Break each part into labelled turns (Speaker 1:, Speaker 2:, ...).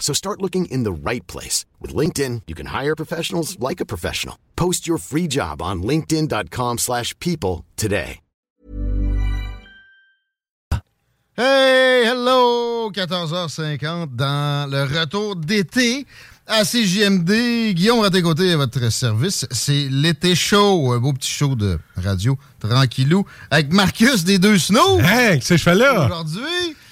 Speaker 1: So start looking in the right place. With LinkedIn, you can hire professionals like a professional. Post your free job on linkedin.com slash people today.
Speaker 2: Hey, hello! 14h50 dans le retour d'été à CJMD. Guillaume à tes côtés à votre service. C'est l'été show, un beau petit show de radio tranquillou avec Marcus des deux snows.
Speaker 3: Hey, qu'est-ce que je fais là?
Speaker 2: Aujourd'hui,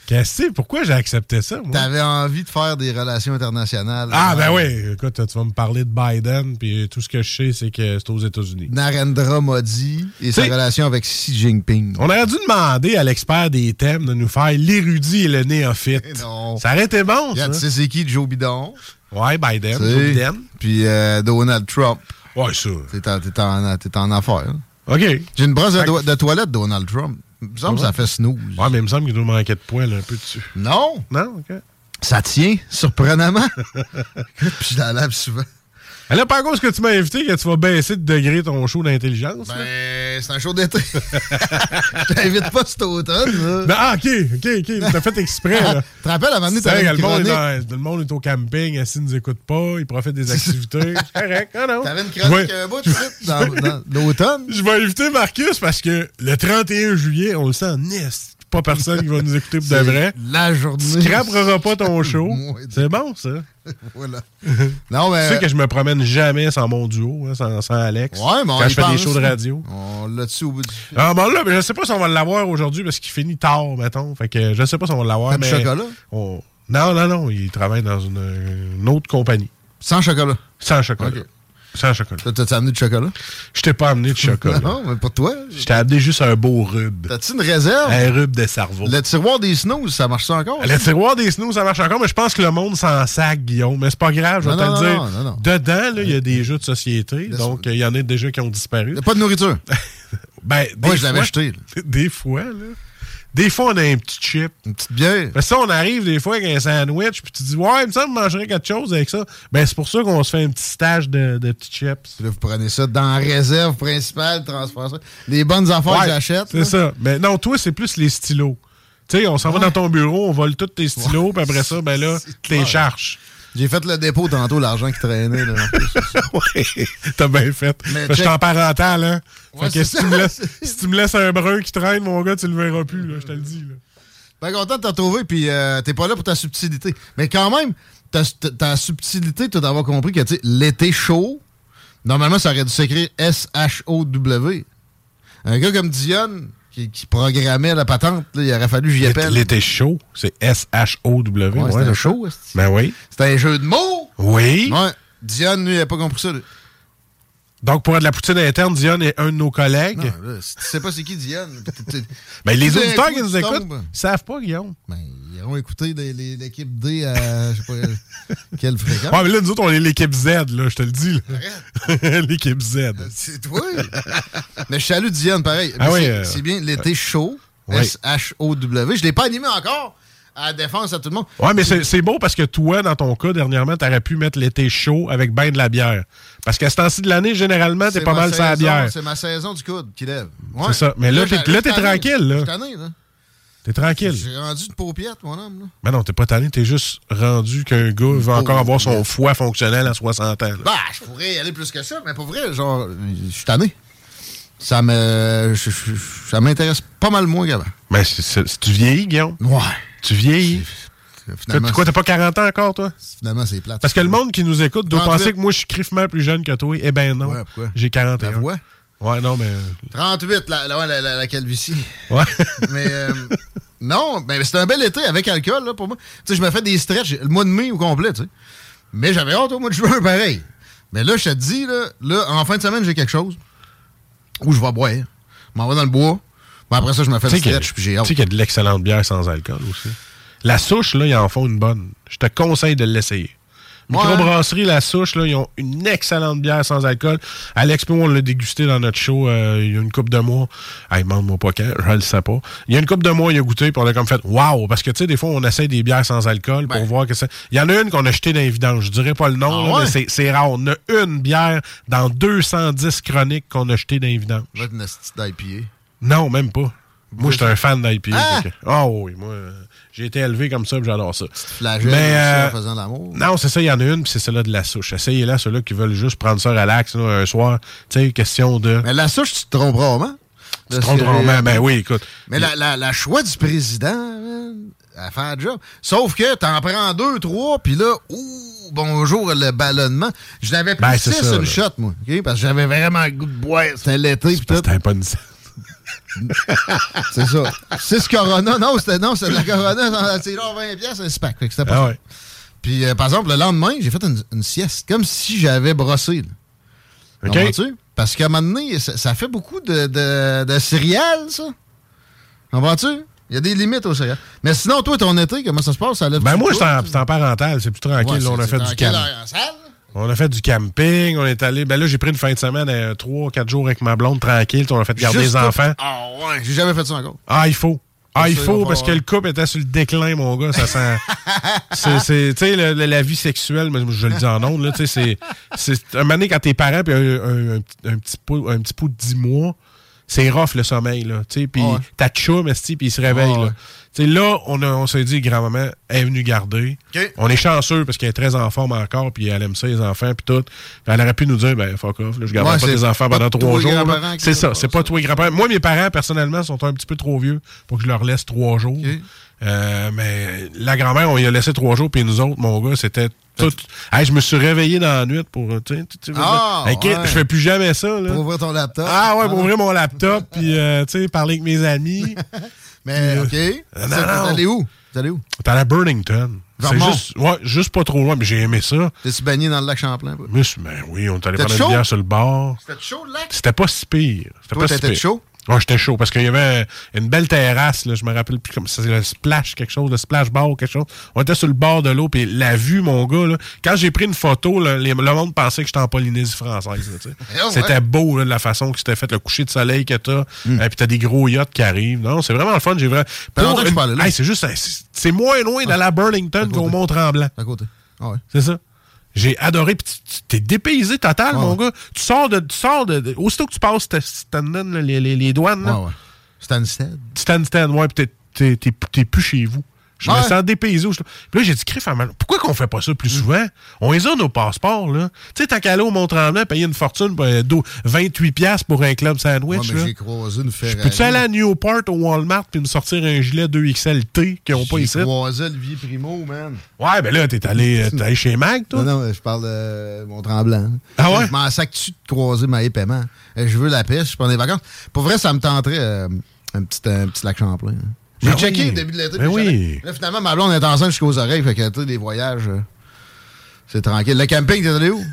Speaker 3: Qu'est-ce que c'est? Pourquoi j'ai accepté ça? Moi?
Speaker 2: t'avais envie de faire des relations internationales.
Speaker 3: Ah, ben
Speaker 2: oui.
Speaker 3: oui, écoute, tu vas me parler de Biden, puis tout ce que je sais, c'est que c'est aux États-Unis.
Speaker 2: Narendra Modi et sa
Speaker 3: T'sais-
Speaker 2: relation avec Xi Jinping.
Speaker 3: On aurait dû demander à l'expert des thèmes de nous faire l'érudit et le néophyte.
Speaker 2: Eh Non.
Speaker 3: Ça aurait été bon,
Speaker 2: Regarde, tu
Speaker 3: ça.
Speaker 2: sais c'est qui Joe Bidon?
Speaker 3: Ouais, Biden,
Speaker 2: Tu sais.
Speaker 3: Biden.
Speaker 2: Puis euh, Donald Trump.
Speaker 3: Ouais, ça.
Speaker 2: T'es en, t'es en, t'es en affaire. hein.
Speaker 3: OK. Ouais,
Speaker 2: J'ai une brosse de,
Speaker 3: Fait que-
Speaker 2: do- de toilette, Donald Trump. Il me semble que ça fait snooze.
Speaker 3: mais il me semble qu'il nous manquait de poils un peu dessus.
Speaker 2: Non,
Speaker 3: Non? OK.
Speaker 2: ça tient, surprenamment. Écoute, Puis je la lave souvent.
Speaker 3: Alors, par contre, ce que tu m'as invité, que tu vas baisser de degré ton show d'intelligence. là?
Speaker 2: Ben, c'est un jour d'été. je t'invite pas cet automne. là. Ah,
Speaker 3: Ben, ah, OK, OK, OK. T'as fait exprès, là.
Speaker 2: Tu te rappelles, à un moment donné,
Speaker 3: C'est vrai que
Speaker 2: t'avais une
Speaker 3: le, monde est
Speaker 2: chronique.
Speaker 3: dans- le monde est au camping, assis, ne nous écoute pas, il profite des activités. C'est correct, non, non.
Speaker 2: T'avais une
Speaker 3: Ouais.
Speaker 2: chronique euh, un bout de suite dans, dans l'automne.
Speaker 3: Je vais inviter Marcus parce que le 31 juillet, on le sent en est. Pas personne qui va nous écouter pour de
Speaker 2: C'est
Speaker 3: vrai.
Speaker 2: La journée.
Speaker 3: Tu craperas pas ton show.
Speaker 2: Moi,
Speaker 3: C'est bon, ça.
Speaker 2: Voilà. Non, mais.
Speaker 3: Tu sais que je me promène jamais sans mon duo, hein, sans, sans Alex.
Speaker 2: Ouais, mais on
Speaker 3: quand
Speaker 2: y
Speaker 3: je fais
Speaker 2: pense,
Speaker 3: des shows de
Speaker 2: là.
Speaker 3: radio.
Speaker 2: On l'a dessus au bout du fil.
Speaker 3: Ah, bon, là, mais je sais pas si on va l'avoir aujourd'hui parce qu'il finit tard, mettons. Fait que je sais pas si on va l'avoir.
Speaker 2: Pas de
Speaker 3: mais
Speaker 2: chocolat?
Speaker 3: on- Non, non, non. Il travaille dans une, une autre compagnie.
Speaker 2: Sans chocolat.
Speaker 3: Sans chocolat.
Speaker 2: Ok.
Speaker 3: Sans chocolat.
Speaker 2: Toi, T'as-tu amené du chocolat?
Speaker 3: Je t'ai pas amené de chocolat.
Speaker 2: Non, mais pour toi.
Speaker 3: Je t'ai amené juste un beau rub.
Speaker 2: T'as-tu une réserve?
Speaker 3: Un rub de cerveau.
Speaker 2: Le tiroir des snooze, ça marche ça encore?
Speaker 3: Le tiroir des snooze, ça marche encore, mais je pense que le monde s'en sac, Guillaume. Mais c'est pas grave, je vais
Speaker 2: Non,
Speaker 3: te
Speaker 2: non,
Speaker 3: le
Speaker 2: non,
Speaker 3: dire.
Speaker 2: non, non, non.
Speaker 3: Dedans, là, il y a des jeux de société, donc euh, il y en a déjà qui ont disparu.
Speaker 2: Y a Pas de nourriture.
Speaker 3: Ben, des
Speaker 2: Moi, je l'avais
Speaker 3: fois-
Speaker 2: acheté. là.
Speaker 3: Des fois, là. Des fois, on a un petit chip.
Speaker 2: Une petite bière.
Speaker 3: Parce que ça, on arrive des fois avec un sandwich, puis tu dis, ouais, il me semble que je mangerais quelque chose avec ça. Ben, c'est pour ça qu'on se fait un petit stage de, de petits chips.
Speaker 2: Puis Là, vous prenez ça dans la réserve principale, transfert ça. Les bonnes affaires
Speaker 3: Ouais,
Speaker 2: que j'achète.
Speaker 3: C'est
Speaker 2: là.
Speaker 3: ça. Mais non, toi, c'est plus les stylos. Tu sais, on s'en va dans ton bureau, on vole tous tes stylos, puis après ça, ben là,
Speaker 2: C'est
Speaker 3: tu les
Speaker 2: clair.
Speaker 3: charges.
Speaker 2: J'ai fait le dépôt tantôt, l'argent qui traînait. là, en plus.
Speaker 3: Ouais, t'as bien fait.
Speaker 2: Mais
Speaker 3: Fait que Je suis
Speaker 2: check-
Speaker 3: en parental, hein.
Speaker 2: Ouais,
Speaker 3: fait que si tu,
Speaker 2: c'est ça.
Speaker 3: me laisses, si tu me laisses un brun qui traîne, mon gars, tu le verras plus, là, je te le dis. là.
Speaker 2: Bien Ben, content de te retrouver, puis euh, t'es pas là pour ta subtilité. Mais quand même, ta, ta- ta subtilité, tout d'avoir compris que tu sais, l'été chaud, normalement, ça aurait dû s'écrire S-H-O-W. Un gars comme Dion, qui, qui programmait la patente, là, il aurait fallu que j'y appelle.
Speaker 3: L'été chaud, c'est S-H-O-W.
Speaker 2: Ouais,
Speaker 3: ouais,
Speaker 2: c'était
Speaker 3: le-
Speaker 2: chaud, c'est-
Speaker 3: Ben oui.
Speaker 2: c'était un jeu de mots.
Speaker 3: Oui.
Speaker 2: Ouais, Dion, lui, il a pas compris ça. là.
Speaker 3: Donc, pour être de la poutine interne, Dion est un de nos collègues.
Speaker 2: Non, Ah, là, si tu sais pas c'est qui Dion. t'es- t'es-
Speaker 3: Ben, les
Speaker 2: Tout d'un
Speaker 3: auditeurs
Speaker 2: coup,
Speaker 3: qui nous
Speaker 2: tu
Speaker 3: écoutent
Speaker 2: tombes.
Speaker 3: savent pas, Guillaume.
Speaker 2: Ben, ils iront écouter les- les- l'équipe D à je sais pas quelle fréquence.
Speaker 3: Ouais, mais là, nous autres, on est l'équipe Z, là, je te le dis. là. l'équipe Z.
Speaker 2: C'est toi. Mais je salue Diane, pareil.
Speaker 3: Ah
Speaker 2: Mais
Speaker 3: oui,
Speaker 2: c'est,
Speaker 3: euh,
Speaker 2: c'est bien l'été chaud.
Speaker 3: Oui.
Speaker 2: S-H-O-W. Je l'ai pas animé encore à la défense à tout le monde.
Speaker 3: Ouais, mais c'est c'est beau parce que toi, dans ton cas, dernièrement, t'aurais pu mettre l'été chaud avec ben de la bière. Parce qu'à ce temps-ci de l'année, généralement, t'es
Speaker 2: C'est
Speaker 3: pas
Speaker 2: ma
Speaker 3: mal sans la
Speaker 2: saison-
Speaker 3: bière.
Speaker 2: C'est ma saison du coude qui lève.
Speaker 3: C'est ça. Mais là, t'es-
Speaker 2: j'ai-
Speaker 3: là, t'es
Speaker 2: je suis tanné.
Speaker 3: tranquille, là.
Speaker 2: Je suis tanné, là.
Speaker 3: T'es tranquille.
Speaker 2: J'ai rendu une paupiette, mon homme. Là.
Speaker 3: Ben non, t'es pas tanné, t'es juste rendu qu'un gars veut encore avoir son foie fonctionnel à 60 ans. là.
Speaker 2: Bah, je pourrais y aller plus que ça, mais pour vrai, genre, je suis tanné. Ça me. je- je- je- ça m'intéresse pas mal moins qu'avant.
Speaker 3: Mais Ben, c'est- c'est- c'est- tu vieillis, Guillaume.
Speaker 2: Ouais.
Speaker 3: Tu vieillis. T'as-
Speaker 2: Finalement,
Speaker 3: quoi, t'as pas 40 ans encore, toi?
Speaker 2: c'est- finalement, c'est plate.
Speaker 3: Parce que le monde qui nous écoute doit
Speaker 2: 38.
Speaker 3: penser que moi, je suis criffement plus jeune que toi. Eh ben non.
Speaker 2: Ouais, pourquoi?
Speaker 3: J'ai
Speaker 2: La
Speaker 3: 41.
Speaker 2: voix?
Speaker 3: Ouais, non, mais. euh,
Speaker 2: 38, la, la, la, la calvitie.
Speaker 3: Ouais.
Speaker 2: Mais euh, non, ben, c'était un bel été avec alcool là, pour moi. Tu sais, je me fais des stretches le mois de mai au complet, tu sais. Mais j'avais hâte au mois de juin pareil. Mais là, je te dis, là, là, en fin de semaine, j'ai quelque chose où je vais boire. Je m'en vais dans le bois. Ben, après ça, je me fais
Speaker 3: Tu
Speaker 2: des
Speaker 3: sais qu'il y a- tu
Speaker 2: stretches
Speaker 3: sais
Speaker 2: puis
Speaker 3: qu'il y
Speaker 2: j'ai
Speaker 3: a,
Speaker 2: hâte.
Speaker 3: de l'excellente bière sans alcool aussi. La souche, là, ils en font une bonne. Je te conseille de l'essayer.
Speaker 2: Ouais.
Speaker 3: Microbrasserie, la souche, là, ils ont une excellente bière sans alcool. À l'expo, on l'a dégusté dans notre show euh, il y a une coupe de mois. Hey, demande-moi pas quand, je le sais pas. Il y a une coupe de mois, il a goûté, puis on a comme fait Waouh! Parce que tu sais, des fois, on essaie des bières sans alcool pour
Speaker 2: Ben.
Speaker 3: voir que c'est. Il y en a une qu'on a jetée dans les vidanges. Je dirais pas le nom,
Speaker 2: Ah
Speaker 3: là,
Speaker 2: ouais?
Speaker 3: mais c'est- c'est rare. On a une bière dans 210 chroniques qu'on a jetée dans les vidanges.
Speaker 2: Je vais être une astuce d'IPA.
Speaker 3: Non, même pas. Moi, j'étais un fan d'IPA.
Speaker 2: Ah!
Speaker 3: fait que- Ah oui, moi, euh, j'ai été élevé comme ça, puis j'adore ça.
Speaker 2: Flagelle
Speaker 3: Mais,
Speaker 2: aussi,
Speaker 3: euh,
Speaker 2: en faisant de l'amour.
Speaker 3: Non, c'est ça, il y en a une, puis c'est celle-là de la souche. Essayez-la, ceux-là qui veulent juste prendre ça relax là, un soir. Tu sais, question de...
Speaker 2: Mais la souche, tu te trompes rarement.
Speaker 3: Tu te trompes vraiment, ben oui, écoute.
Speaker 2: Mais la, la, la choix du président, man, à faire le job. Sauf que t'en prends deux, trois, puis là, ouh, bonjour le ballonnement. Je n'avais pris
Speaker 3: Ben, c'est
Speaker 2: six
Speaker 3: ça,
Speaker 2: une
Speaker 3: là.
Speaker 2: shot, moi, OK? parce que j'avais vraiment le goût de boire. C'était l'été, pis tout.
Speaker 3: C'était pas une...
Speaker 2: C'est ça. Six Corona, non, c'était non, c'était de la Corona, c'est genre 20 pièces un pack. Fait que c'était pas
Speaker 3: Ah
Speaker 2: ça.
Speaker 3: ouais.
Speaker 2: Puis, euh, par exemple, le lendemain, j'ai fait une, une sieste, comme si j'avais brossé. là.
Speaker 3: OK.
Speaker 2: Comprends-tu? Parce qu'à un moment donné, ça, ça fait beaucoup de, de, de céréales, ça. Comprends-tu? Il y a des limites aux céréales. Mais sinon, toi, ton été, comment ça se passe? Ça lève
Speaker 3: Ben
Speaker 2: tout
Speaker 3: moi,
Speaker 2: le
Speaker 3: c'est
Speaker 2: temps?
Speaker 3: en, c'est en parental, c'est plus tranquille.
Speaker 2: Ouais,
Speaker 3: là, on
Speaker 2: c'est-
Speaker 3: a fait
Speaker 2: c'est
Speaker 3: du
Speaker 2: dans quelle
Speaker 3: calme.
Speaker 2: heure? En salle?
Speaker 3: On a fait du camping, on est allé... Ben là, j'ai pris une fin de semaine, euh, trois, quatre jours avec ma blonde, tranquille. puis On a fait garder
Speaker 2: Juste
Speaker 3: les
Speaker 2: tout-
Speaker 3: enfants.
Speaker 2: Ah ouais, j'ai jamais fait ça encore.
Speaker 3: Ah, il faut. Ah, il
Speaker 2: Ça,
Speaker 3: faut,
Speaker 2: il va
Speaker 3: parce que
Speaker 2: falloir.
Speaker 3: le couple était sur le déclin, mon gars. Ça sent. c'est, c'est- tu sais, le- le- la vie sexuelle, mais je le dis en ondes, là, tu sais, c'est, c'est. Un moment donné, quand t'es parent, puis un, un- un petit- un petit pot, un petit pot de 10 mois, c'est rough le sommeil, là. Tu sais, puis
Speaker 2: Ouais.
Speaker 3: t'as tchoum, esti, puis il se réveille,
Speaker 2: Ouais.
Speaker 3: là. Tu sais, là, on, a- on s'est dit, grand-maman, elle est venue garder.
Speaker 2: OK.
Speaker 3: On est chanceux parce qu'elle est très en forme encore, puis elle aime ça, les enfants, puis tout. Elle aurait pu nous dire, ben, fuck off, là, je garde
Speaker 2: Ouais,
Speaker 3: pas
Speaker 2: c'est
Speaker 3: tes enfants
Speaker 2: pas
Speaker 3: pendant
Speaker 2: tous
Speaker 3: trois
Speaker 2: les
Speaker 3: jours. là.
Speaker 2: grands-parents qui
Speaker 3: C'est ça,
Speaker 2: font
Speaker 3: c'est
Speaker 2: ça.
Speaker 3: pas tous les grands-parents. Moi, mes parents, personnellement, sont un petit peu trop vieux pour que je leur laisse trois jours. Euh, mais la grand-mère, on y a laissé trois jours, puis nous autres, mon gars, c'était tout. Hey, je me suis réveillé dans la nuit pour. tu sais, tu- tu-
Speaker 2: Ah,
Speaker 3: Hey, kid,
Speaker 2: ouais.
Speaker 3: Je fais plus jamais ça, là.
Speaker 2: Pour ouvrir ton laptop.
Speaker 3: Ah ouais, pour ouvrir mon laptop, puis euh, tu sais, parler avec mes amis.
Speaker 2: Mais, OK.
Speaker 3: Euh, non,
Speaker 2: Vous êtes-
Speaker 3: non.
Speaker 2: Vous allez où? Vous allez où?
Speaker 3: T'es à Burlington. C'est
Speaker 2: Vermont.
Speaker 3: juste, ouais, juste pas trop loin, mais j'ai aimé ça.
Speaker 2: T'es-tu baigné dans le lac Champlain? quoi?
Speaker 3: Mais c'est- ben oui, on est allé
Speaker 2: T'as
Speaker 3: prendre une
Speaker 2: chaud?
Speaker 3: bière sur le bord.
Speaker 2: C'était chaud, le lac?
Speaker 3: C'était pas si pire. C'était
Speaker 2: Toi,
Speaker 3: pas si
Speaker 2: t'étais
Speaker 3: pire.
Speaker 2: chaud?
Speaker 3: Ouais, j'étais chaud parce qu'il y avait une belle terrasse, là, je me rappelle plus comme ça, c'est le splash quelque chose, le splash bar ou quelque chose. On était sur le bord de l'eau, puis la vue, mon gars, là, quand j'ai pris une photo, là, les- le monde pensait que j'étais en Polynésie française. là, tu sais.
Speaker 2: Eh ouais.
Speaker 3: C'était beau, là, de la façon que c'était fait, le coucher de soleil que t'as, et puis t'as des gros yachts qui arrivent. Non, c'est vraiment le fun, j'ai vraiment...
Speaker 2: Fait Hmm. longtemps
Speaker 3: Pour
Speaker 2: que je
Speaker 3: une-
Speaker 2: suis pas allé là. Ah.
Speaker 3: Hey, c'est juste, hey, c'est- c'est moins loin d'aller à Burlington qu'au Mont-Tremblant.
Speaker 2: À côté. Ah ouais.
Speaker 3: C'est ça. J'ai adoré. Puis tu- tu t'es dépaysé total, mon gars. Tu sors de. Tu sors de, de- aussitôt que tu passes ta- Standen, là, les, les, les douanes, là,
Speaker 2: Ouais, ouais. Stansted.
Speaker 3: Stansted, ouais, puis t'es- t'es- t'es t'es plus chez vous. Je me
Speaker 2: Ouais. Mm.
Speaker 3: sens dépaysé. Je- Puis là, j'ai dit, crif, man, pourquoi qu'on fait pas ça plus souvent? On les a, nos passeports, là. Tu sais, tant qu'à aller au Mont-Tremblant, payer une fortune, ben, d'où- 28$ piastres pour un club
Speaker 2: Ouais,
Speaker 3: sandwich,
Speaker 2: mais
Speaker 3: là.
Speaker 2: j'ai croisé une Ferrari.
Speaker 3: Peux-tu aller à Newport, au Walmart, puis me sortir un gilet 2XLT qu'ils ont pas ici?
Speaker 2: J'ai croisé Olivier Primo, man.
Speaker 3: Ouais, ben là, t'es allé, euh, t'es allé chez Mag, toi?
Speaker 2: Non, non, je parle de euh, mon tremblant.
Speaker 3: Ah ouais?
Speaker 2: Je m'en sac-tu de croiser ma paiement. Euh, Je veux la pêche, je prends des vacances. Pour vrai, ça me tenterait euh, un, petit, un petit lac Champlain. J'ai
Speaker 3: Ben
Speaker 2: checké
Speaker 3: oui.
Speaker 2: au début de l'été.
Speaker 3: Ben
Speaker 2: puis
Speaker 3: oui.
Speaker 2: jamais- Là, finalement, ma blonde est enceinte jusqu'aux oreilles. Fait que, tu sais, des voyages, euh, c'est tranquille. Le camping, t'es allé où?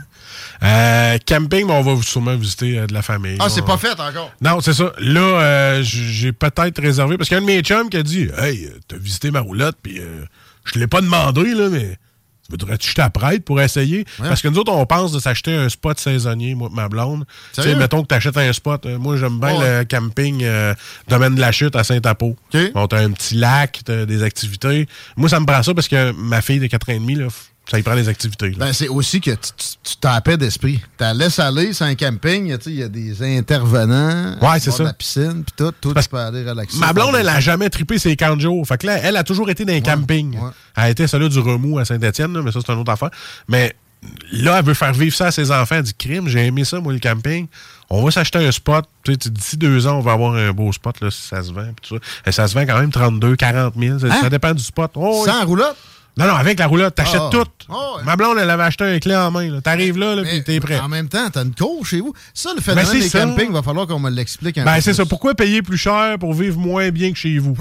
Speaker 3: Euh, camping, mais on va sûrement visiter euh, de la famille.
Speaker 2: Ah, c'est
Speaker 3: On-
Speaker 2: pas fait encore.
Speaker 3: Non, c'est ça. Là, euh, j- j'ai peut-être réservé. Parce qu'il y a un de mes chums qui a dit Hey, euh, t'as visité ma roulotte, puis euh, je l'ai pas demandé, là, mais. tu Voudrais-tu que je t'apprête pour essayer?
Speaker 2: Ouais.
Speaker 3: Parce que nous autres, on pense de s'acheter un spot saisonnier, moi, et ma blonde. Tu sais,
Speaker 2: Sérieux?
Speaker 3: mettons que t'achètes un spot. Euh, Moi, j'aime bien
Speaker 2: Ouais.
Speaker 3: le camping euh, Domaine de la Chute à Saint-Apo.
Speaker 2: OK.
Speaker 3: On a un petit lac, t'as des activités. Moi, ça me prend ça parce que ma fille de 4 ans et demi, là, f- ça y prend des activités. là.
Speaker 2: Ben, c'est aussi que tu- tu tu tapais d'esprit. Tu la laisses aller, c'est un camping, tu sais, il y a des intervenants.
Speaker 3: Ouais,
Speaker 2: au
Speaker 3: c'est
Speaker 2: bord
Speaker 3: ça.
Speaker 2: de la piscine, puis tout, tout,
Speaker 3: parce
Speaker 2: tu peux aller relaxer.
Speaker 3: Ma blonde, elle a jamais trippé ses camps de jour. Fait que là, elle a toujours été dans les campings.
Speaker 2: ouais.
Speaker 3: Elle a été celle-là du remous à Saint-Etienne, mais ça, c'est une autre affaire. Mais là, elle veut faire vivre ça à ses enfants. Elle dit crime, j'ai aimé ça, moi, le camping. On va s'acheter un spot. Tu sais, tu- D'ici deux ans, on va avoir un beau spot, là, si ça se vend. puis tout ça. Et ça se vend quand même 32, 40 000. Ça,
Speaker 2: Hein?
Speaker 3: ça dépend du spot. Oh, oui.
Speaker 2: Sans roulotte?
Speaker 3: Non, non, avec la roulotte, t'achètes
Speaker 2: Ah, ah.
Speaker 3: tout.
Speaker 2: Ah, ouais.
Speaker 3: Ma blonde, elle avait acheté un clé en main. là. T'arrives là, là
Speaker 2: Mais
Speaker 3: puis t'es prêt. Ben,
Speaker 2: En même temps, t'as une cour chez vous. Ça, le phénomène
Speaker 3: c'est
Speaker 2: des
Speaker 3: ça.
Speaker 2: campings, va falloir qu'on me l'explique un
Speaker 3: Ben,
Speaker 2: peu
Speaker 3: c'est
Speaker 2: plus.
Speaker 3: ça. Pourquoi payer plus cher pour vivre moins bien que chez vous?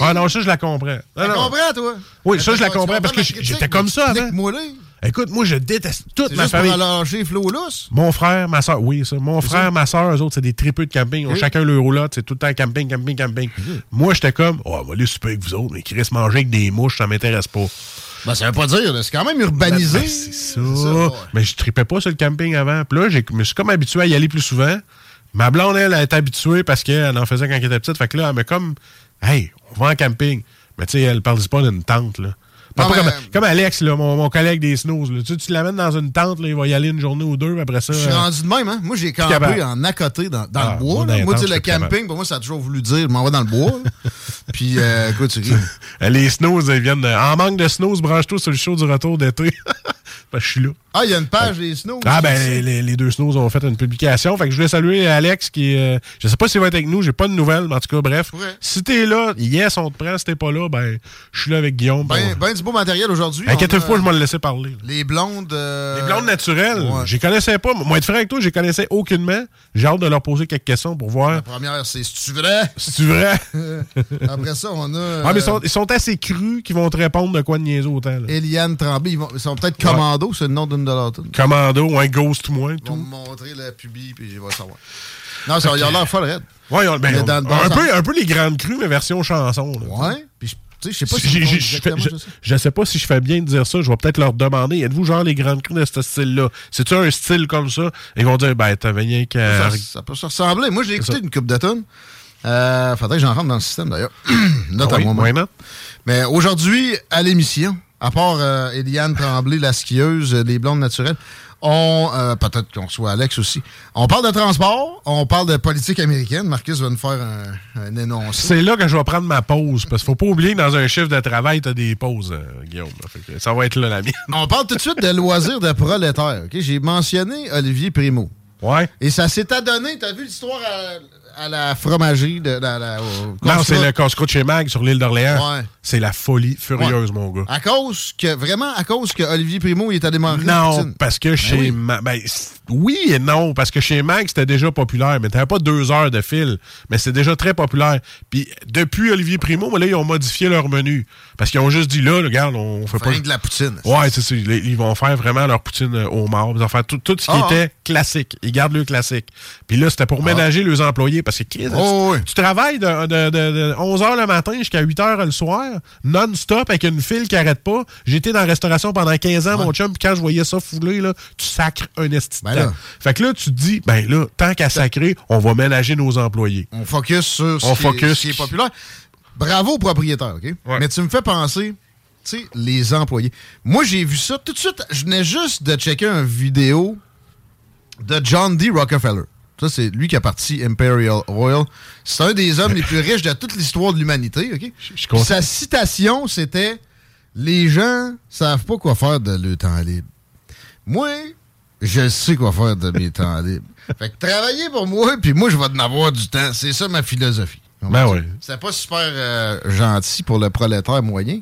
Speaker 3: ah non, ça, je la comprends. Non,
Speaker 2: Tu
Speaker 3: non.
Speaker 2: comprends, toi?
Speaker 3: Oui, ça, je la
Speaker 2: Tu
Speaker 3: comprends, parce que
Speaker 2: ma
Speaker 3: j-
Speaker 2: critique,
Speaker 3: j'étais comme
Speaker 2: mais
Speaker 3: ça avant.
Speaker 2: explique-moi-le.
Speaker 3: Écoute, moi, je déteste toute
Speaker 2: C'est
Speaker 3: ma
Speaker 2: juste pour
Speaker 3: famille.
Speaker 2: allonger Flo Lousse.
Speaker 3: Mon frère, ma soeur, oui, ça. Mon frère, ma soeur, eux autres, c'est des tripeux de camping. Ils ont
Speaker 2: Oui.
Speaker 3: chacun leur roulotte. C'est tout le temps camping, camping, camping. Moi, j'étais comme, oh, on va aller souper avec vous autres, mais qui reste manger avec des mouches, ça m'intéresse pas.
Speaker 2: Ben, ça veut pas dire, là, c'est quand même urbanisé.
Speaker 3: Ben, c'est ça. Ben,
Speaker 2: ouais.
Speaker 3: Mais je tripais pas sur le camping avant. Puis là, j'ai- je me suis comme habitué à y aller plus souvent. Ma blonde, elle, elle est habituée parce qu'elle en faisait quand elle était petite. Fait que là, elle m'a comme, hey, on va en camping. Mais tu sais, elle parle pas d'une tente, là. Parle
Speaker 2: Non,
Speaker 3: pas
Speaker 2: mais-
Speaker 3: comme, comme Alex, là, mon, mon collègue des snows. là. Tu, sais, tu l'amènes dans une tente, là, il va y aller une journée ou deux, puis après ça.
Speaker 2: Je suis
Speaker 3: euh,
Speaker 2: rendu de même, hein? Moi, j'ai campé
Speaker 3: capable.
Speaker 2: en à côté dans, dans
Speaker 3: Ah,
Speaker 2: le bois.
Speaker 3: moi, dans
Speaker 2: là.
Speaker 3: les
Speaker 2: Moi,
Speaker 3: tentes,
Speaker 2: tu
Speaker 3: je
Speaker 2: sais, le
Speaker 3: suis plus capable.
Speaker 2: camping, pour moi, ça a toujours voulu dire, je m'en vais dans le bois. là. Puis, euh, écoute, tu ris.
Speaker 3: Les snows, ils viennent. de- En manque de snows, branche-toi sur le show du retour d'été. Parce que je suis là.
Speaker 2: Ah, il y a une page des snows.
Speaker 3: Ah ben les- les, les deux snows ont fait une publication. Fait que je voulais saluer Alex qui euh, je sais pas s'il va être avec nous, j'ai pas de nouvelles, mais en tout cas bref.
Speaker 2: Ouais.
Speaker 3: Si t'es là, yes, on te prend, si t'es pas là, ben je suis là avec Guillaume.
Speaker 2: Ben,
Speaker 3: bon.
Speaker 2: ben du beau matériel aujourd'hui.
Speaker 3: Inquiète-toi
Speaker 2: On a
Speaker 3: pas, je m'en laissais parler. là.
Speaker 2: Les blondes. euh,
Speaker 3: Les blondes naturelles,
Speaker 2: ouais.
Speaker 3: j'y connaissais pas. Moi, être frère avec toi, j'y connaissais aucunement. J'ai hâte de leur poser quelques questions pour voir
Speaker 2: La première, c'est si tu vrai.
Speaker 3: si tu vrai.
Speaker 2: Euh. Après ça, on a. euh,
Speaker 3: Ah, mais ils sont, ils sont assez crus qu'ils vont te répondre de quoi de niaiser autant. là.
Speaker 2: Eliane Tremblay. Ils, vont- ils sont peut-être commando, c'est le nom d'une de leurs tunes.
Speaker 3: Commando, un ghost moins,
Speaker 2: Ils
Speaker 3: tout.
Speaker 2: vont me montrer la pubie, puis je vais savoir. Non, ça, il a l'air folle, Red.
Speaker 3: Ouais, on- ben,
Speaker 2: Mais
Speaker 3: on-
Speaker 2: dans- dans
Speaker 3: un,
Speaker 2: le
Speaker 3: peu, un peu les grandes crues, mais version chanson. là.
Speaker 2: hein. Ouais. Puis, je- tu sais, je sais pas si.
Speaker 3: J'ai-
Speaker 2: ils font
Speaker 3: j'ai- je fais-
Speaker 2: exactement
Speaker 3: je-
Speaker 2: ça, ça.
Speaker 3: je sais pas si je fais bien de dire ça. Je vais peut-être leur demander êtes-vous genre les grandes crues de ce style-là C'est-tu un style comme ça Ils vont dire ben, t'avais rien qu'à.
Speaker 2: Ça, ça peut se ressembler. Moi, j'ai écouté une coupe de tunes. Euh, faudrait que j'en rentre dans le système, d'ailleurs. Note à
Speaker 3: Ah Oui,
Speaker 2: moi-même.
Speaker 3: why not?
Speaker 2: Mais aujourd'hui, à l'émission, à part euh, Eliane Tremblay, la skieuse, euh, les blondes naturelles, on, euh, peut-être qu'on soit Alex aussi, on parle de transport, on parle de politique américaine. Marcus va nous faire un, un énoncé.
Speaker 3: C'est là que je vais prendre ma pause. Parce qu'il faut pas oublier que dans un chiffre de travail, t'as des pauses, euh, Guillaume. Fait que ça va être là la mienne.
Speaker 2: On parle tout de suite de loisirs de prolétaires. ok? J'ai mentionné Olivier Primo.
Speaker 3: Ouais.
Speaker 2: Et ça s'est adonné, t'as vu l'histoire à, à la fromagerie de la... la- au-
Speaker 3: Non, c'est
Speaker 2: Consula-
Speaker 3: le casse-croûte chez Mag sur l'île d'Orléans.
Speaker 2: Ouais.
Speaker 3: C'est la folie furieuse,
Speaker 2: Ouais.
Speaker 3: mon gars.
Speaker 2: À cause que, vraiment à cause que Olivier Primo, il est allé manger une
Speaker 3: Non,
Speaker 2: poutine.
Speaker 3: parce que chez
Speaker 2: oui.
Speaker 3: Ma- ben, c- oui et non, parce que chez Max, c'était déjà populaire, mais t'avais pas deux heures de fil, mais c'est déjà très populaire. Puis depuis Olivier Primo, ben là, ils ont modifié leur menu. Parce qu'ils ont juste dit là, regarde, on fait
Speaker 2: Fin
Speaker 3: pas.
Speaker 2: de la poutine.
Speaker 3: Ouais, c'est ça. Ils ils vont faire vraiment leur poutine euh, au mort. Ils vont faire tout, tout ce qui
Speaker 2: Ah, ah.
Speaker 3: était classique. Ils gardent le classique. Puis là, c'était pour ménager les employés. Parce que Chris,
Speaker 2: Oh,
Speaker 3: tu,
Speaker 2: oui.
Speaker 3: tu travailles de, 11h le matin jusqu'à 8h le soir, non-stop, avec une file qui arrête pas. J'étais dans la restauration pendant 15 ans, mon chum. Puis quand je voyais ça fouler, là, tu sacres un esti de
Speaker 2: Ben
Speaker 3: temps.
Speaker 2: là.
Speaker 3: Fait que là, tu te dis, ben là, tant qu'à sacrer, on va ménager nos employés.
Speaker 2: On focus sur ce,
Speaker 3: On
Speaker 2: qui,
Speaker 3: focus.
Speaker 2: Est, ce qui est populaire. Bravo aux propriétaires, OK?
Speaker 3: Ouais.
Speaker 2: Mais tu me fais penser, tu sais, les employés. Moi, j'ai vu ça tout de suite. Je venais juste de checker une vidéo de John D. Rockefeller. Ça, c'est lui qui a parti Imperial Oil. C'est un des hommes les plus riches de toute l'histoire de l'humanité, OK?
Speaker 3: je suis content.
Speaker 2: Sa citation, c'était « Les gens savent pas quoi faire de leur temps libre. » Moi, je sais quoi faire de mes temps libres. Fait que travailler pour moi, puis moi, je vais en avoir du temps. C'est ça ma philosophie.
Speaker 3: Ben ouais.
Speaker 2: C'était pas super euh, gentil pour le prolétaire moyen.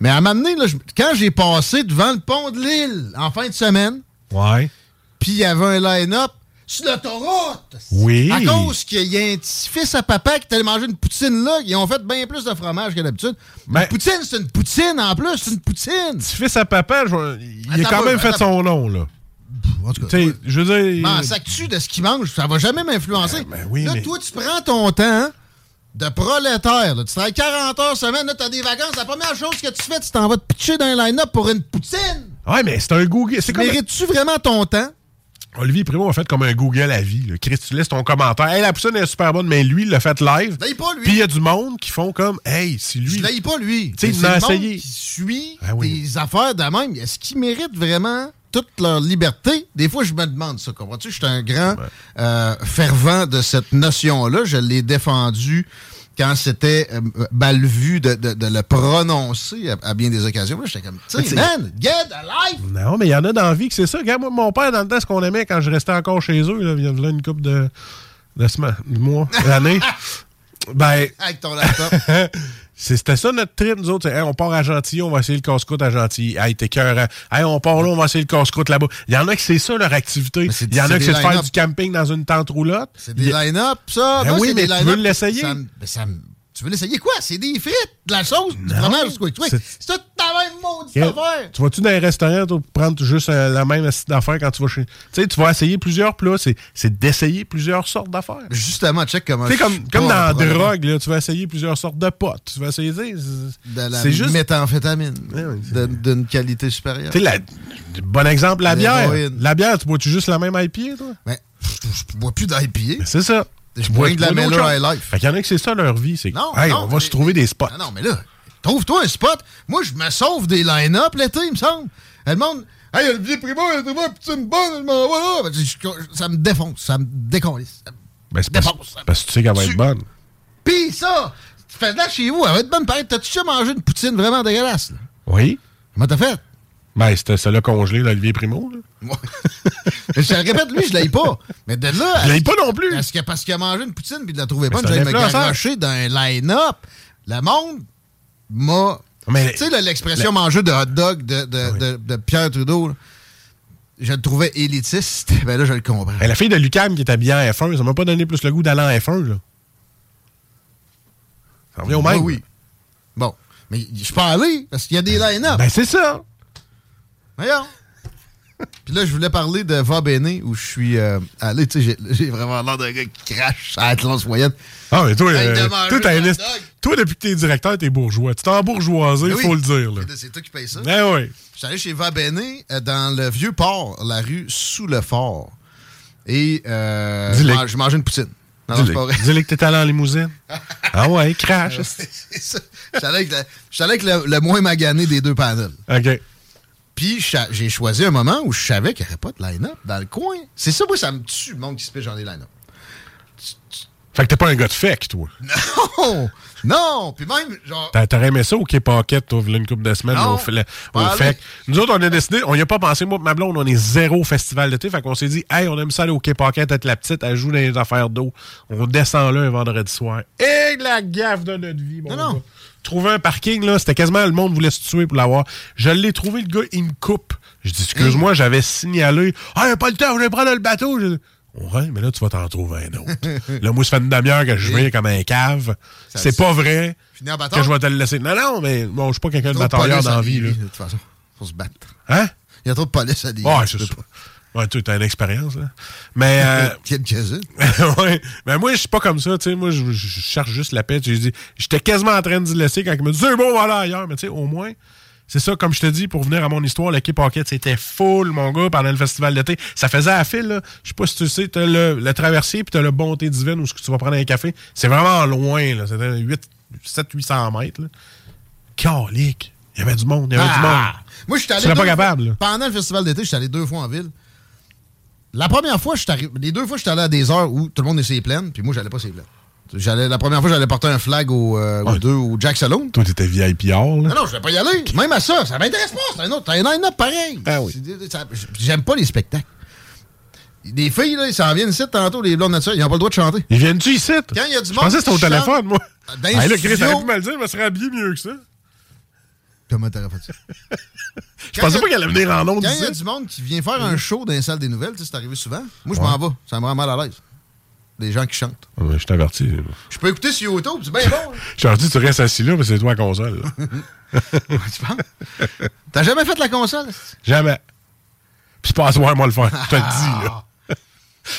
Speaker 2: Mais à m'amener, là, je- quand j'ai passé devant le pont de l'île en fin de semaine,
Speaker 3: Ouais.
Speaker 2: puis il y avait un line-up sur l'autoroute.
Speaker 3: Oui.
Speaker 2: À cause qu'il y a un petit fils à papa qui est allé manger une poutine là, ils ont fait bien plus de fromage que d'habitude.
Speaker 3: Ben-
Speaker 2: Une poutine, c'est une poutine en plus, c'est une poutine.
Speaker 3: Fils à papa, je vais- il a
Speaker 2: Attends
Speaker 3: quand
Speaker 2: pas,
Speaker 3: même fait
Speaker 2: attends
Speaker 3: son
Speaker 2: Ben,
Speaker 3: nom, là.
Speaker 2: En tout cas,
Speaker 3: Tu sais, je veux dire.
Speaker 2: m'en sacs-tu de ce qu'il mange? Ça va jamais m'influencer.
Speaker 3: euh, Ben, ben oui,
Speaker 2: là,
Speaker 3: mais-
Speaker 2: toi, tu prends ton temps de prolétaire. là. Tu travailles 40 heures semaine, là, t'as des vacances. La première chose que tu fais, tu t'en vas te pitcher dans un line-up pour une poutine.
Speaker 3: Ouais, mais c'est un Google. C'est comme.
Speaker 2: Mérites-tu vraiment ton temps?
Speaker 3: Olivier Primo a fait comme un Google à vie. là. Chris, tu laisses ton commentaire. Hey, la personne est super bonne, mais lui, il l'a fait live.
Speaker 2: Je l'ai pas, lui.
Speaker 3: Puis il y a du monde qui font comme. Hey, si lui.
Speaker 2: Je l'aille pas, lui.
Speaker 3: Tu sais,
Speaker 2: Mais
Speaker 3: il
Speaker 2: c'est
Speaker 3: l'a
Speaker 2: le monde
Speaker 3: essayé.
Speaker 2: qui suit
Speaker 3: Ah oui.
Speaker 2: des affaires de même. Est-ce qu'ils méritent vraiment toute leur liberté? Des fois, je me demande ça, comprends-tu? Je suis un grand euh, fervent de cette notion-là. Je l'ai défendue quand c'était euh, mal vu de, de- de le prononcer à, à bien des occasions. Là, J'étais comme, tu sais, man, get a life!
Speaker 3: Non, mais il y en a dans la vie que c'est ça. Regarde, moi, mon père, dans le temps, ce qu'on aimait quand je restais encore chez eux, là, il y a là une couple de, de semaines, de mois, d'années. Ben,
Speaker 2: Avec ton laptop.
Speaker 3: c'est- c'était ça notre trip, nous autres. c'est, Hey, on part à Gentilly, on va essayer le casse-croûte à Gentilly. Hey, t'es cœur. hein. Hey, on part là, on va essayer le casse-croûte là-bas. Il y en a que c'est ça leur activité.
Speaker 2: Mais c'est-
Speaker 3: Il y en
Speaker 2: c'est
Speaker 3: a que
Speaker 2: des
Speaker 3: c'est de faire
Speaker 2: line-up.
Speaker 3: du camping dans une tente roulotte.
Speaker 2: C'est des
Speaker 3: Il-
Speaker 2: line-up, ça.
Speaker 3: Ben
Speaker 2: Moi,
Speaker 3: oui,
Speaker 2: c'est
Speaker 3: mais
Speaker 2: des
Speaker 3: tu
Speaker 2: line-up.
Speaker 3: veux l'essayer?
Speaker 2: Ça me- ben, ça me- Tu veux l'essayer quoi? C'est des frites, de la sauce, du fromage, du quick quick.
Speaker 3: c'est-
Speaker 2: C'est toute ta même maudite
Speaker 3: Ok.
Speaker 2: affaire.
Speaker 3: Tu vas-tu dans un restaurant toi, pour prendre juste euh, la même assiette d'affaires quand tu vas chez. Tu sais, tu vas essayer plusieurs plats. C'est c'est d'essayer plusieurs sortes d'affaires.
Speaker 2: Justement, check comment.
Speaker 3: Tu sais,
Speaker 2: je
Speaker 3: comme,
Speaker 2: suis
Speaker 3: comme
Speaker 2: pas
Speaker 3: dans
Speaker 2: en
Speaker 3: la
Speaker 2: problème.
Speaker 3: drogue, là, tu vas essayer plusieurs sortes de potes. Tu vas essayer. tu sais, c'est-
Speaker 2: De la
Speaker 3: C'est juste.
Speaker 2: méthamphétamine.
Speaker 3: Ouais, ouais, Eh c'est-
Speaker 2: de- D'une qualité supérieure.
Speaker 3: Tu sais, la- bon exemple, la bière.
Speaker 2: L'héroïne.
Speaker 3: La bière, tu bois-tu juste la même IPA, toi?
Speaker 2: Mais je, je bois plus d'IPA.
Speaker 3: C'est ça.
Speaker 2: Je
Speaker 3: Tu
Speaker 2: bois
Speaker 3: tu
Speaker 2: de la
Speaker 3: d'autres
Speaker 2: Miller
Speaker 3: choses.
Speaker 2: High Life.
Speaker 3: Fait qu'il y en a que c'est ça leur vie. C'est que,
Speaker 2: Non,
Speaker 3: hey,
Speaker 2: non,
Speaker 3: on va
Speaker 2: mais-
Speaker 3: se trouver des spots.
Speaker 2: Ah non, mais là, trouve-toi un spot. Moi, je me sauve des line-up l'été, il me semble. Elle demande Hey, Olivier Primo, elle Primo, pis une bonne, elle m'en va là. Ben, Je- je- Ça me défonce, ça me déconlisse.
Speaker 3: Ben, c'est parce,
Speaker 2: Dépense.
Speaker 3: parce que tu sais qu'elle va
Speaker 2: Tu-
Speaker 3: être bonne.
Speaker 2: Pis ça, tu fais de là chez vous, elle va être bonne pareil. T'as-tu déjà mangé une poutine vraiment dégueulasse? Là?
Speaker 3: Oui.
Speaker 2: Comment t'as fait?
Speaker 3: Ben, c'était celle-là congelée, l'Olivier Primo. Là.
Speaker 2: Moi. je te le répète, lui, je l'ai pas. Mais de là. à
Speaker 3: Je l'ai
Speaker 2: ce-
Speaker 3: pas non plus.
Speaker 2: à ce que- parce qu'il a mangé une poutine puis de la trouver
Speaker 3: Mais
Speaker 2: bonne,
Speaker 3: c'est un
Speaker 2: j'allais me
Speaker 3: influenceur.
Speaker 2: garocher dans un line-up. Le monde m'a.
Speaker 3: Mais-
Speaker 2: Tu sais, là, l'expression manger de hot dog de, de- de- de Pierre Trudeau, là, je le trouvais élitiste. Ben là, je le comprends.
Speaker 3: Ben, la fille de Lucam qui est habillée en F1, ça m'a pas donné plus le goût d'aller en F1. Là. Ça revient au
Speaker 2: Oui,
Speaker 3: même.
Speaker 2: Ah oui. Bon. Mais je suis pas allé parce qu'il y a des line-up.
Speaker 3: Ben, c'est ça.
Speaker 2: Voyons. Puis là, je voulais parler de Va Bene où je suis euh, allé. Tu sais, j'ai- j'ai vraiment l'air d'un gars qui crache à la classe moyenne.
Speaker 3: Ah, mais toi,
Speaker 2: Hey,
Speaker 3: euh,
Speaker 2: de manger
Speaker 3: toi, t'as
Speaker 2: un
Speaker 3: une
Speaker 2: hot
Speaker 3: liste-
Speaker 2: dog.
Speaker 3: toi, depuis que t'es directeur, t'es bourgeois. Tu t'es embourgeoisé, il
Speaker 2: Ben oui.
Speaker 3: faut le dire. Là.
Speaker 2: C'est toi qui paye ça.
Speaker 3: Ben oui.
Speaker 2: J'étais allé chez Vabéné euh, dans le vieux port, la rue sous le fort. Et euh,
Speaker 3: Dis-le.
Speaker 2: je mange- je mangeais une poutine. Non, non, c'est pas vrai.
Speaker 3: Dis-le que t'es allé en limousine. ah ouais, crash.
Speaker 2: C'est ça. J'étais allé avec, la- j'étais allé avec le, le moins magané des deux panels.
Speaker 3: OK.
Speaker 2: Puis cha- j'ai choisi un moment où je savais qu'il n'y aurait pas de line-up dans le coin. C'est ça, moi, ça me tue, le monde qui se pêche dans les line-up.
Speaker 3: Fait que t'es pas un gars de fake, toi.
Speaker 2: Non! Non! Puis même, genre,
Speaker 3: T'a- T'aurais aimé ça au K-Pocket, toi, v'là une couple de semaines,
Speaker 2: Non.
Speaker 3: au, fle- au
Speaker 2: Pas
Speaker 3: FEC.
Speaker 2: aller.
Speaker 3: Nous autres, on a décidé, on y a pas pensé, moi, pis ma blonde, on est zéro festival d'été. Fait qu'on s'est dit, hey, on aime ça aller au K-Pocket, être la petite, elle joue dans les affaires d'eau. On descend là un vendredi soir. Et la gaffe de notre vie, mon
Speaker 2: Non, non.
Speaker 3: gars. Trouver un parking, là, c'était quasiment le monde voulait se tuer pour l'avoir. Je l'ai trouvé, le gars, il me coupe. Je dis, excuse-moi, j'avais signalé, ah, y a pas le temps, je vais prendre le bateau. Je dis, ouais, mais là, tu vas t'en trouver un autre. là, moi, ça fait une demi-heure que je viens comme un cave. C'est pas vrai
Speaker 2: Fini en bâton?
Speaker 3: que je vais te le laisser. Non, non, mais bon, je suis pas quelqu'un de
Speaker 2: trop de
Speaker 3: batailleur
Speaker 2: police
Speaker 3: dans
Speaker 2: à
Speaker 3: la vie. Là.
Speaker 2: Lévis, de toute façon. Faut se battre.
Speaker 3: Hein?
Speaker 2: Il y a trop de police à Lévis.
Speaker 3: Ouais, c'est
Speaker 2: Tu peux
Speaker 3: ça. Ouais, toi, t'as une expérience, là. Mais, euh,
Speaker 2: pas- Quelques-unes.
Speaker 3: ouais. mais moi, je suis pas comme ça, tu sais. Moi, je je cherche juste la paix. J'ai dit- J'étais quasiment en train de le laisser quand il me dit c'est bon, voilà ailleurs. Mais tu sais, au moins, c'est ça, comme je te dis, pour venir à mon histoire, le K-Pocket, c'était full, mon gars, pendant le festival d'été. Ça faisait à fil, là. Je sais pas si tu le sais, t'as le, le traversier, puis t'as le bonté divine où ce que tu vas prendre un café. C'est vraiment loin, là. C'était 700-800 mètres, là. Calique. Il y avait du monde, il y avait du
Speaker 2: Ah!
Speaker 3: monde.
Speaker 2: Moi, je suis allé.
Speaker 3: serais
Speaker 2: deux
Speaker 3: pas
Speaker 2: fois-
Speaker 3: capable, là.
Speaker 2: Pendant le festival d'été, je suis allé deux fois en ville. La première fois, je suis arrivé- les deux fois, je suis allé à des heures où tout le monde est ses plaines, puis moi, j'allais pas ses plaines. J'allais, la première fois, j'allais porter un flag au, euh, au
Speaker 3: Ouais.
Speaker 2: deux, au Jack Saloon.
Speaker 3: Toi, t'étais VIP or, là.
Speaker 2: Non, non, je vais pas y aller. Même à ça, ça m'intéresse pas. C'est un autre, c'est un line-up pareil.
Speaker 3: Ah oui.
Speaker 2: C'est- ça- J'aime pas les spectacles. Des filles, là, ils s'en viennent ici tantôt, les blondes naturelles, ils n'ont pas le droit de chanter.
Speaker 3: Ils viennent-tu ici?
Speaker 2: Quand il y a du
Speaker 3: Je
Speaker 2: monde
Speaker 3: pensais que c'était au
Speaker 2: qui chante
Speaker 3: téléphone, moi.
Speaker 2: dans
Speaker 3: Hey, là,
Speaker 2: le
Speaker 3: Chris,
Speaker 2: studio-
Speaker 3: t'aurais pu me le dire, je me serais habillé mieux que ça.
Speaker 2: Comment t'aurais fait ça?
Speaker 3: Je pensais pas qu'elle allait venir en ondes
Speaker 2: Quand il y a
Speaker 3: ici.
Speaker 2: du monde qui vient faire un show dans les salles des nouvelles, tu sais, c'est arrivé souvent. Moi, je m'en vais. Ça me rend mal à l'aise. Des gens qui chantent.
Speaker 3: Ah, mais Je t'avertis.
Speaker 2: Je peux écouter sur YouTube, c'est bien bon.
Speaker 3: Je t'avertis, tu restes assis là, mais c'est toi à la console. là.
Speaker 2: hein. Tu penses? T'as jamais fait la console?
Speaker 3: Jamais. Puis c'est pas à soir, moi, le faire. Je te le dis,
Speaker 2: Ah,
Speaker 3: là.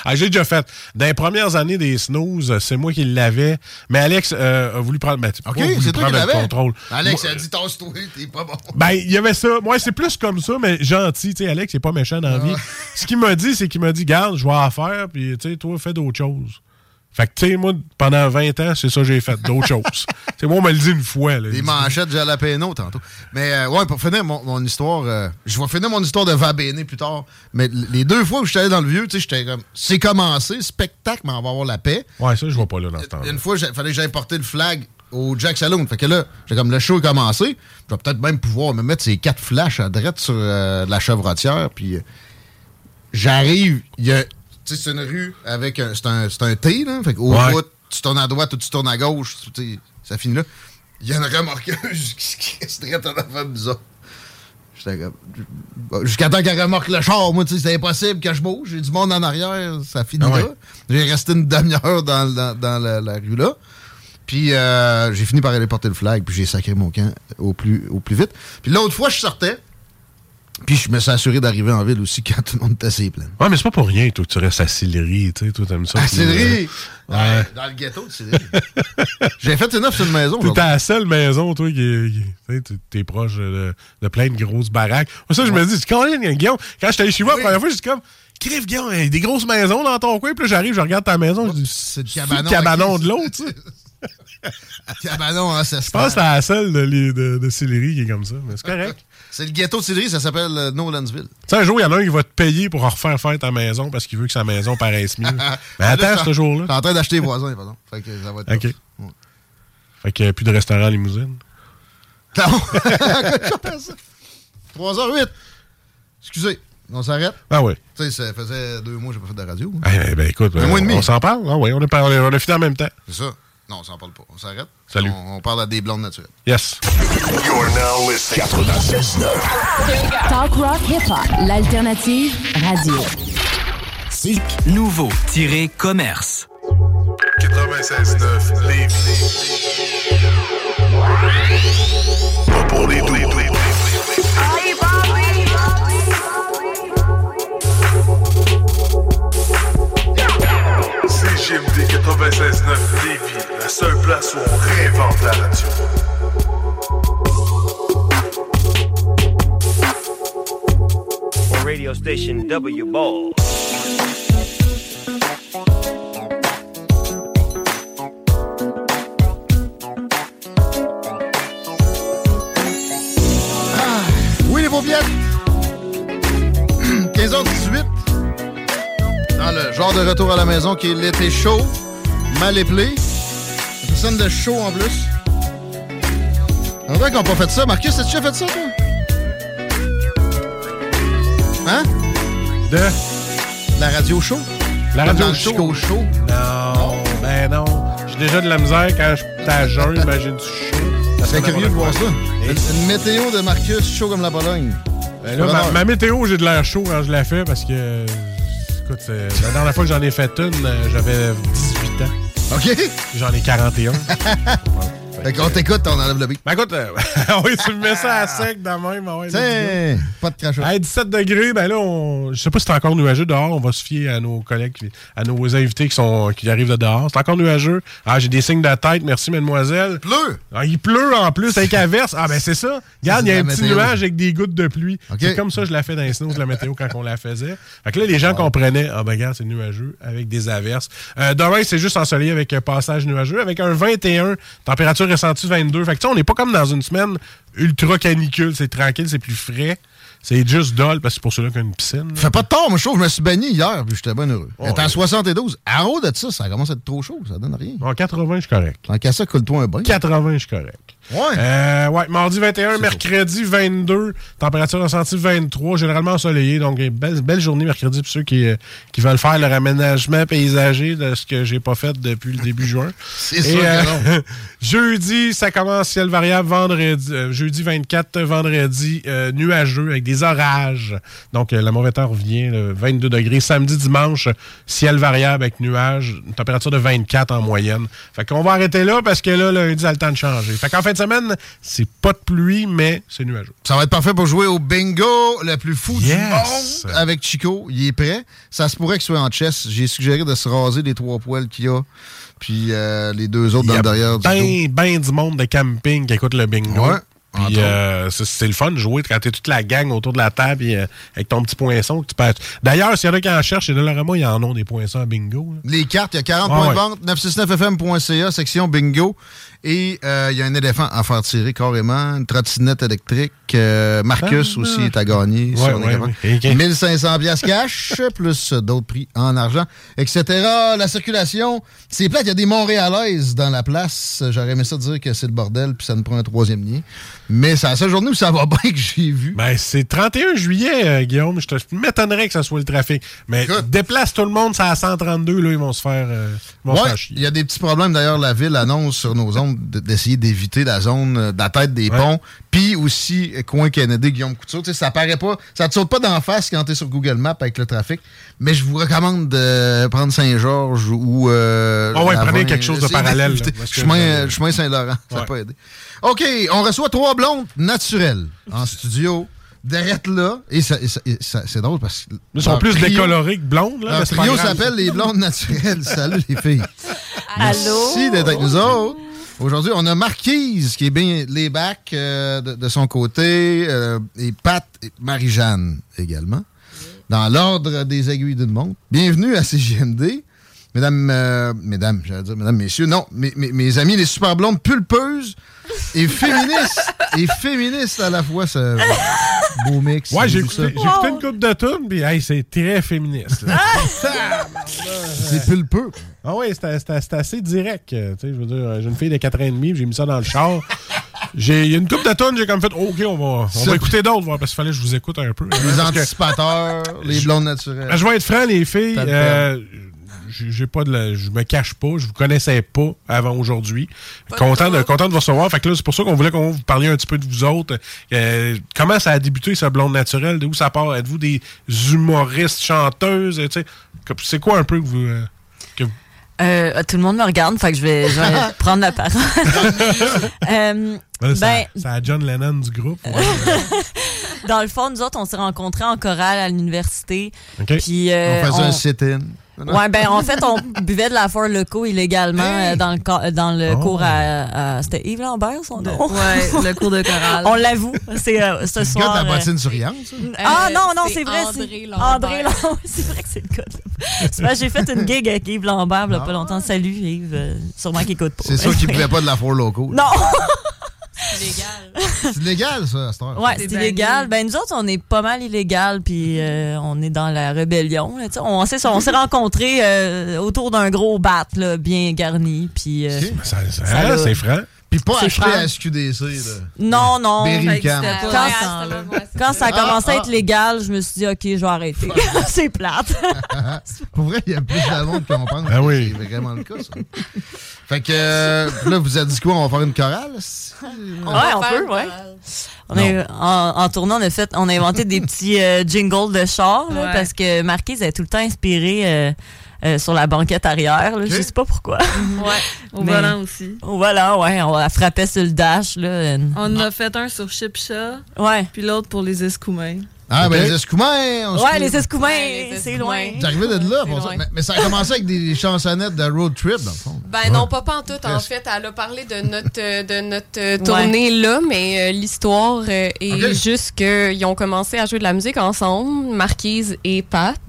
Speaker 3: Ah, j'ai déjà fait. Dans les premières années des snooze, euh, c'est moi qui l'avais. Mais Alex euh, a voulu prendre, ben,
Speaker 2: OK,
Speaker 3: pas voulu
Speaker 2: c'est toi qui
Speaker 3: prendre le
Speaker 2: l'avais.
Speaker 3: contrôle.
Speaker 2: Alex,
Speaker 3: Moi-
Speaker 2: il a dit tasse-toi, t'es pas bon.
Speaker 3: Ben, il y avait ça. Moi, c'est plus comme ça, mais gentil. Tu sais, Alex, il est pas méchant dans la
Speaker 2: Ah.
Speaker 3: vie. Ce qu'il m'a dit, c'est qu'il m'a dit, garde, je vais en faire, puis tu sais, toi, fais d'autres choses. Fait que, tu sais, moi, pendant 20 ans, c'est ça que j'ai fait, d'autres choses. C'est moi, on me le dit une fois. Là.
Speaker 2: Des manchettes jalapeno tantôt. Mais euh, ouais, pour finir mon, mon histoire, euh, je vais finir mon histoire de Vabéné plus tard. Mais l- les deux fois où j'étais allé dans le vieux, tu sais, j'étais comme, c'est commencé, spectacle, mais on va avoir la paix.
Speaker 3: Ouais, ça, je vois pas là dans ce temps
Speaker 2: Une fois, il fallait que j'aille porter le flag au Jack Saloon. Fait que là, j'ai comme le show est commencé. Je vais peut-être même pouvoir me mettre ces quatre flashs à droite sur euh, la chevrotière. Puis euh, j'arrive, il y a. Tu sais, c'est une rue avec un. C'est un, c'est un T, là. Fait qu'au
Speaker 3: Ouais.
Speaker 2: bout, tu tournes à droite ou tu tournes à gauche, tu- tu sais, ça finit là. Il y a une remorqueuse qui se crisse direct en avant de nous autres. J'étais comme- Bon, Jusqu'à temps qu'elle remorque le char, moi, tu sais, c'est impossible que je bouge. J'ai du monde en arrière, ça finit
Speaker 3: Ah ouais.
Speaker 2: là. J'ai resté une demi-heure dans, dans- dans la, la rue là. Puis euh, j'ai fini par aller porter le flag, puis j'ai sacré mon camp au plus, au plus vite. Puis l'autre fois, je sortais, puis je me suis assuré d'arriver en ville aussi quand tout le monde était assez plein.
Speaker 3: Ouais, mais c'est pas pour rien, toi, que tu restes à Sillery, tu sais, toi, t'aimes ça.
Speaker 2: À
Speaker 3: puis, euh,
Speaker 2: Sillery!
Speaker 3: Ouais.
Speaker 2: Ouais, Dans le ghetto de Sillery. J'ai fait une offre sur une maison.
Speaker 3: T'es
Speaker 2: là.
Speaker 3: à la seule maison, toi, qui, qui- tu sais, t'es- t'es proche de, de plein de grosses baraques. Moi, ça, je me dis, c'est quand même, Guillaume, quand j'étais allé chez moi, la
Speaker 2: Oui.
Speaker 3: première fois, je dis comme, crève, Guillaume, il y a des grosses maisons dans ton coin, puis là, j'arrive, je regarde ta maison, je dis,
Speaker 2: C'est du
Speaker 3: c'est-tu le
Speaker 2: cabanon,
Speaker 3: cabanon
Speaker 2: ok,
Speaker 3: de l'autre, tu sais.
Speaker 2: Cabanon
Speaker 3: Je
Speaker 2: ancestral.
Speaker 3: pense que c'est à la seule de, les- de, de Sillery qui est comme ça, mais c'est correct.
Speaker 2: C'est le ghetto de Sillery, ça s'appelle euh, Nolansville.
Speaker 3: Tu sais, un jour, il y en a un qui va te payer pour en refaire faire ta maison parce qu'il veut que sa maison paraisse mieux. Mais
Speaker 2: Là,
Speaker 3: Ben, attends,
Speaker 2: Ah, je-
Speaker 3: ce
Speaker 2: Je suis
Speaker 3: jour-là.
Speaker 2: en train d'acheter les voisins, pardon. Fait que ça va être
Speaker 3: Ok.
Speaker 2: tough. Ouais.
Speaker 3: Fait qu'il n'y a plus de restaurant à limousine.
Speaker 2: Non. J'entends ça. 3h08. Excusez, on s'arrête.
Speaker 3: Ah oui.
Speaker 2: Tu sais, ça faisait deux mois que j'ai pas fait de radio. hein.
Speaker 3: Eh ben, ben, écoute,
Speaker 2: Un mois et
Speaker 3: on,
Speaker 2: demi.
Speaker 3: on s'en parle? Ah oui, on a, par- on a fini en même temps.
Speaker 2: C'est ça. Non, on s'en parle pas. On s'arrête.
Speaker 3: Salut.
Speaker 2: On, on parle à des blondes naturelles.
Speaker 3: Yes.
Speaker 4: You're now listening. 96.9.
Speaker 5: Talk Rock Hip Hop, l'alternative radio.
Speaker 6: Nouveau-commerce.
Speaker 4: 96.9. Lévis. Pas pour les doux. CGMD 96.9 Lévis, la seule place où on réinvente la radio.
Speaker 7: on radio station W Ball.
Speaker 2: Oui, les paupiètes! 15h18. Dans le genre de retour à la maison qui est l'été chaud, mal éplé. La personne de chaud en plus. On dirait qu'on n'a pas fait ça. Marcus, as-tu déjà fait ça, toi? Hein?
Speaker 3: De
Speaker 2: La radio chaud?
Speaker 3: la
Speaker 2: Comme dans
Speaker 3: radio
Speaker 2: le
Speaker 3: show.
Speaker 2: Chico chaud.
Speaker 3: Non, ben non. J'ai déjà de la misère quand je suis à jeun, imagine du chaud.
Speaker 2: C'est curieux de voir ça. Une,
Speaker 3: Et-
Speaker 2: une météo de Marcus chaud comme la Pologne.
Speaker 3: Ben là, ma, ma météo, j'ai de l'air chaud quand je la fais parce que, euh, écoute, euh, la dernière fois que j'en ai fait une, euh, j'avais 18 ans.
Speaker 2: OK?
Speaker 3: J'en ai 41.
Speaker 2: Fait qu'on t'écoute, on enlève le bic.
Speaker 3: ben écoute, euh, oui, tu me mets ça à sec de même. ah ouais, let's
Speaker 2: Tiens, pas de crachat.
Speaker 3: go. Hey, 17 degrés, ben là, on... je sais pas si c'est encore nuageux dehors. On va se fier à nos collègues, qui- à nos invités qui, sont... qui arrivent de dehors. C'est encore nuageux. Ah, j'ai des signes de la tête. Merci, mademoiselle.
Speaker 2: Bleu!
Speaker 3: Ah, il pleut en plus avec averse. Ah ben c'est ça. Regarde, il y a
Speaker 2: C'est
Speaker 3: un
Speaker 2: la
Speaker 3: petit
Speaker 2: météo.
Speaker 3: nuage avec des gouttes de pluie.
Speaker 2: Ok.
Speaker 3: C'est comme ça je la fais dans les snows de la météo quand on la faisait. Fait que là, les gens comprenaient, ah ben regarde, c'est nuageux avec des averses. Euh, demain, c'est juste ensoleillé avec un passage nuageux, avec un 21, température ressentie 22. Fait que tu sais, on n'est pas comme dans une semaine ultra canicule. C'est tranquille, c'est plus frais. C'est juste dol parce que c'est pour ceux-là qui ont une piscine. là.
Speaker 2: Fait pas de tort, moi, je trouve. Je me suis baigné hier, puis j'étais bien heureux.
Speaker 3: Oh,
Speaker 2: Elle était à
Speaker 3: ouais.
Speaker 2: 72. À haut de ça, ça commence à être trop chaud. Ça donne rien.
Speaker 3: En 80, je suis correct.
Speaker 2: Tant qu'à ça, coule-toi un bain.
Speaker 3: 80, je suis correct.
Speaker 2: Ouais.
Speaker 3: Euh, ouais, mardi 21, mercredi 22, température ressentie 23, généralement ensoleillé. Donc, une belle, belle journée mercredi pour ceux qui, euh, qui veulent faire leur aménagement paysager de ce que j'ai pas fait depuis le début juin.
Speaker 2: C'est sûr que non.
Speaker 3: euh, jeudi, ça commence ciel variable. Vendredi, euh, jeudi 24, vendredi, euh, nuageux avec des orages. Donc, euh, le mauvais temps revient, le 22 degrés. Samedi, dimanche, ciel variable avec nuages, une température de 24 en moyenne. Fait qu'on va arrêter là parce que là, lundi, a le temps de changer. Fait qu'en fin de semaine, c'est pas de pluie, mais c'est nuageux.
Speaker 2: Ça va être parfait pour jouer au bingo le plus fou
Speaker 3: Yes.
Speaker 2: du monde avec Chico. Il est prêt. Ça se pourrait qu'il soit en chess. J'ai suggéré de se raser les trois poils qu'il y a, puis euh, les deux autres dans le derrière du dos.
Speaker 3: ben, ben du monde de camping qui écoute le bingo.
Speaker 2: Ouais, entre
Speaker 3: Puis,
Speaker 2: autres.
Speaker 3: euh, c'est- c'est le fun de jouer quand t'es toute la gang autour de la table et, euh, avec ton petit poinçon que tu perds. D'ailleurs, s'il y en a qui en cherchent, et là, moi, ils en ont des poinçons à bingo. là.
Speaker 2: Les cartes, il y a 40
Speaker 3: Ah
Speaker 2: points
Speaker 3: ouais.
Speaker 2: de vente, 969fm.ca, section bingo. Et euh, il y a un éléphant à faire tirer carrément, une trottinette électrique. Euh, Marcus
Speaker 3: Ah,
Speaker 2: aussi est à gagner. si
Speaker 3: Ouais,
Speaker 2: on est
Speaker 3: ouais,
Speaker 2: capable.
Speaker 3: oui. Et-
Speaker 2: 1500 piastres cash, plus d'autres prix en argent, etc. La circulation, c'est plate. Il y a des Montréalaises dans la place. J'aurais aimé ça dire que c'est le bordel, puis ça nous prend un troisième nid. Mais c'est la seule journée où ça va bien que j'ai vu.
Speaker 3: Ben, c'est 31 juillet, euh, Guillaume. Je te je m'étonnerais que ça soit le trafic. Mais
Speaker 2: Écoute.
Speaker 3: déplace tout le monde, ça à 132, là, ils vont se faire, euh, ils vont se
Speaker 2: Ouais,
Speaker 3: faire
Speaker 2: il
Speaker 3: chier.
Speaker 2: y a des petits problèmes. D'ailleurs, la ville annonce sur nos ondes d- d'essayer d'éviter la zone euh, de la tête des
Speaker 3: Ouais.
Speaker 2: ponts. Puis aussi, euh, coin Kennedy, Guillaume Couture. Tu sais, ça paraît pas, ça te saute pas d'en face quand t'es sur Google Maps avec le trafic. Mais je vous recommande de prendre Saint-Georges ou. euh,
Speaker 3: Ah ouais,
Speaker 2: la
Speaker 3: prenez
Speaker 2: vingt-
Speaker 3: quelque chose de
Speaker 2: essayez
Speaker 3: parallèle, là,
Speaker 2: d'éviter.
Speaker 3: parce que-
Speaker 2: Chemin, euh, chemin Saint-Laurent, ça
Speaker 3: Ouais.
Speaker 2: peut aider. OK, on reçoit trois blondes naturelles en studio. D'arrête là. Et, ça, et ça- et ça- c'est drôle parce que.
Speaker 3: Ils sont
Speaker 2: leur
Speaker 3: plus
Speaker 2: trio-
Speaker 3: décolorés que blondes, là.
Speaker 2: Leur
Speaker 3: mais c'est pas
Speaker 2: Ah, trio
Speaker 3: grave.
Speaker 2: s'appelle les blondes naturelles. Salut les filles. Merci d'être avec nous autres. Aujourd'hui, on a Marquise qui est bien les bacs euh, de, de son côté, euh, et Pat et Marie-Jeanne également, dans l'ordre des aiguilles d'une montre. Bienvenue à CGMD. Mesdames, euh, mesdames, j'allais dire, mesdames, messieurs, non, mes, mes- mes amis, les super blondes pulpeuses et féministes, et féministes à la fois, ce beau mix.
Speaker 3: Ouais, j'ai
Speaker 2: tout
Speaker 3: écouté, j'ai écouté une coupe de tunes, puis hey, c'est très féministe. là.
Speaker 2: ça. C'est pulpeux.
Speaker 3: ah ouais, c'est c'est- c'est assez direct. euh, Tu sais, je veux dire, j'ai une fille de 4 ans et demi, puis j'ai mis ça dans le char. J'ai il y a une coupe de tunes, j'ai comme fait, OK, on va, on va
Speaker 2: Ça-
Speaker 3: écouter d'autres, voir, parce qu'il fallait que je vous écoute un peu.
Speaker 2: Les
Speaker 3: Parce que-
Speaker 2: anticipateurs, les blondes naturelles.
Speaker 3: Ben, je vais être franc, les filles.
Speaker 2: T'as le
Speaker 3: euh, j'ai j'ai pas de la- je me cache pas, je vous connaissais pas avant aujourd'hui. Content de, content de vous recevoir. Fait que là, c'est pour ça qu'on voulait qu'on vous parliez un petit peu de vous autres. Euh, comment ça a débuté, ce blonde naturel? D'où ça part? Êtes-vous des humoristes, chanteuses? euh, tu sais? Que- C'est quoi un peu que vous. euh, que vous-
Speaker 8: Euh, tout le monde me regarde, fait que je vais, je vais prendre la parole. Euh,
Speaker 3: Là, ça-
Speaker 8: Ben-
Speaker 3: ça a John Lennon du groupe. ouais.
Speaker 8: dans le fond, nous autres, on s'est rencontrés en chorale à l'université.
Speaker 3: OK.
Speaker 8: Puis, euh,
Speaker 2: on faisait
Speaker 8: on-
Speaker 2: un sit-in.
Speaker 8: Ouais, ben en fait, on buvait de la foire locaux illégalement euh, dans le, co- dans le
Speaker 3: Oh.
Speaker 8: cours à, à- C'était Yves Lambert, son nom?
Speaker 9: Ouais, le cours de chorale.
Speaker 8: On l'avoue, c'est euh, ce
Speaker 2: Le gars de
Speaker 8: soir.
Speaker 2: la
Speaker 8: euh,
Speaker 2: bottine souriante, ça.
Speaker 8: Ah
Speaker 9: Euh,
Speaker 8: non, non, c'est vrai.
Speaker 9: André
Speaker 8: c'est-
Speaker 9: Lambert.
Speaker 8: André Lambert. c'est vrai que c'est le cas. C'est parce que J'ai fait une gig avec Yves Lambert il y a pas longtemps. Salut Yves, euh, sûrement qu'il écoute pas.
Speaker 2: C'est sûr qu'il ne pouvait pas de la four locaux.
Speaker 8: Non,
Speaker 9: Légal.
Speaker 2: C'est illégal, ça, à cette heure.
Speaker 8: ouais,
Speaker 9: C'est
Speaker 8: c'est illégal.
Speaker 9: banni.
Speaker 8: Ben nous autres, on est pas mal illégal, puis euh, on est dans la rébellion. là, tu sais. on s'est on s'est rencontrés euh, autour d'un gros bat là, bien garni, puis euh,
Speaker 2: Ok.
Speaker 3: Ça- ça-
Speaker 8: Ça
Speaker 3: hein,
Speaker 8: l'a-
Speaker 3: c'est franc.
Speaker 2: Puis pas
Speaker 8: C'est Oh, ben,
Speaker 2: acheté
Speaker 8: franc.
Speaker 2: à SQDC, là.
Speaker 8: non, non.
Speaker 2: Berry.
Speaker 9: Fait que
Speaker 2: Cam.
Speaker 9: c'était pas-
Speaker 8: Quand
Speaker 9: Ouais,
Speaker 8: ça-
Speaker 9: c'était pas moi, c'est
Speaker 8: Quand ça a
Speaker 9: ça.
Speaker 8: commencé à
Speaker 2: Ah,
Speaker 8: être légal, je me suis dit, OK, je vais arrêter. c'est plate.
Speaker 2: Pour vrai, il y a plus de monde qu'on
Speaker 8: Ben
Speaker 2: pense.
Speaker 3: Ah oui.
Speaker 2: C'est vraiment le cas, ça. Fait que euh, là, vous avez dit quoi? On va faire une chorale?
Speaker 8: Ouais, on
Speaker 9: faire
Speaker 8: peut,
Speaker 9: une
Speaker 8: ouais.
Speaker 9: chorale.
Speaker 8: On a- en, en tournant, on a fait, on a inventé des petits euh, jingles de char là,
Speaker 9: Ouais.
Speaker 8: parce que Marquise est tout le temps inspirée euh, euh, sur la banquette arrière. là. Je sais pas pourquoi.
Speaker 9: Ouais, au
Speaker 8: Mais-
Speaker 9: volant aussi.
Speaker 8: voilà, ouais, on a frappé sur le dash là. euh,
Speaker 9: On en a fait un sur Chipcha,
Speaker 8: ouais.
Speaker 9: puis l'autre pour les escoumins.
Speaker 2: Ah, ben
Speaker 3: Ok.
Speaker 2: les escoumins! on se
Speaker 8: Ouais,
Speaker 2: trouve-
Speaker 8: les escoumins,
Speaker 9: Ouais, les
Speaker 8: c'est loin.
Speaker 9: escoumins.
Speaker 2: Vous arrivez de là,
Speaker 8: C'est
Speaker 2: pour ça.
Speaker 8: loin.
Speaker 2: Mais, mais ça a commencé avec des chansonnettes de road trip, dans le fond.
Speaker 10: Ben non, pas pantoute. En
Speaker 2: Presque.
Speaker 10: fait, elle a parlé de notre, euh, de notre euh, tournée là, mais euh, l'histoire euh, est
Speaker 2: Ok.
Speaker 10: juste qu'ils ont commencé à jouer de la musique ensemble, Marquise et Pat.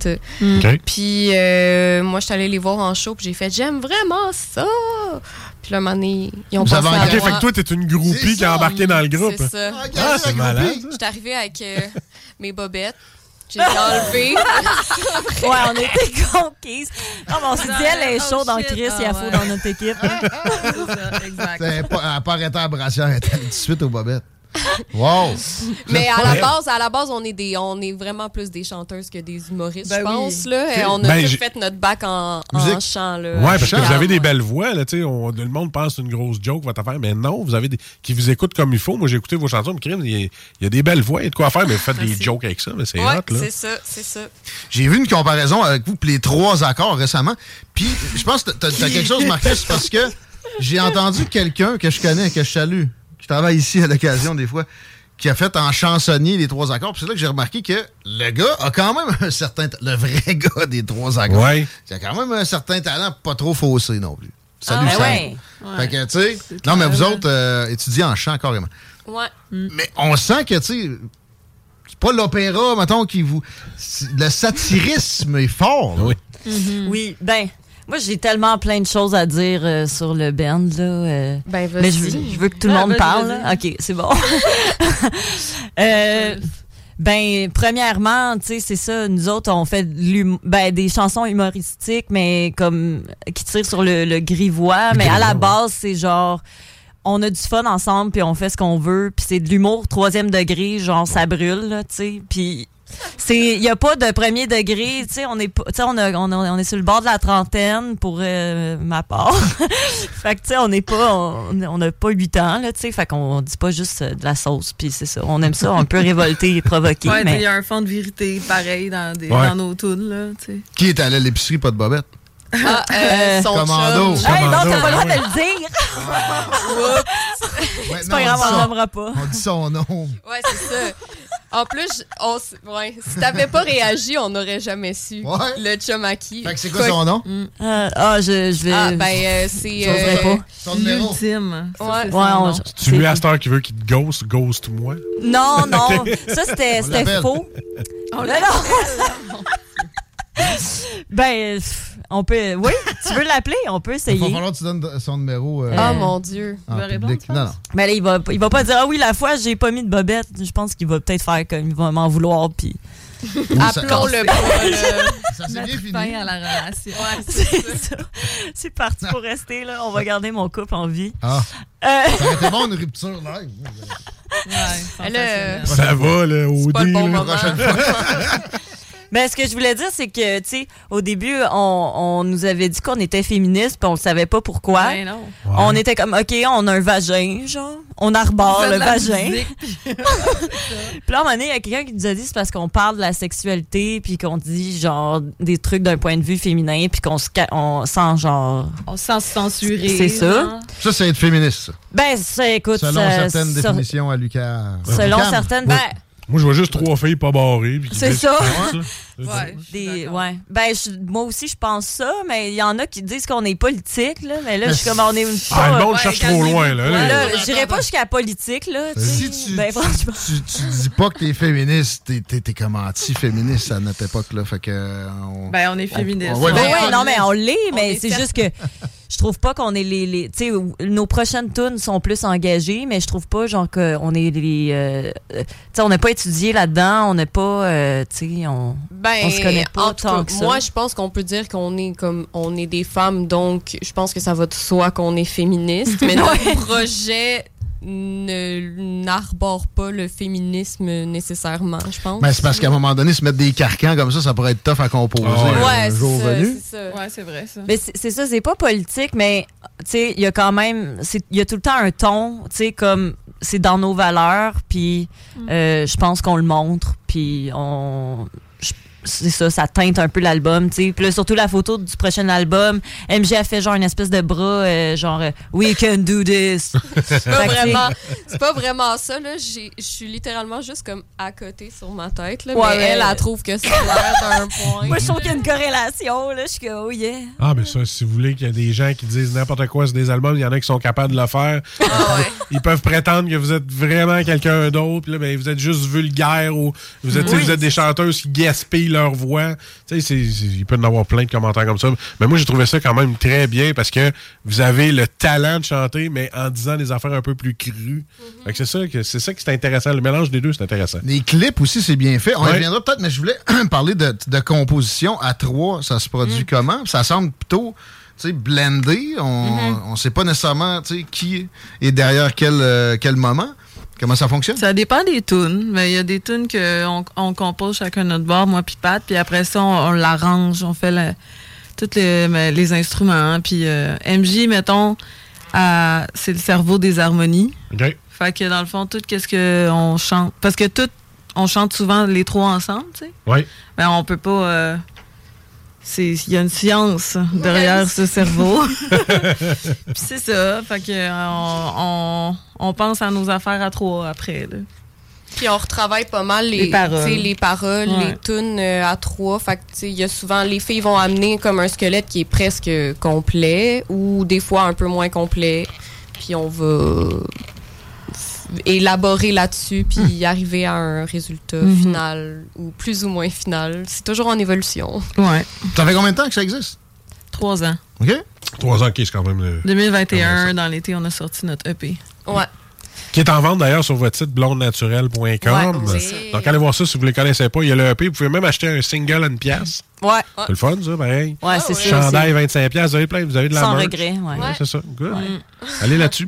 Speaker 8: Hmm.
Speaker 3: OK.
Speaker 10: Puis euh, moi, je suis allée les voir en show, puis j'ai fait « J'aime vraiment ça! » Puis là, un moment donné, ils ont
Speaker 2: Vous
Speaker 10: pensé
Speaker 2: avez
Speaker 10: à
Speaker 3: OK,
Speaker 2: engagé-
Speaker 10: moi.
Speaker 3: fait que toi, t'es une
Speaker 2: C'est ça,
Speaker 3: groupie qui a embarqué dans le groupe.
Speaker 10: C'est
Speaker 8: Euh,
Speaker 10: ça.
Speaker 3: Ah, c'est malade.
Speaker 10: Je suis arrivée avec euh, mes bobettes. J'ai enlevé.
Speaker 8: Ouais, on était conquises. Non, mais on s'est dit, elle est
Speaker 9: Oh,
Speaker 8: chaude en
Speaker 9: shit.
Speaker 8: Chris,
Speaker 9: Ah,
Speaker 8: il y a faux
Speaker 9: ouais.
Speaker 8: dans notre équipe.
Speaker 9: C'est ça, exact.
Speaker 2: Elle n'a pas, arrêté à la brassière, elle est allée tout de suite aux bobettes. Wow!
Speaker 10: Mais à
Speaker 3: Ouais.
Speaker 10: la base, à la base, on est des, on est vraiment plus des chanteuses que des humoristes,
Speaker 9: Ben
Speaker 10: je pense
Speaker 9: oui.
Speaker 10: là. Et on a
Speaker 3: Ben,
Speaker 10: tous
Speaker 3: j'ai-
Speaker 10: fait notre bac en,
Speaker 2: Musique.
Speaker 10: en chant là.
Speaker 3: Ouais, parce que vous
Speaker 10: Chant.
Speaker 3: avez des belles voix, là, tu sais, on- le monde pense que c'est une grosse joke, votre affaire, mais non, vous avez des, qui vous écoutent comme il faut. Moi, j'ai écouté vos chansons, mais crime, il y, a- il y a des belles voix, il y a de quoi faire, mais vous
Speaker 8: Ah,
Speaker 3: faites des jokes avec ça, mais c'est
Speaker 10: Ouais,
Speaker 3: hot, là.
Speaker 10: c'est ça, c'est ça.
Speaker 2: J'ai vu une comparaison avec vous, puis les trois accords récemment. Puis je pense que t'as as quelque chose, Marcus, parce que j'ai entendu quelqu'un que je connais, que je salue, qui travaille ici à l'occasion des fois, qui a fait en chansonnier les trois accords. Puis c'est là que j'ai remarqué que le gars a quand même un certain... ta- Le vrai gars des trois accords.
Speaker 3: Ouais.
Speaker 2: Il a quand même un certain talent, pas trop faussé non plus. Salut,
Speaker 8: Ah,
Speaker 2: Sam.
Speaker 8: ouais.
Speaker 2: Fait que, tu sais,
Speaker 9: C'est
Speaker 2: non, mais vous
Speaker 9: clair.
Speaker 2: autres, euh, étudiez en chant carrément.
Speaker 10: Ouais.
Speaker 2: Mais on sent que, tu sais, c'est pas l'opéra, mettons, qui vous. c'est- Le satirisme est fort. là.
Speaker 3: Oui.
Speaker 8: Oui, ben. Moi, j'ai tellement plein de choses à dire euh, sur le band, là. euh,
Speaker 10: Ben, vas-y.
Speaker 8: mais je, veux- je veux que tout le
Speaker 10: Ah,
Speaker 8: monde
Speaker 10: vas-y,
Speaker 8: parle.
Speaker 10: vas-y.
Speaker 8: là. OK, c'est bon. Euh, ben, premièrement, tu sais, c'est ça. Nous autres, on fait de l'hum- ben, des chansons humoristiques, mais comme qui tirent sur le, le grivois. Mais à la base, c'est genre. On a du fun ensemble, puis on fait ce qu'on veut, puis c'est de l'humour troisième degré, genre ça brûle, là, tu sais. Puis c'est il y a pas de premier degré, tu sais, on est pas- tu sais on, a- on, a- on est sur le bord de la trentaine pour euh, ma part. fait que tu sais on n'est pas on on n'a pas 8 ans là, tu sais, fait qu'on dit pas juste euh, de la sauce puis c'est ça, on aime ça, on peut révolter et provoquer
Speaker 9: ouais,
Speaker 8: mais
Speaker 9: il y a un fond de vérité pareil dans, des,
Speaker 2: Ouais.
Speaker 9: dans nos tunes, là, tu
Speaker 2: Qui est allé à l'épicerie, pas de bobette?
Speaker 9: sais. Ah,
Speaker 2: euh, son Commando. chum.
Speaker 9: Hey,
Speaker 8: non, t'as
Speaker 2: Commando,
Speaker 8: pas le droit
Speaker 2: ouais.
Speaker 8: de le dire.
Speaker 10: Ouais,
Speaker 8: c'est
Speaker 10: non,
Speaker 8: pas
Speaker 10: on
Speaker 8: grave,
Speaker 10: dit
Speaker 8: on
Speaker 10: ça.
Speaker 8: nommera pas.
Speaker 2: On dit son nom.
Speaker 10: Ouais, c'est ça. En plus, je- on s- ouais, si t'avais pas réagi, on n'aurait jamais su
Speaker 2: Ouais.
Speaker 10: le chum à qui.
Speaker 2: Fait que c'est quoi son nom?
Speaker 10: Mm.
Speaker 8: Euh, Ah, je, je vais
Speaker 10: Ah, ben, euh, c'est.
Speaker 8: J'oserais
Speaker 10: euh,
Speaker 8: pas.
Speaker 2: Son numéro.
Speaker 8: Ouais,
Speaker 10: Ouais,
Speaker 8: on-
Speaker 3: Tu lui à cette heure qui veut qu'il te ghost, ghost moi.
Speaker 8: Non, non,
Speaker 3: Ok.
Speaker 8: ça c'était
Speaker 3: On
Speaker 8: c'était
Speaker 3: l'appelle.
Speaker 8: faux. Non, non. ben, pff, on peut. Oui, tu veux l'appeler? On peut
Speaker 2: Il va
Speaker 8: essayer.
Speaker 2: falloir que tu donnes son numéro. euh,
Speaker 8: Ah, mon
Speaker 10: Oh Dieu.
Speaker 2: en public. Non, non.
Speaker 8: Mais là, il va, il va pas dire Ah oui, la fois, j'ai pas mis de bobette. Je pense qu'il va peut-être faire comme il va m'en vouloir. Puis.
Speaker 10: Appelons-le pas.
Speaker 2: Ça s'est
Speaker 9: bien fini. euh, à la relation.
Speaker 10: Ouais,
Speaker 8: c'est ça. C'est parti pour rester, là. On va garder mon couple en vie.
Speaker 2: Ah.
Speaker 8: Euh,
Speaker 2: Ça aurait été bon une rupture live.
Speaker 10: Elle, euh,
Speaker 3: Ça va, là, au
Speaker 10: pas le bon
Speaker 3: là.
Speaker 10: moment.
Speaker 8: Mais ben, ce que je voulais dire, c'est que, tu sais, au début, on, on nous avait dit qu'on était féministes, puis on ne savait pas pourquoi.
Speaker 9: Ben non.
Speaker 8: On était comme, OK, on a un vagin, genre. On arbore
Speaker 9: Fais de
Speaker 8: le
Speaker 9: la
Speaker 8: vagin.
Speaker 9: musique,
Speaker 8: puis là, à un moment donné, il y a quelqu'un qui nous a dit, c'est parce qu'on parle de la sexualité, puis qu'on dit, genre, des trucs d'un point de vue féminin, puis qu'on se ca- on sent, genre...
Speaker 9: On se sent censuré.
Speaker 8: C'est ça.
Speaker 9: genre.
Speaker 2: Ça, c'est être féministe. ça.
Speaker 8: Ben, ça, écoute...
Speaker 2: Selon
Speaker 8: ça-
Speaker 2: certaines
Speaker 8: ça-
Speaker 2: définitions à Lucas.
Speaker 8: Selon certaines...
Speaker 2: Ben,
Speaker 8: ben,
Speaker 3: Moi, je vois juste trois filles pas barrées. puis qui
Speaker 8: C'est
Speaker 3: disent-
Speaker 8: ça.
Speaker 3: C'est
Speaker 8: Ouais, Des, ouais. Ben, je- moi aussi, je pense ça, mais il y en a qui disent qu'on est politique, là. Mais là, je suis comme, on est.
Speaker 3: Ah,
Speaker 8: pas-
Speaker 3: le monde cherche trop loin, là.
Speaker 8: Ouais,
Speaker 3: Là,
Speaker 8: là, j'irais pas jusqu'à la politique, là. tu sais.
Speaker 2: Si tu,
Speaker 8: ben,
Speaker 2: tu,
Speaker 8: franchement.
Speaker 2: tu- tu dis pas que t'es féministe, t'es, t'es, t'es comme anti-féministe à notre époque, là. Fait que. euh, on-
Speaker 9: Ben, on est féministe.
Speaker 2: on-
Speaker 8: Ouais,
Speaker 2: ouais,
Speaker 8: ouais,
Speaker 2: on-
Speaker 8: non, mais on l'est, mais
Speaker 9: est
Speaker 8: c'est
Speaker 9: certes-
Speaker 8: juste que je trouve pas qu'on est les. les tu sais, ou- nos prochaines tunes sont plus engagées, mais je trouve pas, genre, qu'on est les. euh, euh, tu sais, on n'a pas étudié là-dedans, on n'a pas. euh, tu sais, on.
Speaker 10: Ben,
Speaker 8: on se connaît pas
Speaker 10: en tout
Speaker 8: tant
Speaker 10: cas,
Speaker 8: que ça.
Speaker 10: moi, je pense qu'on peut dire qu'on est comme on est des femmes, donc je pense que ça va de soi qu'on est féministe. Mais
Speaker 8: Ouais.
Speaker 10: notre projet ne n'arbore pas le féminisme nécessairement, je pense.
Speaker 2: Ben, c'est parce qu'à un moment donné, se mettre des carcans comme ça, ça pourrait être tough à composer.
Speaker 10: Ah ouais.
Speaker 2: euh,
Speaker 10: Ouais,
Speaker 2: un jour
Speaker 10: c'est ça,
Speaker 2: venu.
Speaker 9: Ouais, c'est vrai, ça.
Speaker 8: Mais c'est c'est ça, c'est pas politique, mais tu sais, il y a quand même, c'est- il y a tout le temps un ton, tu sais, comme c'est dans nos valeurs, puis
Speaker 10: Mm.
Speaker 8: euh, je pense qu'on le montre, puis on, je- c'est ça, ça teinte un peu l'album, tu sais. Puis là, surtout la photo du prochain album, MJ a fait genre une espèce de bras, euh, genre euh, We can do this.
Speaker 10: C'est pas
Speaker 8: Fait que, tu sais,
Speaker 10: vraiment, c'est pas vraiment ça là. J'ai- Je suis littéralement juste comme à côté sur ma tête là.
Speaker 8: Ouais,
Speaker 10: mais
Speaker 8: mais-
Speaker 10: elle, elle, trouve que c'est clair d'un point.
Speaker 8: Moi, je trouve qu'il y a une corrélation, là, je suis comme, oh yeah.
Speaker 3: Ah, ben ça, si vous voulez qu'il y a des gens qui disent n'importe quoi sur des albums, il y en a qui sont capables de le faire. Ils peuvent prétendre que vous êtes vraiment quelqu'un d'autre, puis là, ben, vous êtes juste vulgaire ou vous êtes, tu sais,
Speaker 8: Oui.
Speaker 3: vous êtes des chanteuses qui gaspillent leur voix. Tu sais, c'est- c'est- il peut y en avoir plein de commentaires comme ça. Mais moi, j'ai trouvé ça quand même très bien parce que vous avez le talent de chanter, mais en disant des affaires un peu plus crues. Fait que c'est ça que c'est ça que c'est intéressant. Le mélange des deux, c'est intéressant.
Speaker 2: Les clips aussi, c'est bien fait. On
Speaker 3: Ouais.
Speaker 2: y reviendra peut-être, mais je voulais parler de, de composition à trois. Ça se produit comment? Ça semble plutôt tu sais, blendé. On ne sait pas nécessairement tu sais, qui est derrière quel, euh, quel moment. Comment ça fonctionne?
Speaker 9: Ça dépend des tunes, mais il y a des tunes qu'on on compose chacun de notre bord, moi puis Pat, puis après ça, on, on l'arrange, on fait la- tous les, mais les instruments, puis euh, MJ, mettons, à- c'est le cerveau des harmonies.
Speaker 3: OK.
Speaker 9: Fait que dans le fond, tout qu'est-ce que on chante, parce que tout, on chante souvent les trois ensemble, tu sais,
Speaker 3: Oui.
Speaker 9: mais on peut pas... euh, c'est- il y a une science derrière ce cerveau. Puis c'est ça. Fait que euh, on, on- on pense à nos affaires à trois après. là.
Speaker 10: Puis on retravaille pas mal les,
Speaker 9: Les paroles.
Speaker 10: tu sais, les, paroles,
Speaker 9: Ouais.
Speaker 10: les tunes euh, à trois. Fait que, tu sais, il y a souvent, les filles vont amener comme un squelette qui est presque complet ou des fois un peu moins complet. Puis on va élaborer là-dessus puis arriver à un résultat
Speaker 9: Mhm.
Speaker 10: final ou plus ou moins final. C'est toujours en évolution.
Speaker 9: Ouais.
Speaker 2: Ça fait combien de temps que ça existe?
Speaker 9: Trois ans.
Speaker 2: OK?
Speaker 3: Trois ans, OK, c'est quand même. euh,
Speaker 9: 2021, dans l'été, on a sorti notre E EP.
Speaker 10: Ouais.
Speaker 3: Qui est en vente d'ailleurs sur votre site blondenaturelle.com.
Speaker 9: Ouais, c'est-
Speaker 3: Euh, Donc allez voir ça si vous ne les connaissez pas. Il y a le EP. Vous pouvez même acheter un single à une pièce.
Speaker 8: Ouais.
Speaker 3: C'est le fun, ça, pareil.
Speaker 10: Ah
Speaker 8: Ouais, c'est ça
Speaker 3: Chandail,
Speaker 8: aussi.
Speaker 3: 25 pièces. Vous avez plein. Vous avez de la
Speaker 8: Sans
Speaker 3: merch.
Speaker 8: regret, ouais. Ouais.
Speaker 3: c'est ça. Good. Allez là-dessus,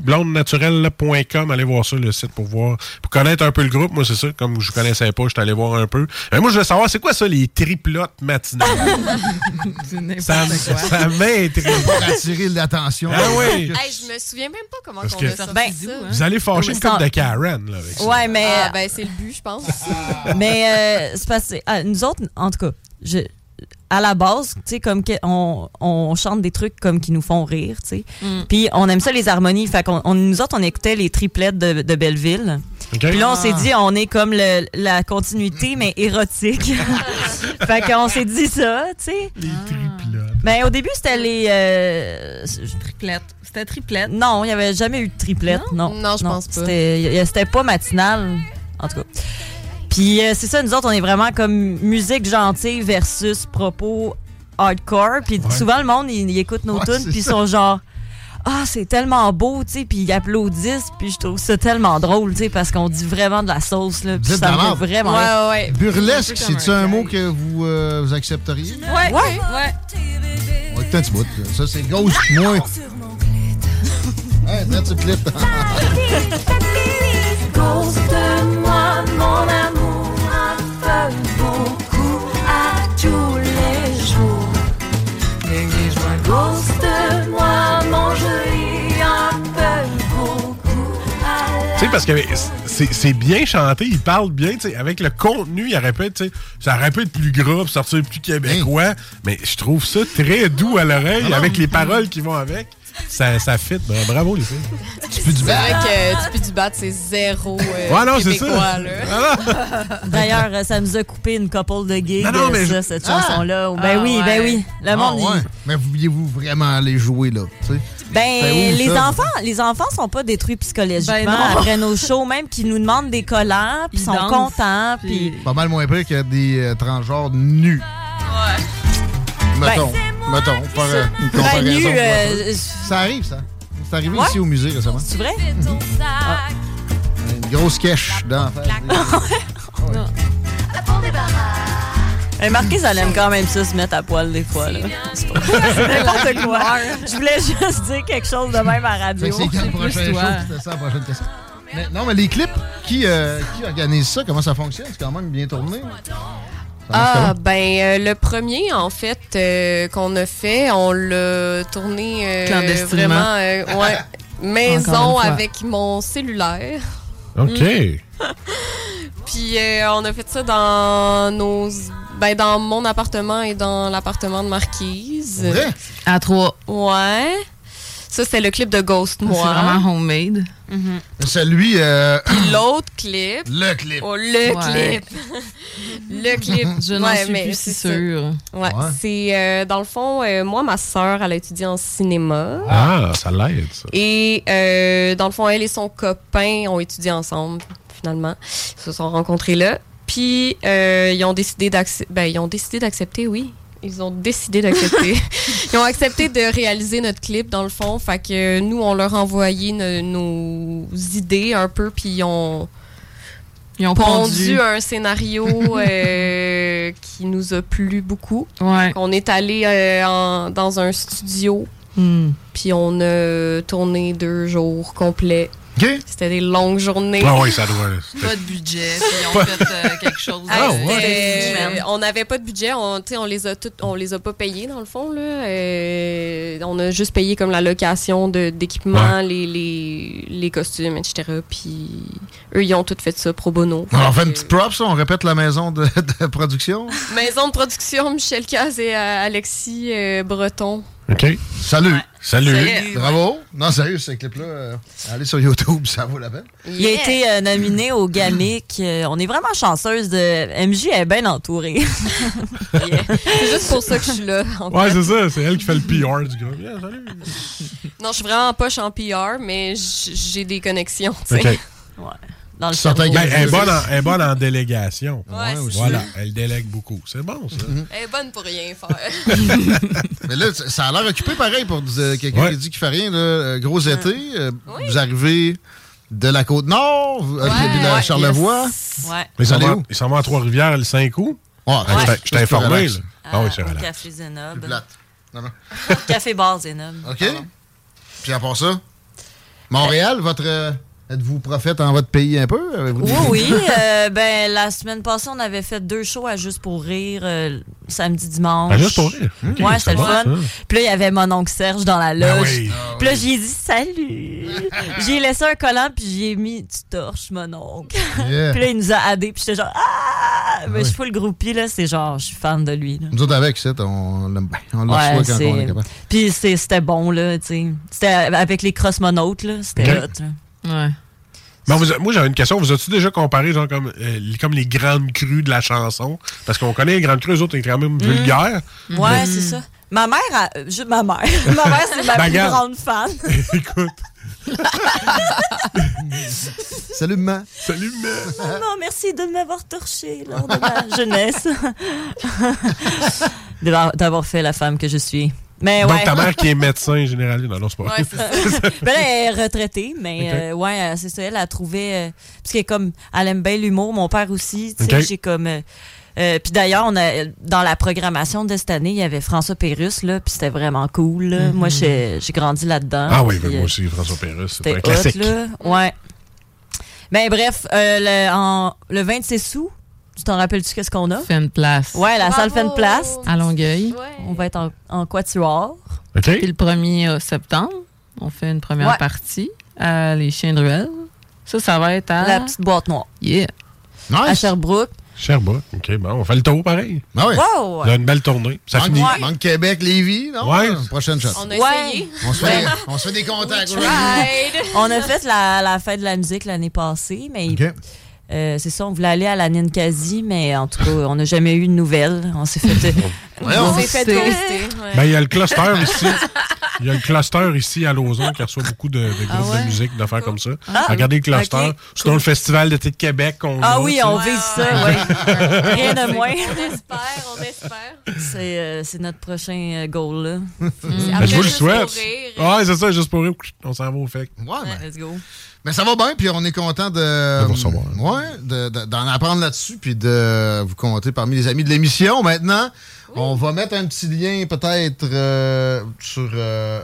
Speaker 3: blondenaturelle.com. Allez voir ça, le site, pour voir, pour connaître un peu le groupe. Moi, c'est ça. Comme je ne connaissais pas, je suis allé voir un peu. Mais moi, je veux savoir, c'est quoi ça, les triplotes matinales?
Speaker 9: C'est
Speaker 3: ça
Speaker 9: n'importe
Speaker 3: m-
Speaker 9: quoi.
Speaker 3: ça m'intrigue.
Speaker 2: Pour attirer l'attention.
Speaker 3: Ah oui.
Speaker 10: Hey, je me souviens même pas comment
Speaker 3: Parce
Speaker 10: on
Speaker 3: que-
Speaker 10: a sorti
Speaker 8: Ben,
Speaker 10: ça. hein.
Speaker 3: Vous allez fâcher une
Speaker 8: Sans-
Speaker 3: couple de Karen, là, avec ça.
Speaker 8: Ouais, mais.
Speaker 10: Ah, ben, c'est le but, je pense.
Speaker 8: Mais euh, c'est parce que ah, nous autres, en tout cas, je, à la base, tu sais, comme que- on, on chante des trucs comme qui nous font rire, tu sais.
Speaker 9: Mm.
Speaker 8: Puis on aime ça les harmonies. Fait qu'on on- nous autres, on écoutait les triplettes de, de Belleville.
Speaker 3: OK.
Speaker 8: Puis là, on s'est
Speaker 9: Ah.
Speaker 8: dit, on est comme le- la continuité, mais érotique. fait qu'on s'est dit ça, tu sais.
Speaker 3: Les triplotes.
Speaker 8: Mais au début, c'était les. euh,
Speaker 9: Triplette. C'était triplette.
Speaker 8: non, il n'y avait jamais eu de triplette, non.
Speaker 10: Non, je pense pas.
Speaker 8: C'était y- y- c'était pas matinal, en tout cas. Puis euh, c'est ça, nous autres, on est vraiment comme musique gentille versus propos hardcore. Puis
Speaker 3: Ouais.
Speaker 8: souvent, le monde, il, il écoute nos
Speaker 2: Ouais,
Speaker 8: tunes,
Speaker 2: c'est
Speaker 8: puis ils
Speaker 2: ça.
Speaker 8: sont genre. Ah, c'est tellement beau, tu sais, puis ils applaudissent, puis je trouve ça tellement drôle, tu sais, parce qu'on dit vraiment de la sauce, là, puis
Speaker 2: Dites
Speaker 8: ça
Speaker 2: de la
Speaker 8: me
Speaker 2: merde.
Speaker 8: fait vraiment... rire.
Speaker 10: Ouais, ouais.
Speaker 2: Burlesque,
Speaker 9: C'est un peu
Speaker 2: c'est-tu
Speaker 9: comme un
Speaker 2: un mot
Speaker 9: gag.
Speaker 2: que vous, euh, vous accepteriez?
Speaker 9: Ouais. Ouais.
Speaker 2: Ouais, peut-être un petit bout, là. Ça, c'est Ghost, moi. Ouais, that's a clip.
Speaker 5: Cause de moi, mon amour, un peu beaucoup à tous les jours. Cause de moi, mon joli, un peu beaucoup à
Speaker 3: Tu sais, parce que c'est c'est bien chanté, il parle bien, tu sais, avec le contenu, il aurait pu être, tu sais, ça aurait pu être plus gras, puis sortir plus québécois, mais je trouve ça très doux à l'oreille, avec les paroles qui vont avec. Ça, ça fit, ben, bravo les filles.
Speaker 2: Tu peux du
Speaker 10: C'est vrai
Speaker 2: bac.
Speaker 10: que tu peux du battre, c'est zéro euh,
Speaker 3: Ouais, non, c'est ça. Ah.
Speaker 10: québécois, là.
Speaker 8: D'ailleurs, euh, ça nous a coupé une couple de gigs,
Speaker 3: Non, non, mais
Speaker 8: euh, ça,
Speaker 3: je-
Speaker 8: cette
Speaker 2: Ah!
Speaker 8: chanson-là. Ben
Speaker 9: Ah,
Speaker 8: oui, ben
Speaker 9: ouais.
Speaker 8: oui, le
Speaker 2: Ah,
Speaker 8: monde, il-
Speaker 2: ouais. Mais vouliez-vous vraiment aller jouer, là? tu sais?
Speaker 8: Ben,
Speaker 2: Ben oui,
Speaker 8: les
Speaker 2: ça.
Speaker 8: enfants, les enfants sont pas détruits psychologiquement
Speaker 9: Ben non.
Speaker 8: après nos shows, même qu'ils nous demandent des collants, puis
Speaker 9: Ils
Speaker 8: sont
Speaker 9: dansent,
Speaker 8: contents, puis
Speaker 9: puis-
Speaker 2: Pas mal moins pire que des euh, transgenres nus. Ouais. Mettons, mettons, pour faire euh, une
Speaker 8: Ben,
Speaker 2: comparaison.
Speaker 8: nu,
Speaker 2: pour voir ça.
Speaker 8: euh,
Speaker 2: Ça arrive, ça. C'est arrivé
Speaker 8: Ouais.
Speaker 2: ici au musée récemment.
Speaker 8: c'est vrai.
Speaker 2: Une grosse cache dans
Speaker 8: Mais Marquis, elle aime quand même ça se mettre à poil des fois là. C'est pas- c'est n'importe quoi. Je voulais juste dire quelque chose de même à la
Speaker 2: Fait
Speaker 8: radio.
Speaker 2: que c'est quand le
Speaker 9: plus
Speaker 2: prochain
Speaker 9: toi.
Speaker 2: show? C'était ça la prochaine question. Mais- non, mais les clips, qui, euh, qui organise ça? Comment ça fonctionne? C'est quand même bien tourné.
Speaker 10: Ah, ben, euh, le premier, en fait, euh, qu'on a fait, on l'a tourné euh,
Speaker 9: Clandestinement.
Speaker 10: Vraiment, euh, ouais,
Speaker 9: Encore
Speaker 10: maison
Speaker 9: une fois.
Speaker 10: avec mon cellulaire.
Speaker 3: OK.
Speaker 10: Puis euh, on a fait ça dans nos. Ben, dans mon appartement et dans l'appartement de Marquise.
Speaker 2: Vrai?
Speaker 9: À trois.
Speaker 10: Ouais. Ça, c'est le clip de Ghost
Speaker 9: Ah, C'est
Speaker 10: Moi.
Speaker 9: vraiment homemade.
Speaker 2: Celui, euh,
Speaker 10: Puis l'autre clip.
Speaker 2: le clip.
Speaker 10: Oh, le
Speaker 9: Ouais.
Speaker 10: clip. le clip.
Speaker 9: Je n'en
Speaker 10: Ouais,
Speaker 9: suis
Speaker 10: mais
Speaker 9: plus
Speaker 10: c'est
Speaker 9: si
Speaker 10: ça.
Speaker 9: sûre.
Speaker 10: Ouais.
Speaker 2: Ouais.
Speaker 10: C'est, euh, dans le fond, euh, moi, ma sœur, elle a étudié en cinéma.
Speaker 3: Ah, ça l'aide, ça.
Speaker 10: Et euh, dans le fond, elle et son copain ont étudié ensemble, finalement. Ils se sont rencontrés là. Puis, euh, ils ont décidé d'accepter. Ben, ils ont décidé d'accepter, oui. Ils ont décidé d'accepter. ils ont accepté de réaliser notre clip, dans le fond. Fait que euh, nous, on leur a envoyé no- nos idées un peu, puis ils ont
Speaker 9: Ils ont
Speaker 10: pondu
Speaker 9: pondu.
Speaker 10: un scénario euh, qui nous a plu beaucoup.
Speaker 9: Ouais.
Speaker 10: On est allé euh, en- dans un studio
Speaker 8: Hmm.
Speaker 10: puis on a tourné deux jours complets.
Speaker 2: OK?
Speaker 10: C'était des longues journées.
Speaker 3: Ah oui, ça doit.
Speaker 9: Pas de budget. puis Ils ont fait euh, quelque chose.
Speaker 10: Ah,
Speaker 9: de-
Speaker 10: c'était-
Speaker 9: de-
Speaker 10: euh, on n'avait pas de budget, on, tu sais, on les a tout, on les a pas payés dans le fond là. Euh, on a juste payé comme la location de- d'équipement, les, les, les costumes, etc. Puis eux ils ont tout fait ça pro bono. Euh,
Speaker 2: On fait une petite props, on répète la maison de, de production.
Speaker 10: Maison de production Michel Caz et euh, Alexis euh, Breton.
Speaker 3: OK.
Speaker 2: Salut!
Speaker 3: Salut.
Speaker 2: Bravo! Non, sérieux, ce clip-là, euh, allez sur YouTube, ça vaut la peine.
Speaker 8: Il a été euh, nominé au GAMIC. Euh, on est vraiment chanceuse de MJ est bien entourée.
Speaker 10: C'est juste pour ça que je suis là. en
Speaker 3: Ouais,
Speaker 10: fait.
Speaker 3: c'est ça, c'est elle qui fait le PR du groupe. Yeah, salut.
Speaker 10: Non, je suis vraiment poche en PR, mais j- j'ai des connexions. tu sais.
Speaker 3: OK.
Speaker 8: dans le cerveau.
Speaker 3: Ben, elle, est bonne en, elle est bonne en délégation.
Speaker 10: Ouais, c'est ça.
Speaker 3: voilà, elle délègue beaucoup. C'est bon, ça.
Speaker 10: Elle est bonne pour rien faire.
Speaker 2: Mais là, ça ça a l'air occupé pareil pour euh, quelqu'un qui dit qu'il fait rien. là. Euh, Gros été, euh, vous arrivez de la Côte-Nord, vous arrivez de la
Speaker 3: Ouais,
Speaker 2: Charlevoix.
Speaker 8: Ouais.
Speaker 3: Mais ils s'en
Speaker 2: Allez
Speaker 3: vont- ils s'en vont à Trois-Rivières le 5 août. Ah, je t'ai- je t'ai informé. là. Ah oui, c'est
Speaker 8: Au
Speaker 3: relax.
Speaker 8: Café Zénob.
Speaker 2: Non, non.
Speaker 8: Café Bar Zénob.
Speaker 2: OK? Puis à part ça, Montréal, votre. euh, Êtes-vous prophète en votre pays un peu? Avez-vous
Speaker 8: Oui,
Speaker 2: des-
Speaker 8: oui. euh, ben, la semaine passée, on avait fait deux shows à Juste pour rire, euh, samedi, dimanche.
Speaker 3: Ah, Juste pour rire? Ok,
Speaker 8: ouais,
Speaker 3: c'est
Speaker 8: c'était le
Speaker 3: bon,
Speaker 8: fun.
Speaker 3: ça. Ah.
Speaker 8: Puis là, il y avait mon oncle Serge dans la
Speaker 3: Ben
Speaker 8: loge.
Speaker 3: oui.
Speaker 8: Puis là, j'ai dit salut. j'ai laissé un collant, puis j'ai mis tu torches, mon oncle.
Speaker 2: Yeah.
Speaker 8: puis là, il nous a adé, puis j'étais genre ah! Mais je suis full groupie, là. C'est genre, je suis fan de lui, là.
Speaker 2: Nous autres avec, c'est, on l'aime bien. On le
Speaker 8: Ouais,
Speaker 2: reçoit quand
Speaker 8: c'est-
Speaker 2: on est capable.
Speaker 8: Puis c'est- c'était bon, là, tu sais. C'était avec les cosmonautes, là. C'était
Speaker 3: Ok.
Speaker 8: hot, là.
Speaker 3: Ben, vous- moi, j'avais une question. Vous as-tu déjà comparé genre, comme, euh, les- comme les grandes crues de la chanson? Parce qu'on connaît les grandes crues, eux autres, ils sont quand même vulgaires.
Speaker 8: Ouais,
Speaker 3: Mais-
Speaker 8: c'est ça. Ma mère, a- je- ma mère, ma mère, c'est ma
Speaker 3: Ben,
Speaker 8: plus
Speaker 3: regarde.
Speaker 8: grande fan.
Speaker 2: Salut, ma.
Speaker 3: Salut, ma.
Speaker 8: Maman, merci de m'avoir torché lors de ma jeunesse. D'avoir- D'avoir fait la femme que je suis. Mais
Speaker 3: Donc,
Speaker 8: ouais.
Speaker 3: ta mère qui est médecin généraliste. Non, non, c'est pas vrai.
Speaker 8: Ouais, c'est ça. ben là, elle est retraitée, mais
Speaker 3: Ok.
Speaker 8: euh, ouais, euh, c'est ça. Elle a trouvé. euh, parce qu'elle est comme. Elle aime bien l'humour. Mon père aussi. Tu sais,
Speaker 3: Ok.
Speaker 8: j'ai comme. euh, euh, puis d'ailleurs, on a euh, dans la programmation de cette année, il y avait François Pérus là, puis c'était vraiment cool. là.
Speaker 3: Mhm.
Speaker 8: Moi, j'ai j'ai grandi là-dedans.
Speaker 3: Ah oui, ben,
Speaker 8: puis,
Speaker 3: moi
Speaker 8: euh,
Speaker 3: aussi, François Pérus. C'est
Speaker 8: c'était
Speaker 3: un
Speaker 8: hot,
Speaker 3: classique.
Speaker 8: là. Ouais. Mais bref, euh, le, en- le 26 août, tu t'en rappelles-tu qu'est-ce qu'on a?
Speaker 9: Fait une place.
Speaker 8: Ouais, la salle fait une place.
Speaker 9: À Longueuil.
Speaker 8: On va être en, en quatuor.
Speaker 9: Puis le 1er septembre, on fait une première
Speaker 8: Ouais.
Speaker 9: partie à Les Chiens de Ruelle. Ça, ça va être à.
Speaker 8: La petite boîte noire.
Speaker 9: Yeah.
Speaker 8: À Sherbrooke.
Speaker 3: Sherbrooke. OK, bon, on fait le tour pareil.
Speaker 2: Ah
Speaker 8: ouais. Wow, ouais.
Speaker 3: On a une belle tournée. Ça
Speaker 2: Manque,
Speaker 3: finit.
Speaker 2: manque Québec, Lévis, non?
Speaker 3: Ouais.
Speaker 2: Prochaine shot.
Speaker 10: On a
Speaker 8: Ouais.
Speaker 10: essayé.
Speaker 2: On se fait, on se fait des contacts.
Speaker 10: tried.
Speaker 8: On a fait la, la fête de la musique l'année passée, mais
Speaker 2: OK.
Speaker 8: euh, c'est ça, on voulait aller à la Ninkasi, mais en tout cas, on n'a jamais eu de nouvelles. On s'est fait. euh,
Speaker 10: On s'est fait toaster.
Speaker 3: Ben, il y a le cluster ici. Il y a le cluster ici à Lausanne qui reçoit beaucoup de, de groupes de musique, d'affaires comme ça.
Speaker 8: Ah,
Speaker 3: Regardez le cluster.
Speaker 8: ok,
Speaker 3: C'est dans le Festival d'été de Québec qu'on
Speaker 8: Ah
Speaker 3: va,
Speaker 8: oui,
Speaker 3: tu sais.
Speaker 8: on vise ça, oui. Rien de moins.
Speaker 10: On espère, on espère.
Speaker 8: C'est euh, c'est notre prochain euh, goal, là. Mm.
Speaker 3: Ben, je vous le
Speaker 10: Juste pour
Speaker 3: souhaite. Ah.
Speaker 10: rire.
Speaker 3: Ouais, c'est ça, juste pour rire. On s'en va au E fait.
Speaker 2: Ouais, ben,
Speaker 8: Let's go.
Speaker 2: Mais ça va bien, puis on est content de.
Speaker 3: vous recevoir.
Speaker 2: Ouais, de- de- d'en apprendre là-dessus, puis de vous compter parmi les amis de l'émission. Maintenant, on va mettre un petit lien peut-être euh, sur. euh,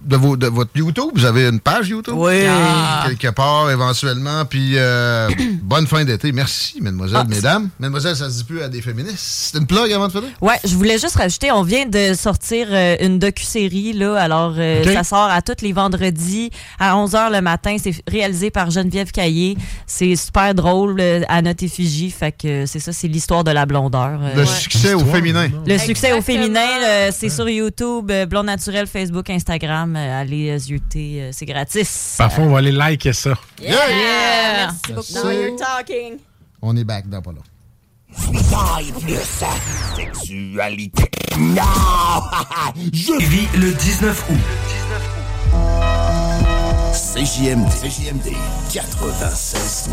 Speaker 2: de, vos- de votre YouTube, vous avez une page YouTube?
Speaker 8: Oui.
Speaker 2: Ah. Quelque part, éventuellement. Puis, euh, bonne fin d'été. Merci, mademoiselle,
Speaker 8: Ah,
Speaker 2: mesdames. Mademoiselle, ça se dit plus à des féministes. C'est une plug avant de finir?
Speaker 8: Ouais, je voulais juste rajouter, on vient de sortir euh, une docu-série, là. Alors, euh,
Speaker 3: Ok.
Speaker 8: ça sort à tous les vendredis à 11h le matin. C'est réalisé par Geneviève Caillé. C'est super drôle euh, à notre effigie. Fait que euh, c'est ça, c'est l'histoire de la blondeur. euh.
Speaker 2: Le succès au féminin.
Speaker 8: Le succès au
Speaker 10: Exactement.
Speaker 8: féminin, le- c'est sur YouTube, euh, Blond Naturel, Facebook, Instagram. Euh, allez euh, zioter, euh, c'est gratis.
Speaker 3: Parfois, on va aller liker ça.
Speaker 2: Yeah!
Speaker 10: Merci beaucoup.
Speaker 2: Now you're
Speaker 8: talking.
Speaker 2: On est back dans pas long.
Speaker 11: Sexualité. Non! Je vis le 19 août. CJMD. CJMD 96.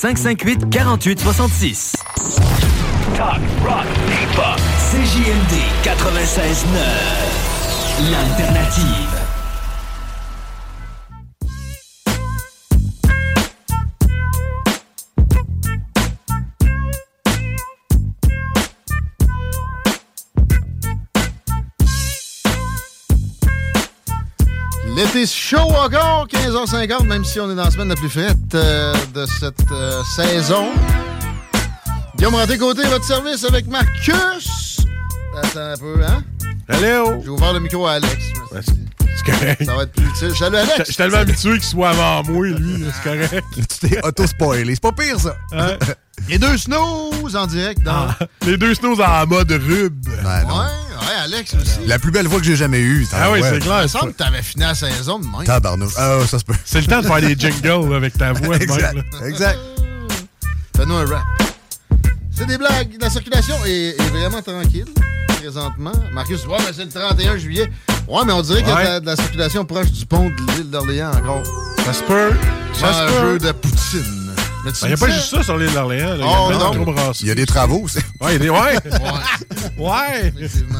Speaker 6: 558 48 66.
Speaker 11: Talk, rock, hip-hop. CJMD 96 9. L'alternative.
Speaker 2: L'été chaud encore, 15h50, même si on est dans la semaine la plus frette euh, de cette euh, saison. Guillaume Ranté-Côté, votre service avec Marcus. Attends un peu, hein?
Speaker 3: Hello!
Speaker 2: J'ai ouvert le micro à Alex.
Speaker 3: Ouais, c'est- C'est correct.
Speaker 2: Ça va être plus utile. Salut
Speaker 3: Je
Speaker 2: Alex!
Speaker 3: je suis tellement habitué qu'il soit avant moi, lui. C'est correct.
Speaker 12: Tu t'es auto-spoilé. C'est pas pire, ça.
Speaker 3: Hein?
Speaker 2: Les deux snooze en direct dans...
Speaker 3: Ah, Les deux snows en mode rub.
Speaker 12: Ben, non.
Speaker 2: Ouais, ouais, Alex aussi.
Speaker 12: La plus belle voix que j'ai jamais eue.
Speaker 3: Ah oui, c'est
Speaker 2: Il
Speaker 3: clair.
Speaker 2: me semble que t'avais fini la saison de même.
Speaker 12: Tabarnouche. Ah, ça se peut.
Speaker 3: C'est le temps de faire des jingles là, avec ta voix. de même,
Speaker 12: Exact.
Speaker 3: là.
Speaker 12: Exact.
Speaker 2: Fais-nous un rap. C'est des blagues. La circulation est, est vraiment tranquille présentement. Marcus, ouais, mais c'est le 31 juillet. Ouais, mais on dirait qu'il y a
Speaker 3: Ouais.
Speaker 2: de la, de la circulation proche du pont de l'île d'Orléans encore.
Speaker 3: Ça se peut. Ça se peut.
Speaker 2: Mangeux de poutine. Mais tu
Speaker 3: Il n'y a
Speaker 2: dis
Speaker 3: pas juste ça sur l'île d'Orléans. là. Il y a
Speaker 2: Oh,
Speaker 3: plein
Speaker 2: non.
Speaker 3: microbrasseries.
Speaker 12: Il y a des travaux aussi.
Speaker 3: Ouais, il y a des- ouais.
Speaker 2: Ouais! Effectivement.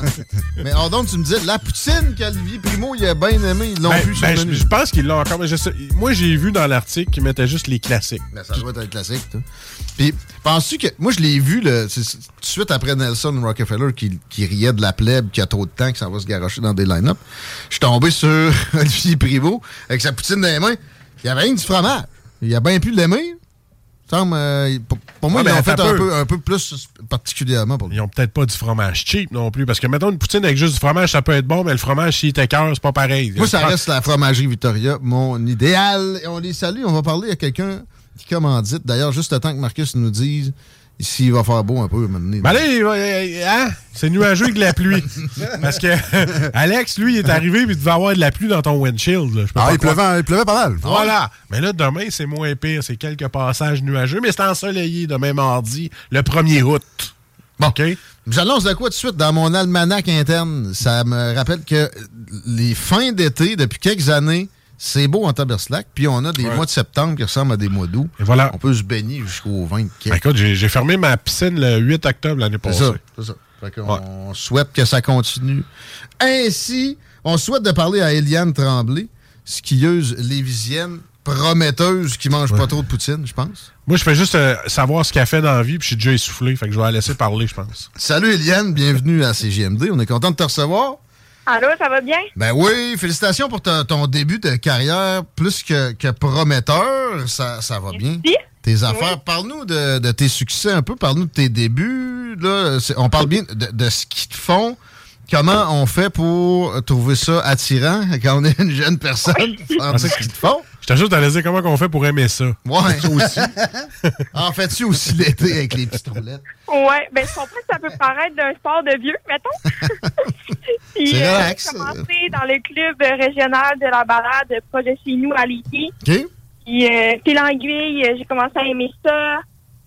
Speaker 2: Mais oh donc, tu me dis, la poutine qu'Olivier Primo, il a bien aimé, ils l'ont
Speaker 3: Ben,
Speaker 2: plus sur
Speaker 3: ben,
Speaker 2: le
Speaker 3: je,
Speaker 2: menu.
Speaker 3: je pense qu'il l'a encore. mais je sais- moi, j'ai vu dans l'article qu'il mettait juste les classiques.
Speaker 2: Ben, ça doit être un classique, toi. Puis, penses-tu que. Moi, je l'ai vu, là, c'est- c'est- tout de suite après Nelson Rockefeller qui, qui riait de la plèbe, qui a trop de temps, qui s'en va se garocher dans des line-up. Je suis tombé sur Olivier Primo avec sa poutine dans les mains. Il y avait rien que du fromage. Il a bien pu l'aimer. Semble, euh, pour, pour moi,
Speaker 3: Ouais,
Speaker 2: ils
Speaker 3: mais
Speaker 2: l'ont fait
Speaker 3: Ah, ben, attends
Speaker 2: un
Speaker 3: peu.
Speaker 2: peu, un peu plus particulièrement pour lui.
Speaker 3: Ils ont peut-être pas du fromage cheap non plus. Parce que, mettons, une poutine avec juste du fromage, ça peut être bon, mais le fromage, s'il était cœur, c'est pas pareil.
Speaker 2: Moi, ça reste la fromagerie Victoria, mon idéal. Et on les salue. On va parler à quelqu'un qui commandite. D'ailleurs, juste le temps que Marcus nous dise s'il va faire beau un peu. maintenant.
Speaker 3: Ben allez, il va- euh, hein? c'est nuageux avec de la pluie. Parce que Alex, lui, il est arrivé puis il devait avoir de la pluie dans ton windshield. là. Je peux
Speaker 12: Ah,
Speaker 3: pas
Speaker 12: il
Speaker 3: croire.
Speaker 12: pleuvait, il pleuvait pas mal.
Speaker 3: Voilà. Mais là, demain, c'est moins pire. C'est quelques passages nuageux, mais c'est ensoleillé demain mardi, le 1er août. OK? Ben,
Speaker 2: J'annonce de quoi tout de suite dans mon almanach interne. Ça me rappelle que les fins d'été, depuis quelques années, c'est beau en Taberslac. Puis on a des
Speaker 3: Ouais.
Speaker 2: mois de septembre qui ressemblent à des mois d'août.
Speaker 3: Et voilà.
Speaker 2: On peut se baigner jusqu'au 20.
Speaker 3: Ben, écoute, j'ai j'ai fermé ma piscine le 8 octobre l'année
Speaker 2: C'est
Speaker 3: passée.
Speaker 2: ça. C'est ça. Fait qu'on souhaite que ça continue. Ainsi, on souhaite de parler à Eliane Tremblay, skieuse lévisienne, prometteuse, qui mange pas trop de poutine, je pense.
Speaker 3: Moi, je fais juste euh, savoir ce qu'elle fait dans la vie, puis je suis déjà essoufflé. Fait que je vais la laisser parler, je pense.
Speaker 2: Salut Eliane, bienvenue à CGMD. On est content de te recevoir.
Speaker 13: Allô, ça va bien?
Speaker 2: Ben oui, félicitations pour ta- ton début de carrière plus que, que prometteur. Ça, ça va bien. Tes affaires, parle-nous de, de tes succès un peu, parle-nous de tes débuts. Là, C'est- on parle bien de, de ce qu'ils te font. Comment on fait pour trouver ça attirant quand on est une jeune personne? Faire de ce qu'ils te font?
Speaker 3: Je t'ajoute à laisser comment on fait pour aimer ça.
Speaker 2: Ouais.
Speaker 3: Ça aussi.
Speaker 2: en fais-tu aussi l'été avec les pistolets?
Speaker 13: Ouais, ben je comprends que ça peut paraître d'un sport de vieux, mettons. Puis
Speaker 2: C'est
Speaker 13: euh,
Speaker 2: relax.
Speaker 13: j'ai commencé dans le club euh, régional de la balade proche de chez nous à Lévis.
Speaker 2: OK?
Speaker 13: Puis euh, fil en aiguille, euh, j'ai commencé à aimer ça.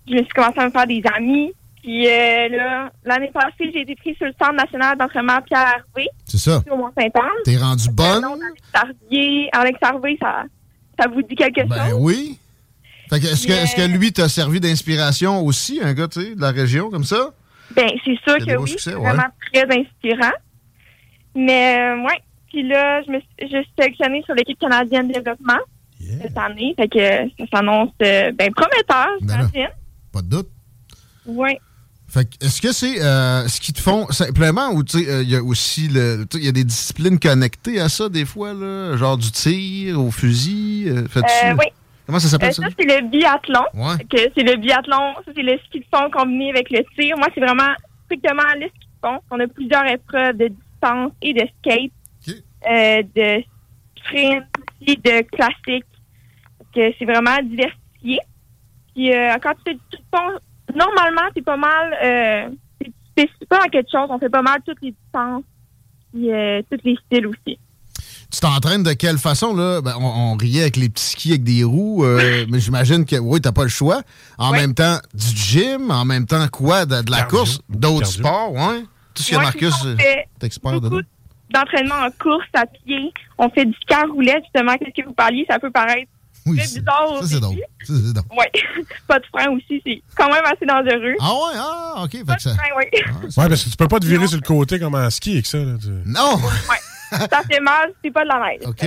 Speaker 13: Je me suis commencé à me faire des amis. Puis euh, là, l'année passée, j'ai été prise sur le centre national d'entraînement Pierre Harvey.
Speaker 2: C'est ça.
Speaker 13: Au Mont-Saint-Anne.
Speaker 2: T'es rendu
Speaker 13: Ben
Speaker 2: bonne?
Speaker 13: Alex Harvey, Alex Harvey, ça, ça vous dit quelque
Speaker 2: Ben
Speaker 13: chose?
Speaker 2: oui. Fait que est-ce que,
Speaker 13: Mais-
Speaker 2: est-ce que lui t'a servi d'inspiration aussi, un gars tu sais, de la région comme ça?
Speaker 13: Ben, c'est sûr
Speaker 2: C'est des
Speaker 13: que
Speaker 2: beaux
Speaker 13: oui,
Speaker 2: succès,
Speaker 13: c'est
Speaker 2: ouais.
Speaker 13: vraiment très inspirant. Mais, euh, ouais. Puis là, je me suis, je suis sélectionnée sur l'équipe canadienne de développement cette année. Fait que ça s'annonce, euh, ben, prometteur, j'imagine.
Speaker 2: Pas de doute.
Speaker 13: Ouais.
Speaker 2: Fait que, est-ce que c'est euh, ce qu'ils te font simplement ou tu sais, euh, il y a aussi le. tu sais, Il y a des disciplines connectées à ça des fois, là, genre du tir au fusil. euh, fais-tu-
Speaker 13: Euh, oui.
Speaker 2: Comment ça s'appelle
Speaker 13: Euh,
Speaker 2: ça?
Speaker 13: c'est le biathlon.
Speaker 2: Ouais.
Speaker 13: Que c'est le biathlon, ça, c'est le ski de fond combiné avec le tir. Moi, c'est vraiment strictement le ski de fond. On a plusieurs épreuves de distance et de skate, euh, de sprint, aussi de classique. Que c'est vraiment diversifié. Puis euh, quand tu fais du ski de fond, normalement, c'est pas mal. Euh, tu te spécifies pas à quelque chose. On fait pas mal toutes les distances, puis euh, tous les styles aussi.
Speaker 2: Tu t'entraînes de quelle façon, là? Ben, on, on riait avec les petits skis avec des roues, euh, mais j'imagine que oui, t'as pas le choix. En même temps, du gym, en même temps quoi? De, de la course, d'autres
Speaker 3: cardio.
Speaker 2: sports, ouais. Tout ce que
Speaker 13: Ouais,
Speaker 2: Marcus
Speaker 13: c'est ça,
Speaker 2: euh,
Speaker 13: on fait
Speaker 2: est expert dedans.
Speaker 13: d'entraînement en course à pied. On fait du ski à roulette, justement. Qu'est-ce que vous parliez? Ça peut paraître
Speaker 2: Oui,
Speaker 13: très bizarre.
Speaker 2: Ça, c'est drôle. Ça, c'est drôle.
Speaker 13: Oui. Pas de frein aussi, c'est quand même assez dangereux.
Speaker 2: Ah ouais, ah, OK. Fait
Speaker 13: Pas
Speaker 2: que ça...
Speaker 13: de frein, oui.
Speaker 3: Ouais, parce que tu peux pas te virer sur le côté comme en ski avec ça. Là, tu-
Speaker 2: Non!
Speaker 13: ça fait mal, c'est pas de la neige.
Speaker 2: Ah. OK.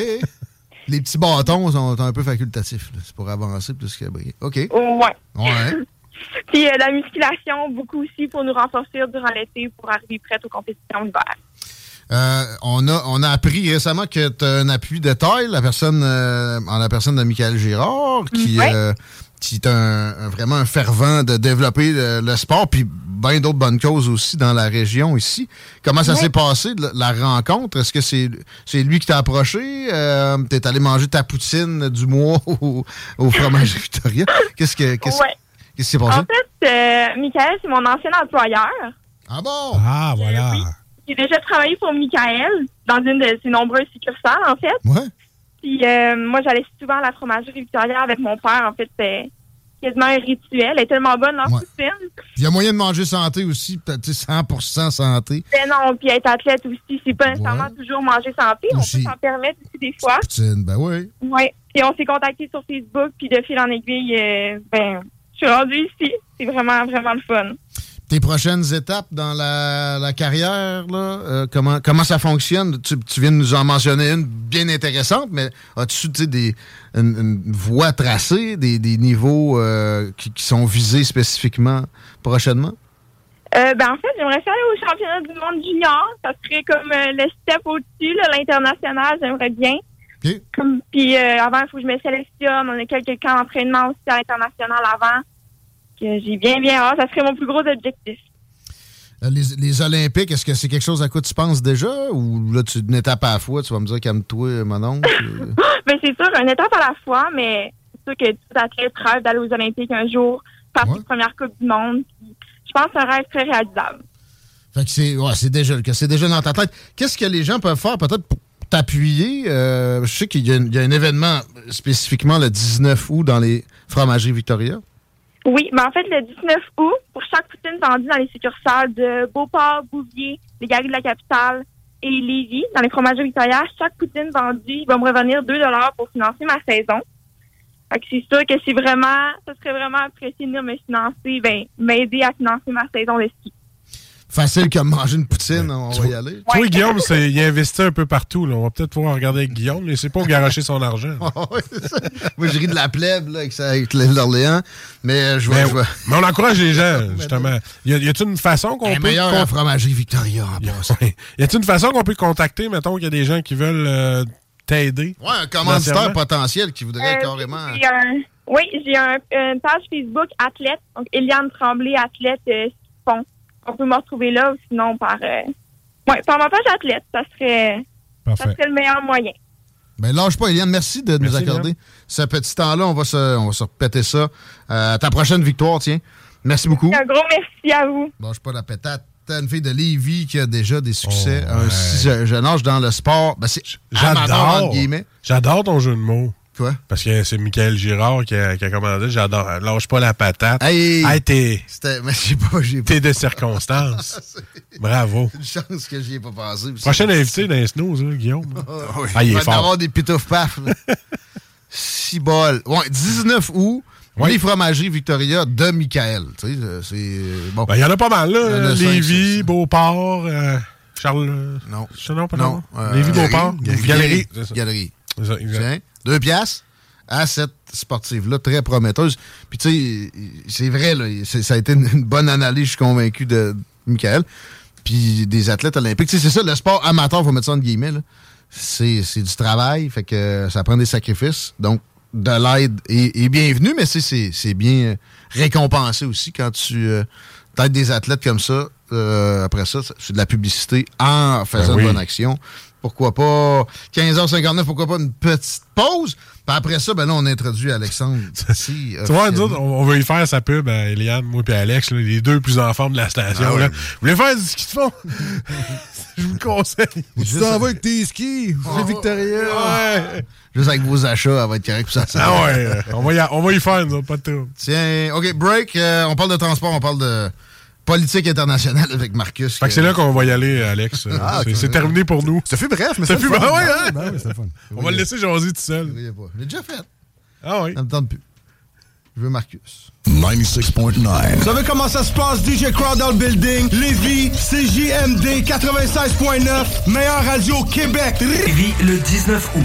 Speaker 2: Les petits bâtons sont un peu facultatifs. là. C'est pour avancer plus que briller. OK.
Speaker 13: Ouais.
Speaker 2: Ouais.
Speaker 13: Puis euh, la musculation, beaucoup aussi pour nous renforcer durant l'été pour arriver prête aux compétitions d'hiver.
Speaker 2: Euh, on, a, on a appris récemment que tu as un appui de taille, la personne, euh, en la personne de Michael Girard, qui,
Speaker 13: Mm, Ouais.
Speaker 2: euh, qui est un, un- vraiment un fervent de développer le, le sport, puis bien d'autres bonnes causes aussi dans la région ici. Comment ça
Speaker 13: Ouais.
Speaker 2: s'est passé, la, la rencontre? Est-ce que c'est c'est lui qui t'a approché? Euh, T'es allé manger ta poutine du mois au, au fromage Victoria? Qu'est-ce que- qu'est-ce-
Speaker 13: Ouais.
Speaker 2: qu'est-ce qui s'est passé?
Speaker 13: En fait, euh, Michael, c'est mon ancien employeur.
Speaker 2: Ah bon?
Speaker 3: Ah, voilà.
Speaker 13: J'ai déjà travaillé pour Michael dans une de ses nombreuses succursales, en fait.
Speaker 2: Ouais.
Speaker 13: Puis euh, moi, j'allais souvent à la fromagerie Victoria avec mon père, en fait. euh, quasiment un rituel. Elle est tellement bonne, leur poutine.
Speaker 2: Il y a moyen de manger santé aussi, peut-être tu sais, 100% santé.
Speaker 13: Ben non, puis être athlète aussi, c'est pas nécessairement toujours manger santé. On
Speaker 2: Aussi.
Speaker 13: peut s'en permettre aussi des fois.
Speaker 2: Poutine, ben oui.
Speaker 13: Oui. Puis on s'est contacté sur Facebook, puis de fil en aiguille, euh, ben, je suis rendue ici. C'est vraiment, vraiment le fun.
Speaker 2: Tes prochaines étapes dans la, la carrière, là, euh, comment, comment ça fonctionne? Tu, tu viens de nous en mentionner une bien intéressante, mais as-tu tu sais, des, une, une voie tracée, des, des niveaux euh, qui, qui sont visés spécifiquement prochainement?
Speaker 13: Euh, ben, en fait, j'aimerais ça aller au championnat du monde junior. Ça serait comme euh, le step au-dessus, là, l'international, j'aimerais bien. Comme, puis euh, avant, il faut que je me sélectionne. On a quelques camps d'entraînement aussi à l'international avant. Que j'ai bien, bien hâte. Ça serait mon plus gros objectif.
Speaker 2: Euh, Les, les Olympiques, est-ce que c'est quelque chose à quoi tu penses déjà? Ou là, tu une étape à la fois, tu vas me dire calme-toi, mon oncle? euh,
Speaker 13: Ben, c'est sûr, une étape à la fois, mais c'est sûr que tout athlète rêve d'aller aux Olympiques un jour, faire ses premières Coupes du Monde. Puis, je pense que c'est un rêve très réalisable.
Speaker 2: Fait que c'est ouais, c'est déjà, que c'est déjà dans ta tête. Qu'est-ce que les gens peuvent faire peut-être pour t'appuyer? Euh, je sais qu'il y, a un- il y a un événement spécifiquement le 19 août dans les fromageries Victoria.
Speaker 13: Oui, mais en fait, le 19 août, pour chaque poutine vendue dans les succursales de Beauport, Bouvier, les Galeries de la Capitale et Lévis, dans les fromageries Victoria, chaque poutine vendue, il va me revenir 2 pour financer ma saison. Fait que c'est sûr que c'est vraiment, ça serait vraiment apprécié de venir me financer, ben, m'aider à financer ma saison de ski.
Speaker 2: Facile comme manger une poutine, on va y aller.
Speaker 3: Toi, Guillaume, c'est- il investit un peu partout. Là. On va peut-être pouvoir regarder avec Guillaume, mais c'est pas garocher son argent.
Speaker 2: Ah Moi, je ris de la plèbe là, avec, ça- avec l'Orléans, mais euh, je vois.
Speaker 3: Mais,
Speaker 2: je vois-
Speaker 3: mais on encourage les gens, justement. Y a- y a-t-il une façon qu'on
Speaker 2: Un
Speaker 3: peut.
Speaker 2: meilleur
Speaker 3: con-
Speaker 2: à fromagerie Victoria en passant.
Speaker 3: Y a-t-il une façon qu'on peut contacter, mettons, qu'il y a des gens qui veulent euh, t'aider?
Speaker 2: Ouais, un commanditaire
Speaker 3: Financièrement?
Speaker 2: potentiel qui voudrait
Speaker 13: Euh,
Speaker 2: carrément.
Speaker 13: j'ai un- oui, j'ai un- une page Facebook athlète, donc Eliane Tremblay, athlète euh, ski de fond. On peut me retrouver là ou sinon par, euh, ouais, par ma page athlète, ça serait, ça
Speaker 2: Parfait.
Speaker 13: serait le meilleur moyen.
Speaker 2: Ben lâche pas, Eliane. Merci de nous
Speaker 3: Merci,
Speaker 2: accorder
Speaker 3: Eliane.
Speaker 2: ce petit temps-là. On va se, on va se répéter ça. Euh, ta prochaine victoire, tiens. Merci beaucoup.
Speaker 13: Un gros merci à vous.
Speaker 2: Lâche pas la pétate. T'as une fille de Lévis qui a déjà des succès
Speaker 3: Oh,
Speaker 2: à un si je- jeune âge dans le sport. Ben, c'est amateur, entre
Speaker 3: J'adore.
Speaker 2: guillemets.
Speaker 3: J'adore ton jeu de mots.
Speaker 2: Quoi?
Speaker 3: Parce que c'est Michael Girard qui a, qui a commandé. J'adore. Lâche pas la patate.
Speaker 2: Hey!
Speaker 3: Hey, t'es.
Speaker 2: C'était- mais j'ai pas- j'ai pas-
Speaker 3: T'es de circonstance. Bravo.
Speaker 2: Une chance que j'y ai pas passé. aussi.
Speaker 3: Prochain invité dans les snows, hein, Guillaume.
Speaker 2: Ah oui.
Speaker 3: Ah, il
Speaker 2: Il
Speaker 3: est
Speaker 2: va en
Speaker 3: fort.
Speaker 2: avoir des pitouf paf. Six bols. Ouais, 19 août. Les fromageries Victoria de Michael. Tu sais, euh, c'est euh, bon.
Speaker 3: Ben, il y en a pas mal,
Speaker 2: Il y en
Speaker 3: là.
Speaker 2: a cinq,
Speaker 3: Lévis, Beauport, euh, Charles.
Speaker 2: Non.
Speaker 3: Non, pas
Speaker 2: Non.
Speaker 3: Charles-
Speaker 2: euh,
Speaker 3: Lévis, Beauport,
Speaker 2: Galerie.
Speaker 3: Galerie.
Speaker 2: Galerie.
Speaker 3: c'est ça.
Speaker 2: Galerie.
Speaker 3: C'est ça, exact.
Speaker 2: Tiens, deux piastres à cette sportive-là, très prometteuse. Puis tu sais, c'est vrai, là, c'est- ça a été une, une bonne analyse, je suis convaincu de Michael. Puis des athlètes olympiques. Tu sais, c'est ça, le sport amateur, faut mettre ça entre guillemets, là. C'est c'est du travail, fait que ça prend des sacrifices. Donc, de l'aide est, est bienvenue, mais c'est- c'est c'est bien euh, récompensé aussi quand tu euh, t'aides des athlètes comme ça. Euh, après ça, c'est de la publicité en faisant
Speaker 3: Ben oui.
Speaker 2: une bonne action. Pourquoi pas 15h59, pourquoi pas une petite pause? Puis après ça, ben là, on introduit Alexandre. si,
Speaker 3: Tu vois, nous
Speaker 2: officiellement.
Speaker 3: autres, on, on veut y faire sa pub à Eliane, moi et Alex, là, les deux plus en forme de la station.
Speaker 2: Ah ouais.
Speaker 3: là. Vous voulez faire du ski de fond? Je vous le conseille.
Speaker 12: Tu t'en vas avec tes skis.
Speaker 2: Oh.
Speaker 3: Victoria. Ouais.
Speaker 2: Juste avec vos achats, elle va être correcte pour ça.
Speaker 3: Ah ouais, euh, on va y, on va y faire, nous autres, pas de trouble.
Speaker 2: Tiens, OK, break. euh, on parle de transport, on parle de politique internationale avec Marcus.
Speaker 3: Fait que c'est là qu'on va y aller, Alex. Euh,
Speaker 2: Ah,
Speaker 3: c'est
Speaker 2: ok.
Speaker 3: c'est terminé pour nous.
Speaker 12: Ça fait bref, mais
Speaker 3: Ça
Speaker 12: c'est
Speaker 3: fait
Speaker 12: le fun.
Speaker 3: bref, ouais, hein?
Speaker 12: Ben oui, c'est le fun.
Speaker 3: On va le laisser jaser tout seul.
Speaker 2: J'ai déjà fait.
Speaker 3: Ah oui.
Speaker 2: Ça me tente plus. Je veux Marcus.
Speaker 12: 96.9.
Speaker 14: Vous savez comment ça se passe, DJ Crowd dans le building? Lévis, CJMD 96.9, meilleure radio au Québec. Lévis, le 19 août.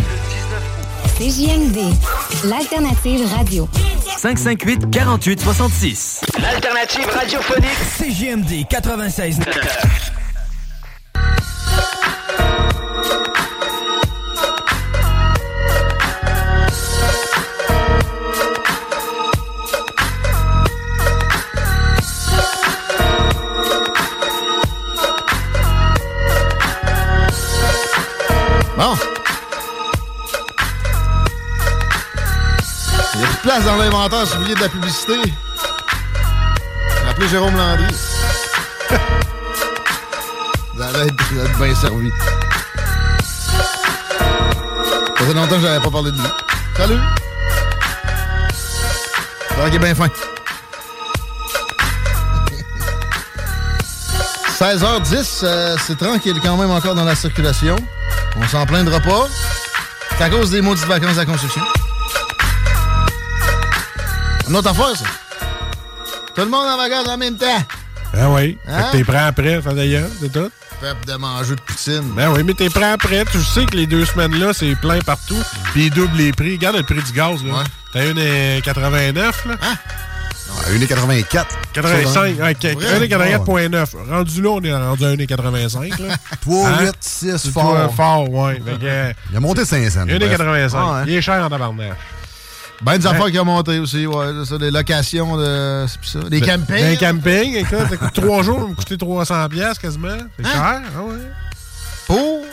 Speaker 15: CJMD, l'alternative radio.
Speaker 6: 558 48 66.
Speaker 11: L'alternative radiophonique.
Speaker 6: CGMD 96.
Speaker 2: Bon. Il y a plus de place dans l'inventaire si vous voulez de la publicité. Appelez Jérôme Landry. vous allez être, vous allez être bien servi. Ça faisait longtemps que j'avais pas parlé de lui. Salut! Ok, bien fin. 16h10, euh, c'est tranquille quand même encore dans la circulation. On s'en plaindra pas. C'est à cause des maudites vacances de la construction. Une autre affaire, ça. Tout le monde en vacances en même temps.
Speaker 3: Ah oui. Fait que
Speaker 2: Hein?
Speaker 3: t'es prêt après, ça, d'ailleurs, c'est tout.
Speaker 2: Peuple de manger de poutine.
Speaker 3: Ben oui, mais t'es prêt après. Tu sais que les deux semaines-là, c'est plein partout. Puis ils doublent les prix. Regarde le prix du gaz, là. T'as une euh, 89, là.
Speaker 14: Ah,
Speaker 3: Hein?
Speaker 2: Non, 1,84.
Speaker 3: 85,
Speaker 2: Vrai?
Speaker 3: ok.
Speaker 14: Ah
Speaker 3: 1,84,9. Rendu là, on est rendu à 1,85. là.
Speaker 2: 3,
Speaker 3: Hein?
Speaker 2: 8, 6,
Speaker 3: C'est
Speaker 2: fort.
Speaker 3: toi, fort, ouais. Fait que, euh,
Speaker 2: Il a monté 5 cents.
Speaker 14: Ah,
Speaker 3: 1,85.
Speaker 2: Ouais, hein.
Speaker 3: Il est cher en tabarnak.
Speaker 2: Ben
Speaker 3: Hein?
Speaker 2: des affaires qui ont monté aussi, ouais. c'est Ça, des locations de. C'est plus ça. Des
Speaker 3: Ben,
Speaker 2: campings.
Speaker 3: ben, camping, écoute, ça coûte trois jours, ça me coûter 300$ piastres quasiment. C'est
Speaker 2: Hein?
Speaker 3: cher, ah ouais.
Speaker 2: Pour.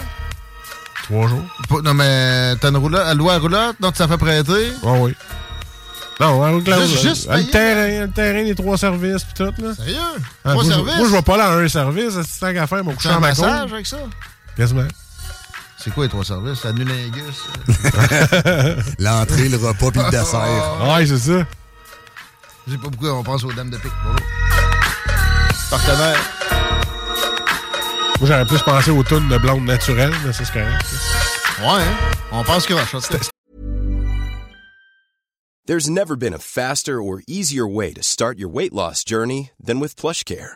Speaker 3: Trois jours.
Speaker 2: Pour- non, mais t'as une roulotte, la loi à roulotte, donc tu t'as fait prêter.
Speaker 3: Ouais, Ah oui. Non, ouais, oui, clairement.
Speaker 2: Juste- juste
Speaker 3: le
Speaker 2: payer,
Speaker 3: terrain, le terrain, les trois services, pis tout, là.
Speaker 2: Sérieux?
Speaker 3: Ah, moi,
Speaker 2: Trois
Speaker 3: je-
Speaker 2: services?
Speaker 3: Moi, je vais pas là à un service, c'est ça qu'à faire, mon
Speaker 2: Tu
Speaker 3: coucher
Speaker 2: fais un
Speaker 3: en ma cour.
Speaker 2: massage hein? avec ça?
Speaker 3: Quasiment.
Speaker 2: C'est quoi les trois services? La nulingus.
Speaker 3: L'entrée, le repas,
Speaker 2: pis le dessert.
Speaker 3: Ouais, c'est ça.
Speaker 2: Je sais pas pourquoi on pense aux dames de pique. Bonjour. Partenaire.
Speaker 3: Moi, j'aurais plus pensé aux tunes de blonde naturelle, mais ça, c'est correct.
Speaker 2: Ouais, hein? On pense que
Speaker 16: There's never been a faster or easier way to start your weight loss journey than with PlushCare.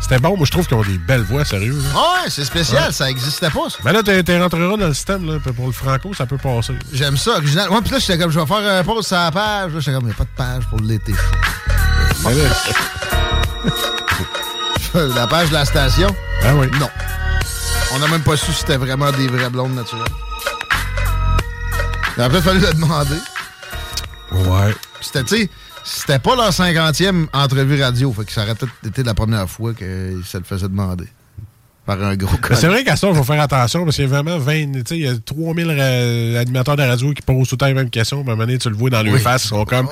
Speaker 3: c'était bon. Moi, je trouve qu'ils ont des belles voix, sérieux. là.
Speaker 2: Ah Ouais, c'est spécial,
Speaker 3: Ouais.
Speaker 2: ça existait pas, ça.
Speaker 3: Ben là, t'es t'es rentrera dans le système, là. puis Pour le franco, ça peut passer.
Speaker 2: J'aime ça, original. Moi, pis là, j'étais comme, je vais faire un pause sur la page. Là, j'étais comme, il a pas de page pour l'été chaud. la page de la station?
Speaker 3: Ah oui.
Speaker 2: Non. On n'a même pas su si c'était vraiment des vraies blondes naturelles. Il a peut-être fallu le demander.
Speaker 3: Ouais.
Speaker 2: C'était, tu sais, c'était pas leur 50e entrevue radio. Fait que ça aurait peut-être été la première fois que ça le faisait demander. Par un gros
Speaker 3: Mais c'est vrai qu'à ça, il faut faire attention parce qu'il y a vraiment 20, tu sais, il y a 3000 ra- animateurs de radio qui posent tout le temps les mêmes questions. Puis à un moment donné, tu le vois dans leurs
Speaker 12: Oui.
Speaker 3: faces, ils sont comme.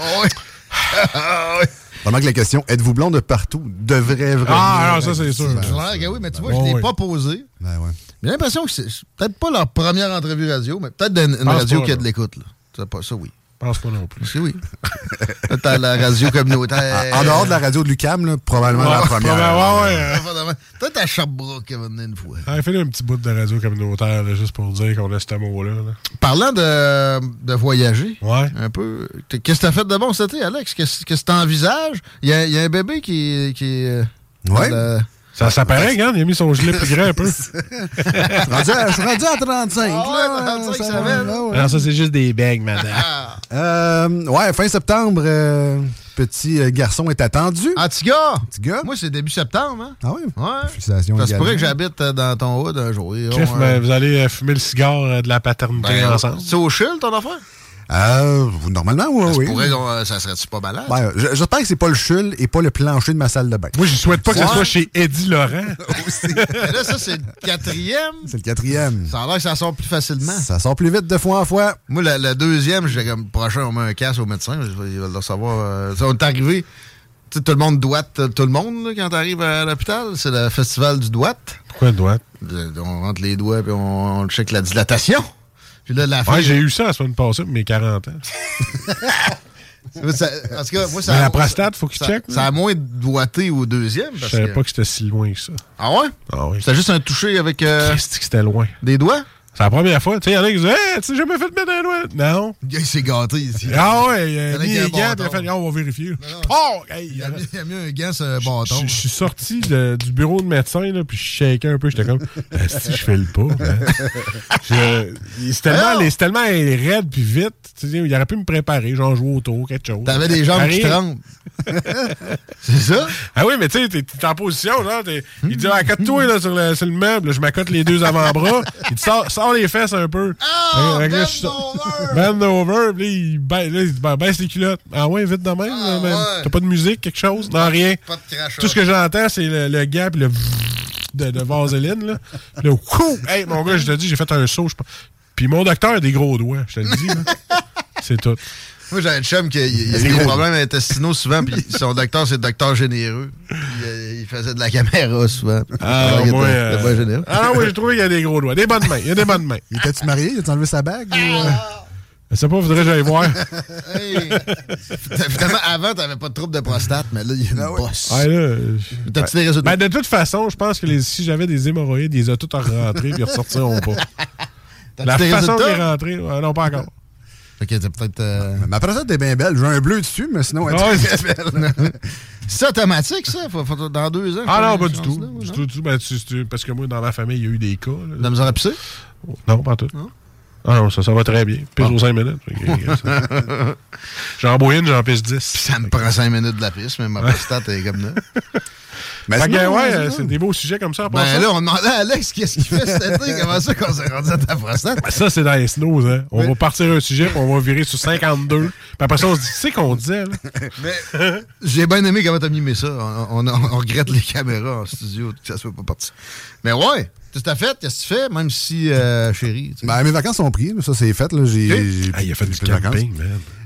Speaker 2: Ah
Speaker 12: Pendant que la question êtes-vous blonde de partout devrait vraiment.
Speaker 3: Ah, non, ça, c'est sûr.
Speaker 2: C'est clair que oui, mais tu vois,
Speaker 12: Ouais,
Speaker 2: je ne
Speaker 12: ouais.
Speaker 2: l'ai pas posé.
Speaker 12: Ben ouais.
Speaker 2: J'ai l'impression que c'est c'est peut-être pas leur première entrevue radio, mais peut-être d'une- une,
Speaker 3: Pense
Speaker 2: radio
Speaker 3: pas,
Speaker 2: qui a
Speaker 3: là.
Speaker 2: de l'écoute. là. Ça, pas- ça, oui.
Speaker 3: pense pas non plus.
Speaker 2: C'est oui. peut-être à la radio communautaire.
Speaker 12: En, en dehors de la radio de Lucam, là, probablement la
Speaker 3: Ouais,
Speaker 12: première.
Speaker 3: probablement, ouais, Ah, ouais.
Speaker 2: Peut-être à Sherbrooke, venait une fois.
Speaker 3: Ah, fais-le un petit bout de radio communautaire, là, juste pour dire qu'on a ce mot-là. là.
Speaker 2: Parlant de, de voyager, un peu, t'es- qu'est-ce que t'as fait de bon cet été, Alex? Qu'est-ce qu'est-ce que t'envisages? Il y, a- il y a un bébé qui... qui euh,
Speaker 12: Ouais.
Speaker 2: dans le-
Speaker 12: Ah
Speaker 3: Ça, ça paraît, regarde, il a mis son gilet plus grand un peu.
Speaker 12: Je suis rendu à- je suis rendu à 35. là, ça va, là, ouais.
Speaker 3: Alors, ça, c'est juste des bagues, madame.
Speaker 12: Euh, ouais, fin septembre, euh, petit euh, garçon est attendu.
Speaker 2: Ah. Antigua! Moi, c'est début septembre. Hein?
Speaker 12: Ah oui?
Speaker 2: Ouais.
Speaker 12: Félicitations
Speaker 2: Ça se
Speaker 12: également.
Speaker 2: pourrait que j'habite euh, dans ton hood un jour. Ils
Speaker 3: Chef,
Speaker 2: ont,
Speaker 3: ben,
Speaker 2: euh,
Speaker 3: vous allez euh, fumer le cigare euh, de la paternité
Speaker 2: ben,
Speaker 3: ensemble.
Speaker 2: C'est au chill, ton affaire?
Speaker 12: Euh, normalement, ouais,
Speaker 2: Ça se
Speaker 12: oui.
Speaker 2: pourrait qu'on- euh, ça serait-tu pas malade?
Speaker 12: Ben, euh, j- J'espère que c'est pas le chul et pas le plancher de ma salle de bain.
Speaker 3: Moi, je souhaite pas que ce
Speaker 12: Ouais.
Speaker 3: soit chez Eddie Laurent.
Speaker 2: Mais là, ça, c'est le quatrième.
Speaker 12: C'est le quatrième.
Speaker 2: Ça a l'air que ça sort plus facilement.
Speaker 12: Ça sort plus vite de fois en fois.
Speaker 2: Moi, le, le deuxième, j'ai comme prochain, on met un casque au médecin. je vais- Il va le savoir. euh, ça, on est arrivé. Tu sais, tout le monde doite euh, tout le monde là, quand t'arrives à l'hôpital. C'est le festival du doite.
Speaker 3: Pourquoi droite?
Speaker 2: Euh, On rentre les doigts puis on, on check la dilatation. Puis là, la fin.
Speaker 3: Ouais, j'ai eu ça la semaine passée, pour mes 40 ans.
Speaker 2: Ça- en tout cas, moi, ça
Speaker 3: Mais
Speaker 2: a-
Speaker 3: la prostate, faut qu'il
Speaker 2: ça-
Speaker 3: check.
Speaker 2: Ça a moins doigté au deuxième.
Speaker 3: Je
Speaker 2: parce
Speaker 3: savais
Speaker 2: que-
Speaker 3: pas que c'était si loin que ça.
Speaker 2: Ah ouais?
Speaker 3: Ah oui.
Speaker 2: C'était juste un toucher avec euh,
Speaker 3: Christ, que c'était loin.
Speaker 2: des doigts?
Speaker 3: C'est la première fois. Tu sais, il y en a qui disent Hey, tu n'as jamais fait de mettre un doigt. Non.
Speaker 2: Il s'est gâté ici.
Speaker 3: Ah ouais, il a
Speaker 2: Il
Speaker 3: mis
Speaker 2: y en a
Speaker 3: les
Speaker 2: qui a un
Speaker 3: gants, puis il a fait Ah, on va vérifier.
Speaker 2: Oh! il, a mis, il a mis un gant sur un bâton.
Speaker 3: Je suis sorti de- du bureau de médecin, là, puis je shakais un peu. J'étais comme, Ah, si je fais le pas. man. Je- il- C'est tellement, les- c'est tellement raide puis vite. tu sais, Il aurait pu me préparer, genre jouer au tour, quelque chose.
Speaker 2: T'avais des jambes qui
Speaker 3: Arrive.
Speaker 2: tremblent. C'est ça?
Speaker 3: Ah oui, mais tu sais, t'es t'es en position, là. t'es- Il dit, accote-toi là, sur, le, sur le meuble. Je m'accote les deux avant-bras. Il dit, sors, sors les fesses un peu.
Speaker 12: Oh,
Speaker 2: Ben,
Speaker 3: Ah,
Speaker 12: ben,
Speaker 3: bend over. Puis là, il, ba- là, il dit, ben, baisse les culottes. Ah ouais, vite de même. là, même. T'as pas de musique, quelque chose? Non, rien.
Speaker 2: Pas de crachat.
Speaker 3: Tout ce que j'entends, c'est le, le gap et le de, de vaseline, là. Puis là, wouh! Hey, mon gars, je te dis, j'ai fait un saut. je pense. Puis mon docteur a des gros doigts, je te le dis, là. C'est tout.
Speaker 2: Moi, j'avais un chum qui il, il
Speaker 3: C'est
Speaker 2: a des
Speaker 3: gros.
Speaker 2: problèmes intestinaux souvent, puis son docteur, c'est le docteur généreux. Puis, euh, il faisait de la caméra souvent.
Speaker 3: Ah,
Speaker 2: Alors, il
Speaker 3: moi,
Speaker 2: était-
Speaker 3: euh,
Speaker 2: était pas généreux.
Speaker 3: Ah oui, j'ai trouvé qu'il y a des gros doigts. Des bonnes mains. Il y a des bonnes mains.
Speaker 12: Il était-tu marié? Il a enlevé sa bague?
Speaker 3: Je sais pas, faudrait que j'aille voir.
Speaker 2: Hey. Finalement, avant, t'avais pas de trouble de prostate, mais là, il y a une bosse.
Speaker 3: Ah, là, je-
Speaker 2: T'as-tu des résultats?
Speaker 3: Ben, de toute façon, je pense que les- si j'avais des hémorroïdes, ils ont tout rentré puis ils ressortiront pas.
Speaker 12: T'as-tu
Speaker 3: La
Speaker 12: des
Speaker 3: façon de les
Speaker 12: résultats?
Speaker 3: rentrer, ouais, non, pas encore.
Speaker 2: Ok, t'as peut-être. euh,
Speaker 12: Ma prostate est bien belle. J'ai un bleu dessus, mais sinon, elle
Speaker 3: Ah,
Speaker 12: est
Speaker 3: c'est-
Speaker 12: très belle.
Speaker 2: C'est automatique, ça? Faut- faut- dans deux ans?
Speaker 3: Ah non,
Speaker 2: faut-
Speaker 3: pas du
Speaker 2: chance,
Speaker 3: tout.
Speaker 2: là, ouais,
Speaker 3: Du
Speaker 2: non?
Speaker 3: tout, du tout. Ben, tu- tu- parce que moi, dans ma famille, il y a eu des cas. Là.
Speaker 2: La Hein? misère à pisser?
Speaker 3: Non, pas en tout. Ah non, ça, ça va très bien. Pisse
Speaker 2: Ah.
Speaker 3: aux 5 minutes. Fait que, ça- j'en bois une, j'en pisse 10.
Speaker 2: Ça me prend 5 minutes de la piste, mais ma prostate est comme là.
Speaker 3: Fait que,
Speaker 2: sinon,
Speaker 3: ouais,
Speaker 2: sinon-
Speaker 3: euh, c'est des beaux sujets comme ça. en
Speaker 2: Ben
Speaker 3: passant.
Speaker 2: là, on demandait à Alex qu'est-ce qu'il fait cet été, comment ça qu'on s'est rendu à ta prostate?
Speaker 3: Ben, ça, c'est dans les snows. Hein. On va partir un sujet, puis on va virer sur 52. Puis après ça, on se dit, tu sais qu'on disait. Là?
Speaker 2: Mais j'ai bien aimé comment t'as mimé ça. On, on- on regrette les caméras en studio, que ça soit pas parti. Mais ouais, tout à fait, qu'est-ce que tu fais, même si, euh, chérie? tu-
Speaker 12: Ben, mes vacances sont prises, là. ça c'est fait. Là. J'ai, j'ai-
Speaker 3: Ah, il a fait du
Speaker 12: j'ai pris de
Speaker 3: camping,
Speaker 12: vacances.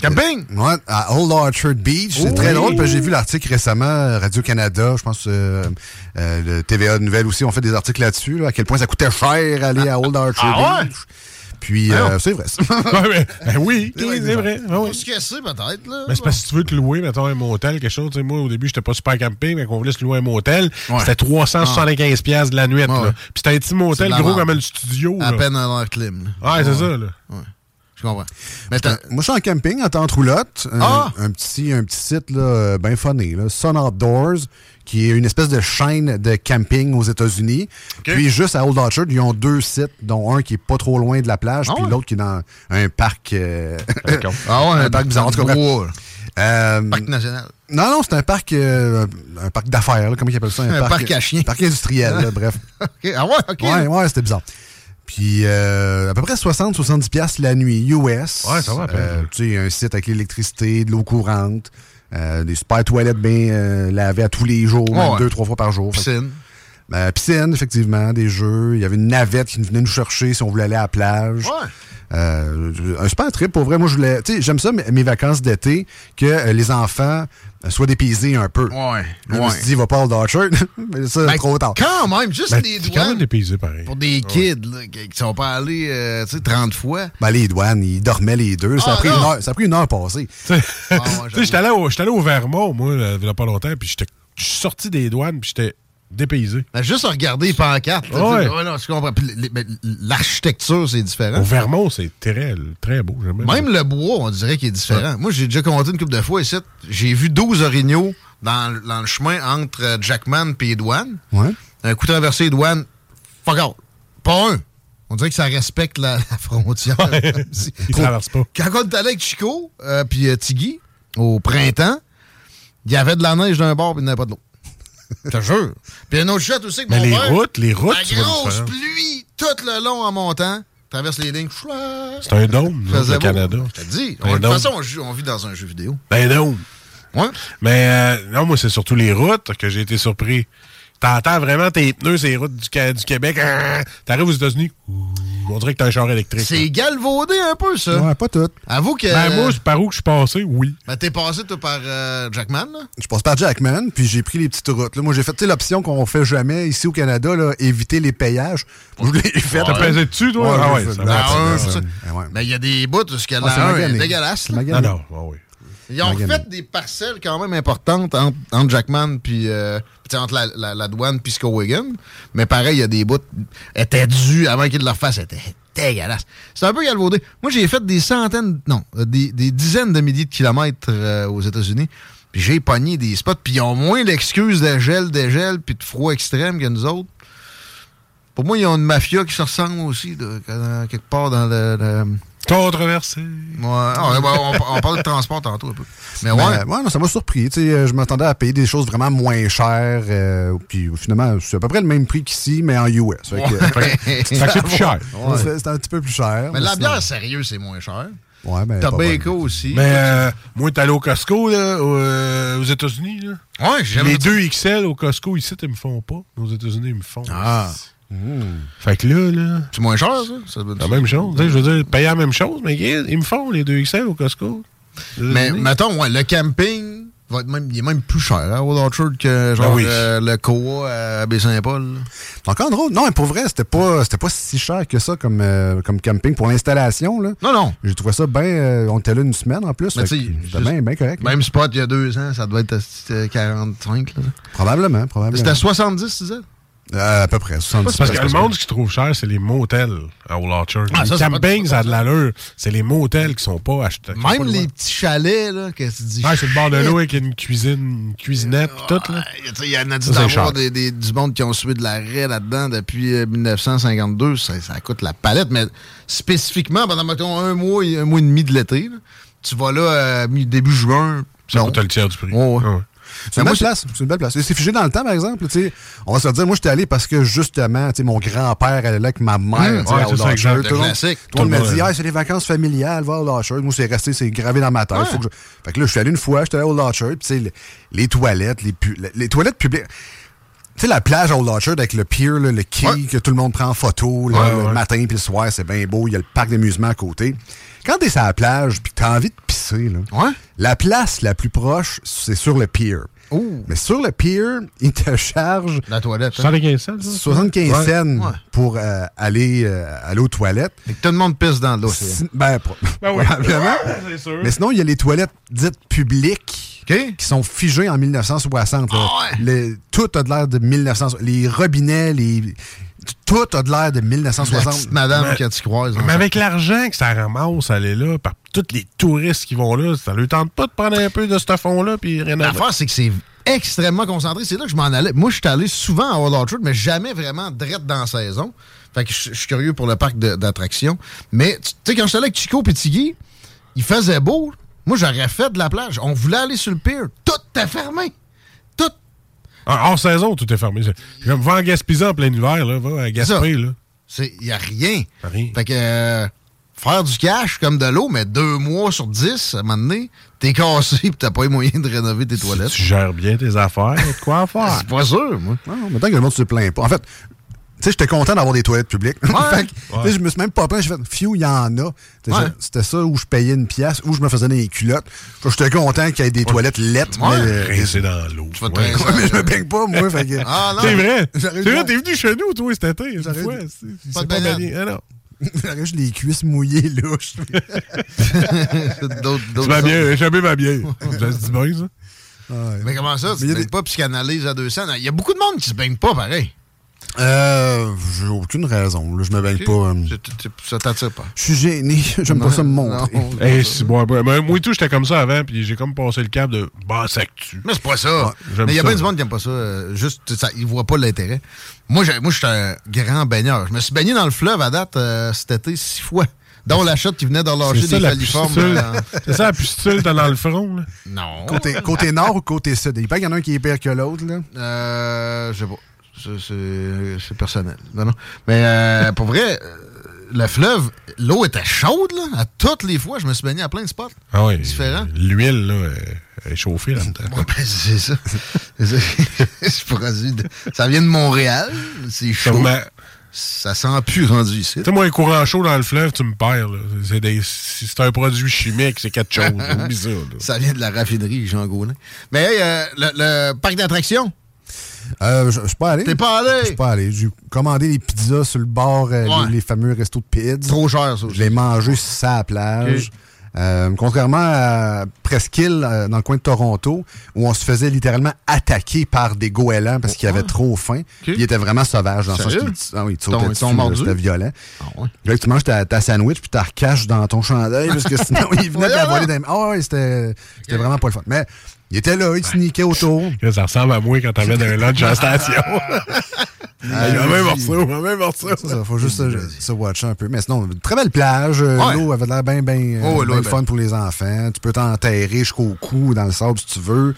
Speaker 3: man.
Speaker 2: Camping?
Speaker 12: Ouais, à Old Orchard Beach. C'est
Speaker 3: Oh.
Speaker 12: très drôle, parce que j'ai vu l'article récemment, euh, Radio-Canada, je pense, euh, euh, le TVA Nouvelle aussi, ont fait des articles là-dessus, là, à quel point ça coûtait cher aller à Old Orchard
Speaker 2: Ah ouais?
Speaker 12: Beach. Puis, euh, c'est vrai. ça.
Speaker 3: Ouais, ben, ben oui, c'est vrai. Ah oui.
Speaker 2: Faut se casser, peut-être, là.
Speaker 3: Mais c'est parce que si tu veux te louer, mettons, un motel, quelque chose. Tu sais, moi, au début, j'étais pas super camping, mais qu'on voulait se louer un motel,
Speaker 2: Ouais.
Speaker 3: c'était 375$ piastres de la nuit. là. Puis c'était un petit
Speaker 2: C'est de
Speaker 3: motel
Speaker 2: la
Speaker 3: gros
Speaker 2: merde.
Speaker 3: comme un studio.
Speaker 2: À
Speaker 3: là.
Speaker 2: peine à l'air clim. là.
Speaker 3: Ouais, c'est ça, là.
Speaker 2: Ouais. Je comprends. Mais
Speaker 12: Euh,
Speaker 2: t'as-
Speaker 12: Moi, je suis en camping, en tente roulotte. Un,
Speaker 2: Ah!
Speaker 12: un petit, un petit site euh, bien funné, là, Sun Outdoors, qui est une espèce de chaîne de camping aux États-Unis. Puis juste à Old Orchard, ils ont deux sites, dont un qui est pas trop loin de la plage, puis l'autre qui est dans un parc. euh,
Speaker 2: Ah ouais,
Speaker 12: un parc bizarre. en tout cas,
Speaker 2: bois, là.
Speaker 12: euh,
Speaker 2: Parc national.
Speaker 12: non, non, c'est un parc, euh, un parc d'affaires, là, comment ils appellent ça?
Speaker 2: Un parc à chiens.
Speaker 12: parc industriel, là, bref.
Speaker 2: Ok, Ah ouais, ok.
Speaker 12: Ouais, ouais, c'était bizarre. Puis euh, à peu près 60-70$ piastres la nuit, US.
Speaker 3: Ouais, ça va, à peu
Speaker 12: Euh, Tu sais, un site avec l'électricité, de l'eau courante, euh, des super toilettes bien euh, lavées à tous les jours,
Speaker 2: Ouais,
Speaker 12: même
Speaker 2: ouais.
Speaker 12: deux, trois fois par jour. Fait que-
Speaker 2: Piscine.
Speaker 12: Euh, piscine, effectivement, des jeux. Il y avait une navette qui venait nous chercher si on voulait aller à la plage.
Speaker 2: Ouais.
Speaker 12: Euh, un super trip, pour vrai. Moi, je voulais. Tu sais, j'aime ça, mes mes vacances d'été, que euh, les enfants euh, soient dépaisés un peu.
Speaker 2: Ouais,
Speaker 12: Je me
Speaker 2: ouais.
Speaker 12: suis dit, va pas au Dodger. Mais ça,
Speaker 2: Ben,
Speaker 12: trop tard.
Speaker 2: Quand même, juste
Speaker 12: Ben,
Speaker 2: les
Speaker 12: c'est quand
Speaker 2: douanes.
Speaker 12: même
Speaker 3: Dépaysé, pareil.
Speaker 2: Pour des kids là, qui qui sont pas allés euh, tu sais, 30 fois.
Speaker 12: Ben, les douanes, ils dormaient les deux. Ça,
Speaker 2: Ah,
Speaker 12: a, pris
Speaker 2: non.
Speaker 12: une heure, ça a pris une heure passée.
Speaker 2: Ah,
Speaker 3: Tu sais, j'étais allé, au- j'étais allé au Vermont, moi, là, il y a pas longtemps, puis j'étais je suis sorti des douanes, puis j'étais dépaysé.
Speaker 2: Ben, juste à regarder les pancartes. là,
Speaker 3: Ouais.
Speaker 2: tu sais, non, je comprends. Puis les- les- mais L'architecture, c'est différent.
Speaker 3: Au Vermont, c'est très, très beau. j'aime bien.
Speaker 2: Même le bois, on dirait qu'il est différent. Moi, j'ai déjà compté une couple de fois ici. J'ai vu 12 orignaux dans, le- dans le chemin entre euh, Jackman et les douanes.
Speaker 12: Ouais.
Speaker 2: Un coup traversé les douanes, fuck out. Pas un. On dirait que ça respecte la, la frontière.
Speaker 3: Ils traversent pas.
Speaker 2: Quand on est allé avec Chico euh, puis euh, Tiggy au printemps, il y avait de la neige d'un bord et il n'y en avait pas de l'autre. Je te jure. Puis un autre shot aussi que
Speaker 3: Mais
Speaker 2: mon
Speaker 3: les
Speaker 2: père,
Speaker 3: routes, les routes, tu
Speaker 2: La
Speaker 3: vois
Speaker 2: grosse
Speaker 3: différent.
Speaker 2: pluie tout le long en montant, traverse les lignes.
Speaker 3: C'est un dôme, là,
Speaker 2: Faisait
Speaker 3: le
Speaker 2: beau.
Speaker 3: Canada.
Speaker 2: Je te dis.
Speaker 3: Un
Speaker 2: on- de toute
Speaker 3: dôme.
Speaker 2: façon, on, ju- on vit dans un jeu vidéo.
Speaker 3: Ben non.
Speaker 2: Ouais.
Speaker 3: Mais euh, non, moi, c'est surtout les routes que j'ai été surpris. T'entends vraiment tes pneus, ces routes du, Ca- du Québec. Ah! T'arrives aux États-Unis, ouh, on dirait que t'as un char électrique.
Speaker 2: C'est galvaudé un peu, ça.
Speaker 12: Ouais, pas toutes.
Speaker 2: Avoue que.
Speaker 3: Ben moi, c'est par où que je suis passé, oui.
Speaker 2: Ben, t'es passé, toi, par euh, Jackman, là?
Speaker 12: Je passe par Jackman, puis j'ai pris les petites routes. Là, moi, j'ai fait tu sais, l'option qu'on fait jamais ici au Canada, là, éviter les payages. Moi, Je l'ai fait.
Speaker 3: T'as pesé dessus, toi?
Speaker 12: Ouais,
Speaker 3: ah
Speaker 12: j'ai
Speaker 3: ouais,
Speaker 12: fait
Speaker 3: ça
Speaker 12: le
Speaker 3: va.
Speaker 12: Ah,
Speaker 2: Ah,
Speaker 12: ouais,
Speaker 2: un,
Speaker 12: ouais.
Speaker 2: ça.
Speaker 12: Ah, ouais.
Speaker 2: Ben, il y a des bouts, parce que
Speaker 12: Ah, c'est
Speaker 2: la 1 est
Speaker 12: magané.
Speaker 2: dégueulasse.
Speaker 12: C'est
Speaker 2: là.
Speaker 3: Non,
Speaker 12: magané.
Speaker 3: non, ah oui.
Speaker 2: Ils ont
Speaker 12: magané.
Speaker 2: fait des parcelles quand même importantes entre, entre Jackman puis euh, puis t'sais, entre la, la- la douane puis Skowhegan. Mais pareil, il y a des bouts étaient dus avant qu'ils leur fassent. Étaient dégueulasse. C'est un peu galvaudé. Moi, j'ai fait des centaines, non, euh, des, des dizaines de milliers de kilomètres euh, aux États-Unis. Puis j'ai pogné des spots. Puis ils ont moins l'excuse de gel, de gel, puis de froid extrême que nous autres. Pour moi, ils ont une mafia qui se ressemble aussi, de- quand- quelque part dans le.
Speaker 3: Controversé.
Speaker 2: on, on parle de transport tantôt un peu. Mais ouais.
Speaker 12: Ben, ouais, non, ça m'a surpris. Tu sais, euh, je m'attendais à payer des choses vraiment moins chères. euh, puis finalement, c'est à peu près le même prix qu'ici, mais en US. Fait que-
Speaker 2: Ouais. Fait que c'est plus cher.
Speaker 12: Ouais. C'est c'est un petit peu plus cher.
Speaker 2: Mais la
Speaker 12: sinon-
Speaker 2: bière, sérieux, c'est moins cher.
Speaker 12: Ouais, ben,
Speaker 2: T'as
Speaker 12: pas
Speaker 2: Baco
Speaker 12: bonne.
Speaker 2: aussi.
Speaker 3: Mais euh, moi, t'es allé au Costco, là, au- euh, aux États-Unis, là.
Speaker 2: Ouais, j'ai jamais
Speaker 3: Les
Speaker 2: fait ça.
Speaker 3: deux XL au Costco, ici, ils me font pas. Aux États-Unis, ils me font. Ah. Fait que là, là.
Speaker 2: C'est moins cher, ça?
Speaker 3: la même chose. Tu sais, Je veux dire, payer la même chose, mais ils ils me font les deux XL au Costco.
Speaker 2: Mais
Speaker 3: États-Unis.
Speaker 2: mettons, ouais, le camping va être même, il est même plus cher hein, au Orchard que genre
Speaker 12: Ben oui.
Speaker 2: euh, le COA à Baie-Saint-Paul.
Speaker 12: C'est encore drôle. Non, mais pour vrai, c'était pas, c'était pas si cher que ça comme, euh, comme camping pour l'installation. Là.
Speaker 2: Non, non.
Speaker 12: J'ai trouvé ça bien. euh, on était là une semaine en plus.
Speaker 2: Mais
Speaker 12: fait que
Speaker 2: tu sais,
Speaker 12: C'était
Speaker 2: juste-
Speaker 12: bien bien correct. là.
Speaker 2: Même spot il y a deux ans, ça doit être euh, 45. là.
Speaker 12: Probablement, probablement.
Speaker 2: C'était 70, tu disais?
Speaker 12: Euh, à peu près, 70.
Speaker 3: Parce que le monde, ce qu'ils trouvent cher, c'est les motels à Old Church.
Speaker 2: Ah, ça,
Speaker 3: les
Speaker 2: c'est pas-
Speaker 3: campings, ça a de l'allure. C'est les motels qui sont pas achetés.
Speaker 2: Même les petits chalets, là, que tu dis.
Speaker 3: Ouais, c'est le bord de
Speaker 2: shit.
Speaker 3: l'eau avec une cuisine, une cuisinette, pis tout, là.
Speaker 2: Tu sais, Il y en a dû
Speaker 3: Ça, c'est
Speaker 2: d'avoir
Speaker 3: cher.
Speaker 2: des, des- du monde qui ont subi de l'arrêt là-dedans depuis euh, 1952. Ça, ça coûte la palette, mais spécifiquement pendant mettons, un mois, et- un mois et demi de l'été, là, tu vas là euh, mi- début juin.
Speaker 3: Ça coûte le tiers du prix.
Speaker 12: C'est une, belle place. C'est une belle place. Et C'est figé dans le temps, par exemple. tu sais. On va se dire, moi, j'étais allé parce que justement, tu sais, mon grand-père allait là avec ma
Speaker 3: Mmh,
Speaker 12: mère. tu sais,
Speaker 3: ouais,
Speaker 12: à
Speaker 3: c'est
Speaker 12: Old
Speaker 3: ça, exact.
Speaker 12: Orchard.
Speaker 3: Le
Speaker 12: Tout le monde-
Speaker 3: classique.
Speaker 12: tout
Speaker 3: Tout
Speaker 12: le monde
Speaker 3: le
Speaker 12: m'a dit,
Speaker 3: monde.
Speaker 12: ah, c'est les vacances familiales, va à Old Orchard. Moi, c'est resté, c'est gravé dans ma tête. Faut que je- Fait que là, je suis allé une fois, j'étais allé à Old Orchard, puis tu sais, les, les toilettes, les, pu- les- les toilettes publiques. Tu sais, la plage à Old Orchard avec le pier, là, le quai que tout le monde prend en photo là,
Speaker 3: Ouais,
Speaker 12: le
Speaker 3: ouais.
Speaker 12: matin puis le soir, c'est bien beau. Il y a le parc d'amusement à côté. Quand t'es sur la plage puis que t'as envie de pisser, là, la place la plus proche, c'est sur le pier. Mais sur le pier, ils te chargent...
Speaker 2: La toilette.
Speaker 3: 75 cents.
Speaker 12: 75
Speaker 2: Ouais.
Speaker 12: cents
Speaker 2: Ouais.
Speaker 12: pour euh, aller, euh, aller aux toilettes.
Speaker 2: Et que tout le monde pisse dans l'eau.
Speaker 12: Si- Ben, pro- probablement.
Speaker 3: C'est sûr.
Speaker 12: Mais sinon, il y a les toilettes dites publiques qui sont figées en 1960. là.
Speaker 2: Ah
Speaker 12: Le- tout a de l'air de 1960. Les robinets, les... tout a de l'air de 1960.
Speaker 2: La petite madame que tu croises. hein.
Speaker 3: Mais avec l'argent que ça ramasse, aller là, par tous les touristes qui vont là, ça leur tente pas de prendre un peu de ce fond-là, puis rien à
Speaker 2: L'affaire, c'est que c'est extrêmement concentré. C'est là que je m'en allais. Moi, je suis allé souvent à Old Orchard, mais jamais vraiment direct dans la saison. Fait que je je suis curieux pour le parc de- d'attractions. Mais tu tu sais, quand j'étais allé avec Chico et Tiggy, il faisait beau. Moi, j'aurais fait de la plage. On voulait aller sur le pier. Tout était fermé. Tout.
Speaker 3: En Ah, hors saison, tout est fermé. C'est Comme va en Gaspésie en plein hiver, là, va à Gaspé, là.
Speaker 2: Il n'y a rien. Fait que euh, faire du cash comme de l'eau, mais deux mois sur dix, à un moment donné, t'es cassé et t'as pas les moyens de rénover tes toilettes.
Speaker 3: Tu gères bien tes affaires, de quoi faire.
Speaker 2: C'est pas sûr, moi.
Speaker 12: Non, maintenant que le monde se plaint pas. En fait, tu sais, j'étais content d'avoir des toilettes publiques. Fait que, tu sais, Je me suis même pas plaint. J'ai fait, few, il y en a. Tu sais,
Speaker 2: Ouais.
Speaker 12: je- C'était ça où je payais une pièce, où je me faisais des culottes. Fait que J'étais content qu'il y ait des toilettes lettres.
Speaker 3: Ouais,
Speaker 12: mais, euh,
Speaker 3: rincer dans l'eau.
Speaker 12: Ouais, mais je me baigne pas, moi. fait que-
Speaker 3: C'est vrai. C'est
Speaker 12: J'arrive
Speaker 3: vrai,
Speaker 12: dans-
Speaker 3: t'es venu chez nous, toi, cet été. Une fois,
Speaker 12: J'aurais-
Speaker 3: c'est-
Speaker 12: Pas
Speaker 3: c'est
Speaker 12: de
Speaker 3: pas
Speaker 12: banane.
Speaker 3: bien. Ah non.
Speaker 12: J'aurais juste les cuisses mouillées louches.
Speaker 2: D'autres-
Speaker 3: Tu
Speaker 2: d'autres
Speaker 3: vas
Speaker 2: choses.
Speaker 3: bien, jamais ma bien. Ça se dit bien, ça.
Speaker 2: Mais comment ça? Tu
Speaker 12: Mais y
Speaker 2: ne
Speaker 12: a
Speaker 2: pas psychanalyse à 200. Il y a beaucoup de monde qui se baigne pas pareil.
Speaker 12: Euh, j'ai aucune raison. là, je me baigne pas. euh,
Speaker 2: Tu- tu- tu- Ça t'attire pas.
Speaker 12: Je suis gêné. J'aime pas ça me montrer.
Speaker 3: Hey, c'est bon, ouais, ben, moi et tout, j'étais comme ça avant, puis j'ai comme passé le cap de bah, basse actu.
Speaker 2: Mais c'est pas ça.
Speaker 3: j'aime
Speaker 2: mais il y a
Speaker 3: ça.
Speaker 2: bien du monde qui aime pas ça. euh, juste, ça, ils voient pas l'intérêt. Moi, j'ai- moi, je suis un grand baigneur. Je me suis baigné dans le fleuve à date euh, cet été six fois. Dont la chute qui venait de lâcher des califormes.
Speaker 3: pustule.
Speaker 2: dans-
Speaker 3: C'est ça, la pustule t'as dans le front, là.
Speaker 2: Non.
Speaker 12: Côté, côté nord ou côté sud? Il paraît qu'il y en a un qui est pire que l'autre. là.
Speaker 2: Euh, je sais pas. C'est- C'est c'est personnel. Non, non. Mais euh, pour vrai, euh, le fleuve, l'eau était chaude, là. À toutes les fois, je me suis baigné à plein de spots.
Speaker 3: Ah oui.
Speaker 2: Différent.
Speaker 3: L'huile, là, elle est chauffée là-dedans.
Speaker 2: Ouais, ben, c'est ça. C'est ça. C'est produit de- Ça vient de Montréal. C'est chaud.
Speaker 3: Sûrement.
Speaker 2: Ça sent plus rendu ici.
Speaker 3: Tu sais, moi, un courant chaud dans le fleuve, tu me perds. là. C'est des- si c'est un produit chimique, c'est quelque chose. Oublie ça. là.
Speaker 2: Ça vient de la raffinerie, Jean Gaulin. Mais hey, euh, le, le parc d'attractions,
Speaker 12: Euh, je je suis pas allé.
Speaker 2: T'es pas allé?
Speaker 12: Je suis pas allé. J'ai commandé les pizzas sur le bord, euh,
Speaker 2: Ouais.
Speaker 12: les, les fameux restos de pizzas.
Speaker 2: Trop cher, ça aussi.
Speaker 12: Je l'ai mangé sur la plage. Euh, contrairement à Presqu'île, euh, dans le coin de Toronto, où on se faisait littéralement attaquer par des goélands parce qu'ils avaient trop faim. Puis Ils étaient vraiment sauvages dans le sens
Speaker 2: Sérieux?
Speaker 12: qu'ils te- ah oui, ils te
Speaker 2: Ils t'ont-
Speaker 12: sautaient
Speaker 2: ils t'ont
Speaker 12: dessus, là,
Speaker 2: mordu?
Speaker 12: c'était violent.
Speaker 2: Ah
Speaker 12: Là, tu manges ta, ta sandwich puis tu la recaches dans ton chandail parce que sinon, ils venaient de la voler dans les mains. Ah ouais, c'était c'était vraiment pas le fun. Mais ils étaient là, ils se niquaient autour.
Speaker 3: Ça ressemble à moi quand t'avais d'un lunch à la station. le même morceau, le même morceau.
Speaker 12: Ça, ça, faut juste se, se watcher un peu. Mais sinon, très belle plage. euh,
Speaker 3: Ouais.
Speaker 12: L'eau avait l'air bien, euh, bien
Speaker 3: Oh, ouais, l'eau est
Speaker 12: fun
Speaker 3: belle.
Speaker 12: pour les enfants. Tu peux t'enterrer jusqu'au cou dans le sable si tu veux.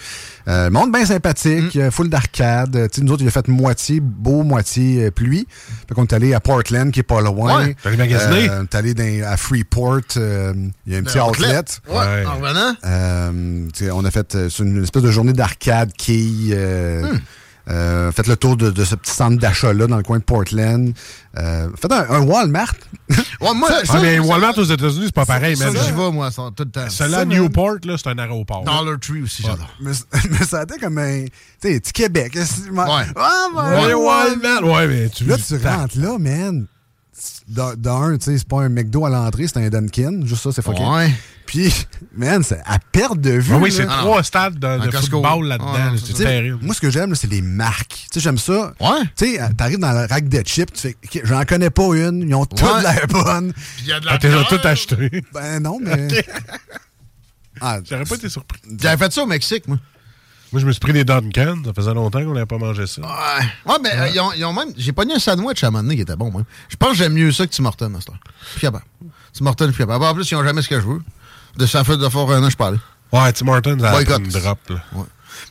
Speaker 12: Euh, monde bien sympathique,
Speaker 3: Mm.
Speaker 12: euh, full d'arcade. Euh, tu sais, Nous autres, il a fait moitié beau, moitié euh, pluie. Fait qu'on est allé à Portland, qui est pas loin.
Speaker 3: Ouais, t'es allé magasiner.
Speaker 12: Euh, t'es allé dans- à Freeport. euh, Il y a un petit outlet.
Speaker 2: Ouais, en revenant.
Speaker 12: Euh, tu sais, on a fait euh, c'est une espèce de journée d'arcade qui euh,
Speaker 2: Hmm.
Speaker 12: euh, fait le tour de, de ce petit centre d'achat-là dans le coin de Portland. Euh, fait un, un Walmart.
Speaker 2: moi,
Speaker 3: Ouais,
Speaker 2: ça,
Speaker 3: Ah, mais
Speaker 2: ça,
Speaker 3: Walmart aux États-Unis, c'est pas pareil,
Speaker 2: ça,
Speaker 3: man.
Speaker 2: j'y vais, moi, ça, tout le temps.
Speaker 3: Celui-là, à
Speaker 2: Ça,
Speaker 3: Newport, là, c'est un aéroport.
Speaker 2: Dollar Tree aussi, j'adore.
Speaker 12: Mais, mais ça était comme un. Tu sais, petit Québec. là, c'est- Ah, ben,
Speaker 3: Ouais,
Speaker 12: un
Speaker 3: Walmart. Ouais, mais tu-
Speaker 12: Là, tu rentres là, man. D'un, d'un, tu sais, c'est pas un McDo à l'entrée, c'est un Dunkin. Juste ça, c'est fucké.
Speaker 3: Ouais.
Speaker 12: Puis, man, c'est à perte de vue.
Speaker 3: Ah oui, c'est
Speaker 12: là.
Speaker 3: trois stades de- Un de Costco. football là-dedans, là, Ah c'est
Speaker 12: Tu sais,
Speaker 3: terrible.
Speaker 12: Moi, ce que j'aime, là, c'est les marques. Tu sais, j'aime ça. Tu sais, euh, t'arrives dans le rack de chips, tu fais, OK, j'en connais pas une, ils ont toutes
Speaker 3: Ouais.
Speaker 12: l'air bonnes.
Speaker 3: Puis il y a de la Ah, t'es là bière. tout acheté.
Speaker 12: Ben non, mais. Ah,
Speaker 3: J'aurais pas été surpris.
Speaker 2: J'avais fait ça au Mexique, moi.
Speaker 3: Moi, je me suis pris des Duncan. Ça faisait longtemps qu'on n'avait pas mangé ça.
Speaker 2: Ouais, mais euh, ils, ont, ils ont même. J'ai pogné un sandwich à un moment donné qui était bon, moi. Je pense que j'aime mieux ça que Tim Hortons, à cette heure. Plus capable. Tim Hortons, plus capable. En plus, ils ont jamais ce que je veux. De ça fait de fort un an, je parlais.
Speaker 3: Ouais, Tim Hortons, ça a
Speaker 2: Boycott.
Speaker 3: pris une drop. Là.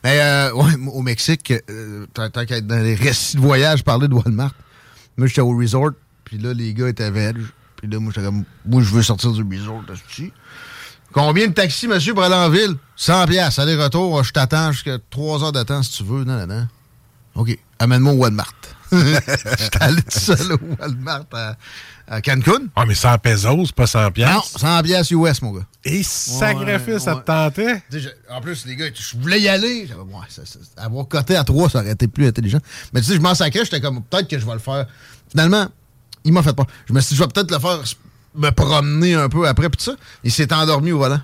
Speaker 2: Mais euh, ouais, moi, au Mexique, euh, tant tant qu'à être dans les récits de voyage, parler de Walmart. Moi, j'étais au resort, puis là, les gars étaient veg. Puis là, moi, j'étais comme, moi, je veux sortir du resort de sushi. Combien de taxis, monsieur, pour aller en ville? 100 piastres, aller-retour, Ah, je t'attends jusqu'à 3 heures d'attente si tu veux. Non, non, non. OK, amène-moi au Walmart. j'étais allé tout seul au Walmart à, à Cancun.
Speaker 3: Ah, mais 100 pesos, pas 100
Speaker 2: Non,
Speaker 3: piastres.
Speaker 2: 100 piastres US, mon gars.
Speaker 3: Et sacrifice, ça te tentait?
Speaker 2: En plus, les gars, je voulais y aller. J'avais, ouais, ça- ça- avoir coté à 3, ça aurait été plus intelligent. Mais tu sais, je m'en sacrais, j'étais comme, peut-être que je vais le faire. Finalement, il m'a fait peur. Je me suis dit, je vais peut-être le faire s- me promener un peu après, puis tout ça. Il s'est endormi au volant.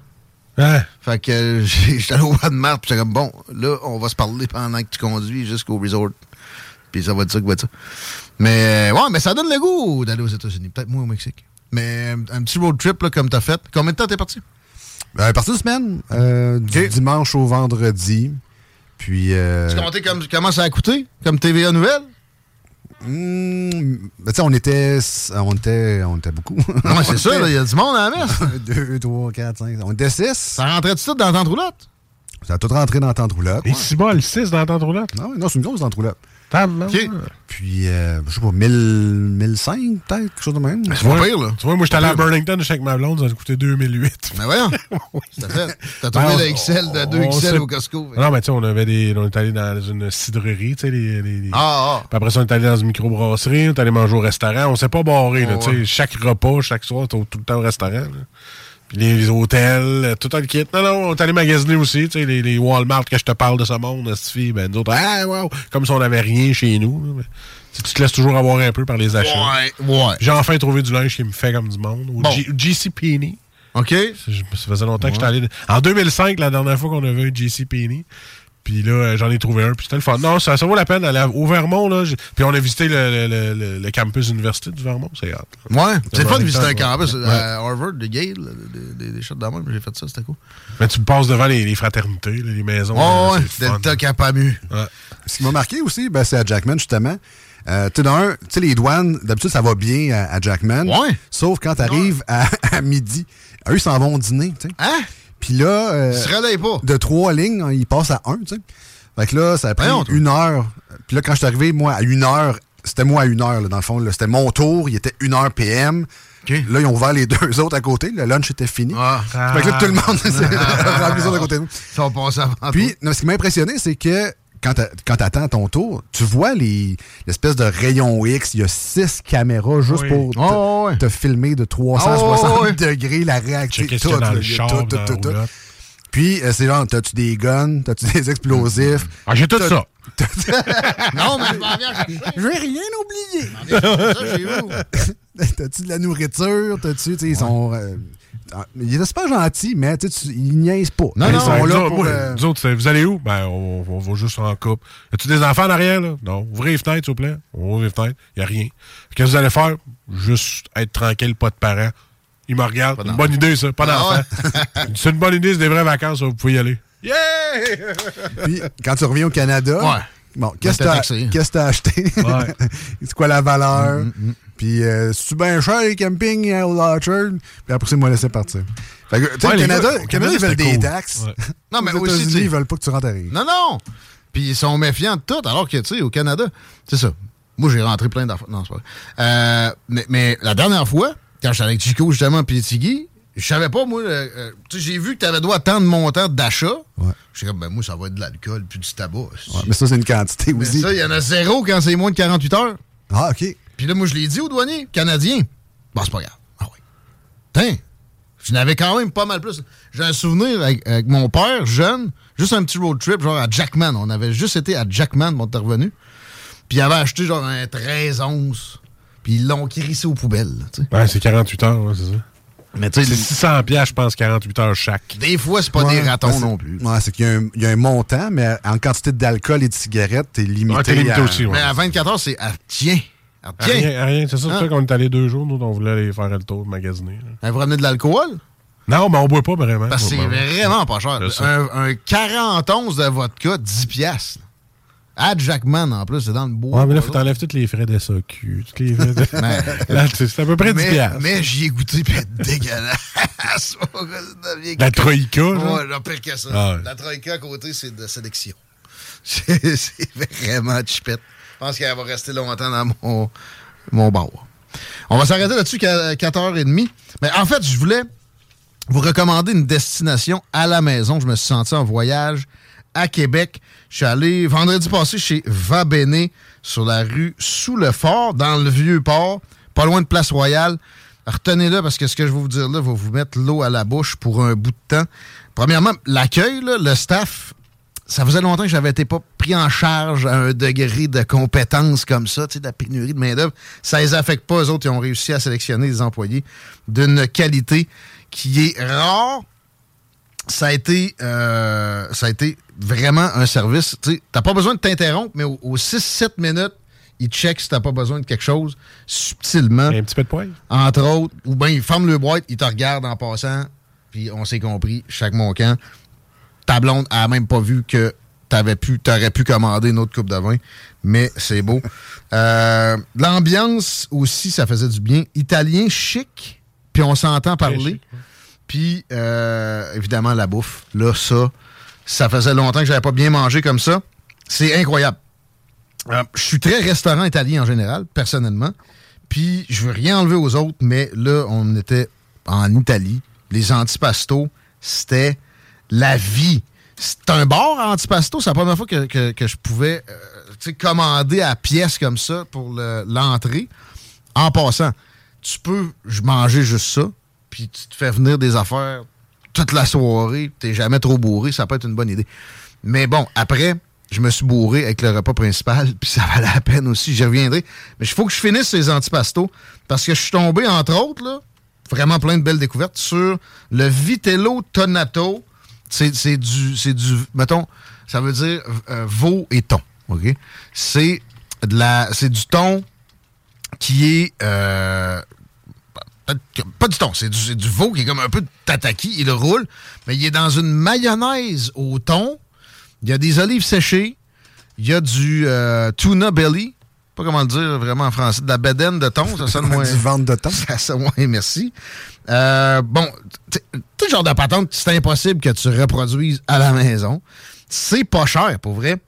Speaker 3: Hein?
Speaker 2: Fait que euh, j'ai- j'étais allé au Walmart, puis j'étais comme, bon, là, on va se parler pendant que tu conduis jusqu'au resort. Puis ça va être ça, que va être ça. Mais, euh, ouais, mais ça donne le goût d'aller aux États-Unis. Peut-être moins au Mexique. Mais euh, un petit road trip, là, comme t'as fait. Combien de temps t'es parti?
Speaker 12: Euh, partie de semaine, euh, du dimanche au vendredi. Puis. euh,
Speaker 2: Tu comptais comme, comment ça a coûté, comme TVA Nouvelle?
Speaker 12: Hmm, ben, tu sais, on était, on était, on était beaucoup.
Speaker 2: Ouais, c'est ça, là, il y a du monde à la messe.
Speaker 12: 2, 3, 4, 5. On était 6. Ça
Speaker 2: rentrait-tu tout dans la roulotte?
Speaker 12: Ça a tout rentré dans la tente roulotte. Et
Speaker 3: si bol, 6 dans la tente roulotte?
Speaker 12: Non, non c'est une grosse tente roulotte.
Speaker 3: OK.
Speaker 12: Puis, euh, je sais pas, 1000, 1005 peut-être, quelque chose de même.
Speaker 3: Tu vois, tu vois, moi, j'étais allé à Burlington chez avec ma blonde, ça a coûté 2008.
Speaker 2: Mais voyons. T'as fait- t'as trouvé
Speaker 3: Ben, on-
Speaker 2: le XL de 2
Speaker 3: on
Speaker 2: XL
Speaker 3: sait- Ah,
Speaker 2: au Costco.
Speaker 3: Non, mais tu sais, on avait des. On est allé dans une cidrerie, tu sais, les. les- les-
Speaker 2: Ah, ah.
Speaker 3: Puis après ça, on est allé dans une microbrasserie, on est allé manger au restaurant. On s'est pas barré, là,
Speaker 2: Ouais.
Speaker 3: tu sais. Chaque repas, chaque soir, t'es au- tout le temps au restaurant. là. Puis les, les hôtels, euh, tout le kit. Non, non, on est allé magasiner aussi, tu sais, les, les Walmart que je te parle de ce monde, cette fille, ben nous autres, ah wow! Comme si on n'avait rien chez nous. là. Mais, tu sais, tu te laisses toujours avoir un peu par les
Speaker 2: Ah,
Speaker 3: achats.
Speaker 2: Ouais, ouais.
Speaker 3: J'ai enfin trouvé du linge qui me fait comme du monde. Au
Speaker 2: Bon.
Speaker 3: G- JCPenney.
Speaker 2: OK.
Speaker 3: Ça faisait longtemps que j'étais allé. En 2005, la dernière fois qu'on avait un JCPenney. Puis là, euh, j'en ai trouvé un. Puis c'était le fun. Non, ça, ça vaut la peine d'aller à- au Vermont. Là, J'ai- puis on a visité le, le- le- le campus université du Vermont. C'est hâte.
Speaker 2: Ouais, c'est le fun de visiter un
Speaker 3: ouais.
Speaker 2: campus euh,
Speaker 3: Ouais.
Speaker 2: à Harvard, de Yale, là, des- des des shots de la main, mais j'ai fait ça, c'était cool.
Speaker 3: Mais tu passes devant les, les fraternités, là, les maisons.
Speaker 2: Ouais,
Speaker 3: là,
Speaker 2: ouais,
Speaker 3: c'est le fun.
Speaker 2: Delta Capamu.
Speaker 12: Ce qui m'a marqué aussi, ben, c'est à Jackman, justement. Euh, tu sais, dans un, tu sais, les douanes, d'habitude, ça va bien à, à Jackman. Sauf quand t'arrives à, à midi. Eux, ils s'en vont dîner, tu sais.
Speaker 2: Hein?
Speaker 12: Puis là. euh,
Speaker 2: Ils se relaient pas.
Speaker 12: De trois lignes, hein, ils passent à un, tu sais. Fait que là, ça a pris
Speaker 2: Voyons, toi.
Speaker 12: une heure. Puis là, quand je suis arrivé, moi, à une heure, c'était moi à une heure, là, dans le fond. là. C'était mon tour, il était une heure PM. Là, ils ont ouvert les deux autres à côté. Le lunch était fini. Fait que là, tout le monde s'est rempli sur le côté de nous.
Speaker 2: Ah. Ils sont passés avant
Speaker 12: Puis, non, ce qui m'a impressionné, c'est que quand t'a- quand t'attends ton tour, tu vois les l'espèce de rayon X, il y a six caméras juste
Speaker 2: Oui.
Speaker 12: pour te,
Speaker 2: Oh,
Speaker 12: te filmer de
Speaker 2: Ah
Speaker 12: 360 degrés, la réaction,
Speaker 3: Checker ce qu'il y a dans le char, dans la roulotte.
Speaker 12: Puis, euh, c'est genre, t'as-tu des guns, t'as-tu des explosifs?
Speaker 3: Ah, j'ai tout
Speaker 12: T'as-
Speaker 3: ça.
Speaker 2: Non, mais je m'en viens chercher.
Speaker 12: Je vais rien oublier.
Speaker 2: Ça, j'ai vu.
Speaker 12: T'as-tu de la nourriture? T'as-tu, tu sais, ils sont. euh, Ah, Il était super gentil, mais tu sais, tu- il niaise pas.
Speaker 3: Non,
Speaker 12: Ils
Speaker 3: non,
Speaker 12: sont là
Speaker 3: autres,
Speaker 12: pour,
Speaker 3: moi,
Speaker 12: euh,
Speaker 3: nous autres, c'est, vous allez où? Ben, on, on va juste en couple. Y a-tu des enfants en arrière, là? Non. Ouvrez les fenêtres, s'il vous plaît. On ouvre les fenêtres. Y a rien. Qu'est-ce que vous allez faire? Juste être tranquille, pas de parents. Ils me regardent. une bonne idée, ça. Pas
Speaker 2: Ah
Speaker 3: d'enfants. c'est une bonne idée, c'est des vraies vacances, ça. Vous pouvez y aller. Yeah!
Speaker 12: Puis, quand tu reviens au Canada, bon, qu'est-ce que
Speaker 3: Ben, t'es
Speaker 12: t'as-
Speaker 3: taxé.
Speaker 12: qu'est-ce que t'as acheté? c'est quoi la valeur? Puis, euh, c'est-tu bien cher les campings hein, au Larchard? Puis après, c'est moi laissé partir. Fait que, tu sais,
Speaker 2: Ouais,
Speaker 12: le
Speaker 2: les
Speaker 12: Canada,
Speaker 2: gars,
Speaker 12: le Canada,
Speaker 2: au Canada,
Speaker 12: ils veulent
Speaker 2: c'était
Speaker 12: des
Speaker 2: cool.
Speaker 12: taxes.
Speaker 2: Ouais. Non, Ah, mais
Speaker 12: Aux
Speaker 2: aussi, tu
Speaker 12: États-Unis,
Speaker 2: sais-
Speaker 12: ils veulent pas que tu rentres à rien.
Speaker 2: Non, non! Puis ils sont méfiants de tout, alors que, tu sais, au Canada, c'est ça. Moi, j'ai rentré plein d'enfants. Non, c'est pas vrai. Euh, mais, mais la dernière fois, quand j'étais avec Chico, justement, puis Tiggy, je savais pas, moi, euh, euh, tu sais, j'ai vu que t'avais droit à tant de montants d'achat. Ouais. J'étais comme, ben, moi, ça va être de l'alcool puis du tabac.
Speaker 12: Ouais, mais ça, c'est une quantité
Speaker 2: Mais
Speaker 12: aussi.
Speaker 2: ça, il y en a zéro quand c'est moins de 48 heures.
Speaker 12: Ah, OK.
Speaker 2: Puis là, moi, je l'ai dit au douanier, Canadien. Bon, c'est pas grave. Ah oui. Tiens, je n'avais quand même pas mal plus. J'ai un souvenir avec, avec mon père, jeune, juste un petit road trip, genre à Jackman. On avait juste été à Jackman, mon revenu. Puis il avait acheté genre un 13 11 Puis ils l'ont crissé aux poubelles. là, tu sais.
Speaker 3: Ouais, Ben, c'est 48 heures, ouais, c'est ça.
Speaker 2: Mais tu sais,
Speaker 3: c'est
Speaker 2: le-
Speaker 3: 600 piastres, je pense, 48 heures chaque.
Speaker 2: Des fois, c'est pas
Speaker 12: Ouais,
Speaker 2: des ratons
Speaker 12: ben, c'est-
Speaker 2: non plus.
Speaker 12: Ouais, c'est qu'il y a un- il y, a un montant, mais en quantité d'alcool et de cigarettes, t'es limité.
Speaker 3: Ouais, t'es limité
Speaker 12: à-
Speaker 3: aussi, ouais.
Speaker 2: Mais à 24 heures, c'est à tiens. À
Speaker 3: À
Speaker 2: tiens.
Speaker 3: rien, à rien. C'est ça, c'est
Speaker 2: Hein?
Speaker 3: ça qu'on est allé deux jours, nous, on voulait aller faire le tour, magasiner.
Speaker 2: Vous ramenez de l'alcool?
Speaker 3: Non, mais on boit pas vraiment.
Speaker 2: Parce que c'est
Speaker 3: Ouais, ouais.
Speaker 2: vraiment pas cher.
Speaker 3: ben, C'est ça.
Speaker 2: Un, un 40 onces de vodka, 10 piastres. À Jackman, en plus, c'est dans le bois.
Speaker 3: Ouais, mais là, faut t'enlèves tous les frais de SAQ, tous les frais de... Là, tu sais, c'est à peu près 10
Speaker 2: mais,
Speaker 3: piastres.
Speaker 2: Mais j'y ai goûté, puis elle est dégueulasse.
Speaker 3: La Troïka, genre?
Speaker 2: Ouais, non, pire que ça.
Speaker 3: Ah ouais.
Speaker 2: La Troïka à côté, c'est de sélection. C'est c'est vraiment chipette. Je pense qu'elle va rester longtemps dans mon, mon bar. On va s'arrêter là-dessus qu'à 4h30. Mais en fait, je voulais vous recommander une destination à la maison. Je me suis senti en voyage à Québec. Je suis allé vendredi passé chez Vabéné sur la rue Sous le Fort, dans le Vieux-Port, pas loin de Place Royale. Retenez-le parce que ce que je vais vous dire là va vous mettre l'eau à la bouche pour un bout de temps. Premièrement, l'accueil, là, le staff, ça faisait longtemps que j'avais été pas pris en charge à un degré de compétence comme ça, tu sais, de la pénurie de main-d'œuvre. Ça les affecte pas, eux autres, ils ont réussi à sélectionner des employés d'une qualité qui est rare. Ça a été, euh, ça a été vraiment un service. Tu sais, t'as pas besoin de t'interrompre, mais au- aux 6-7 minutes, ils checkent si t'as pas besoin de quelque chose, subtilement. Un
Speaker 3: petit peu de poivre.
Speaker 2: Entre autres. Ou bien ils ferment le boîte, ils te regardent en passant, puis on s'est compris, chaque mon camp ta blonde a même pas vu que t'avais pu, t'aurais pu commander une autre coupe de vin, mais c'est beau. Euh, L'ambiance aussi, ça faisait du bien. Italien chic, puis on s'entend parler. Puis euh, évidemment la bouffe, là ça, ça faisait longtemps que j'avais pas bien mangé comme ça. C'est incroyable. Euh, je suis très restaurant italien en général, personnellement. Puis je veux rien enlever aux autres, mais là, on était en Italie. Les antipastos, c'était la vie. C'est un bar à antipasto. C'est la première fois que, que- que je pouvais euh, tu sais, commander à pièce comme ça pour le- l'entrée. En passant, tu peux j- manger juste ça, puis tu te fais venir des affaires toute la soirée, t'es jamais trop bourré, ça peut être une bonne idée. Mais bon, après, je me suis bourré avec le repas principal, puis ça valait la peine aussi, j'y reviendrai. Mais il faut que je finisse ces antipastos, parce que je suis tombé, entre autres, là, vraiment plein de belles découvertes, sur le Vitello Tonato. C'est c'est du, c'est du, mettons, ça veut dire euh, veau et thon, OK? C'est de la, c'est du thon qui est... euh, pas- pas du thon, c'est du, c'est du veau qui est comme un peu de tataki, il roule, mais il est dans une mayonnaise au thon. Il y a des olives séchées, il y a du euh, tuna belly, pas comment le dire vraiment en français, de la bedaine de thon, ça sonne moins...
Speaker 12: Du ventre de thon.
Speaker 2: Ça sonne moins, merci. Euh, bon, t- tout genre de patente, c'est impossible que tu reproduises à la maison. C'est pas cher, pour vrai.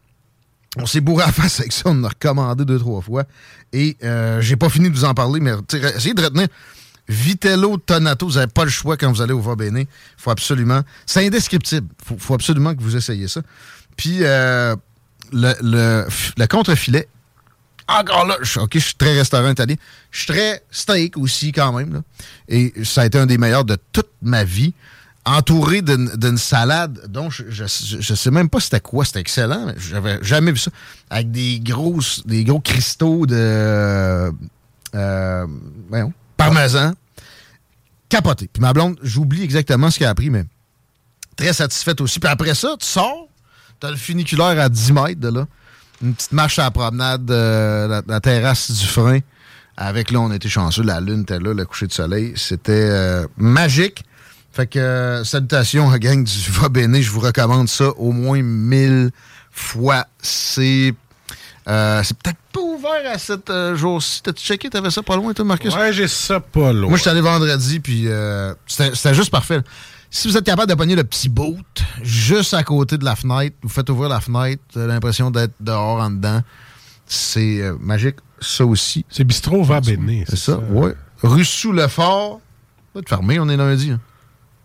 Speaker 2: On s'est bourré à la face avec ça, on en a recommandé deux, trois fois. Et euh, j'ai pas fini de vous en parler, mais tu sais, essayez de retenir. Vitello Tonato, vous n'avez pas le choix quand vous allez au va Il faut absolument. C'est indescriptible. faut, faut absolument que vous essayiez ça. Puis euh, le, le, le contre-filet, encore là, je, ok, je suis très restaurant italien. Je suis très steak aussi, quand même. là. Et ça a été un des meilleurs de toute ma vie. Entouré d'une d'une salade dont je, je, je- je sais même pas c'était quoi, c'était excellent. mais J'avais jamais vu ça. Avec des grosses, des gros euh, cristaux de euh, voyons, parmesan capoté. Puis ma blonde, j'oublie exactement ce qu'elle a appris, mais très satisfaite aussi. Puis après ça, tu sors, t'as le funiculaire à 10 mètres de là, une petite marche à la promenade, euh, la, la terrasse du frein. Avec là, on était chanceux, la lune était là, le coucher de soleil, c'était euh, magique. Fait que euh, salutations à gang du Va Béné, je vous recommande ça au moins mille fois. C'est euh, c'est peut-être pas ouvert à 7 jours-ci. T'as-tu checké? T'avais ça pas loin, toi, Marcus?
Speaker 3: Ouais, j'ai ça pas loin.
Speaker 2: Moi, je suis allé vendredi, puis euh, c'était c'était juste parfait. Si vous êtes capable de pogner le petit boat juste à côté de la fenêtre, vous faites ouvrir la fenêtre, vous avez l'impression d'être dehors en dedans. C'est euh, magique, ça aussi.
Speaker 3: C'est bistrot va béné.
Speaker 2: C'est ça, oui. Rue sous le fort. Ça va être fermé, on est lundi. hein.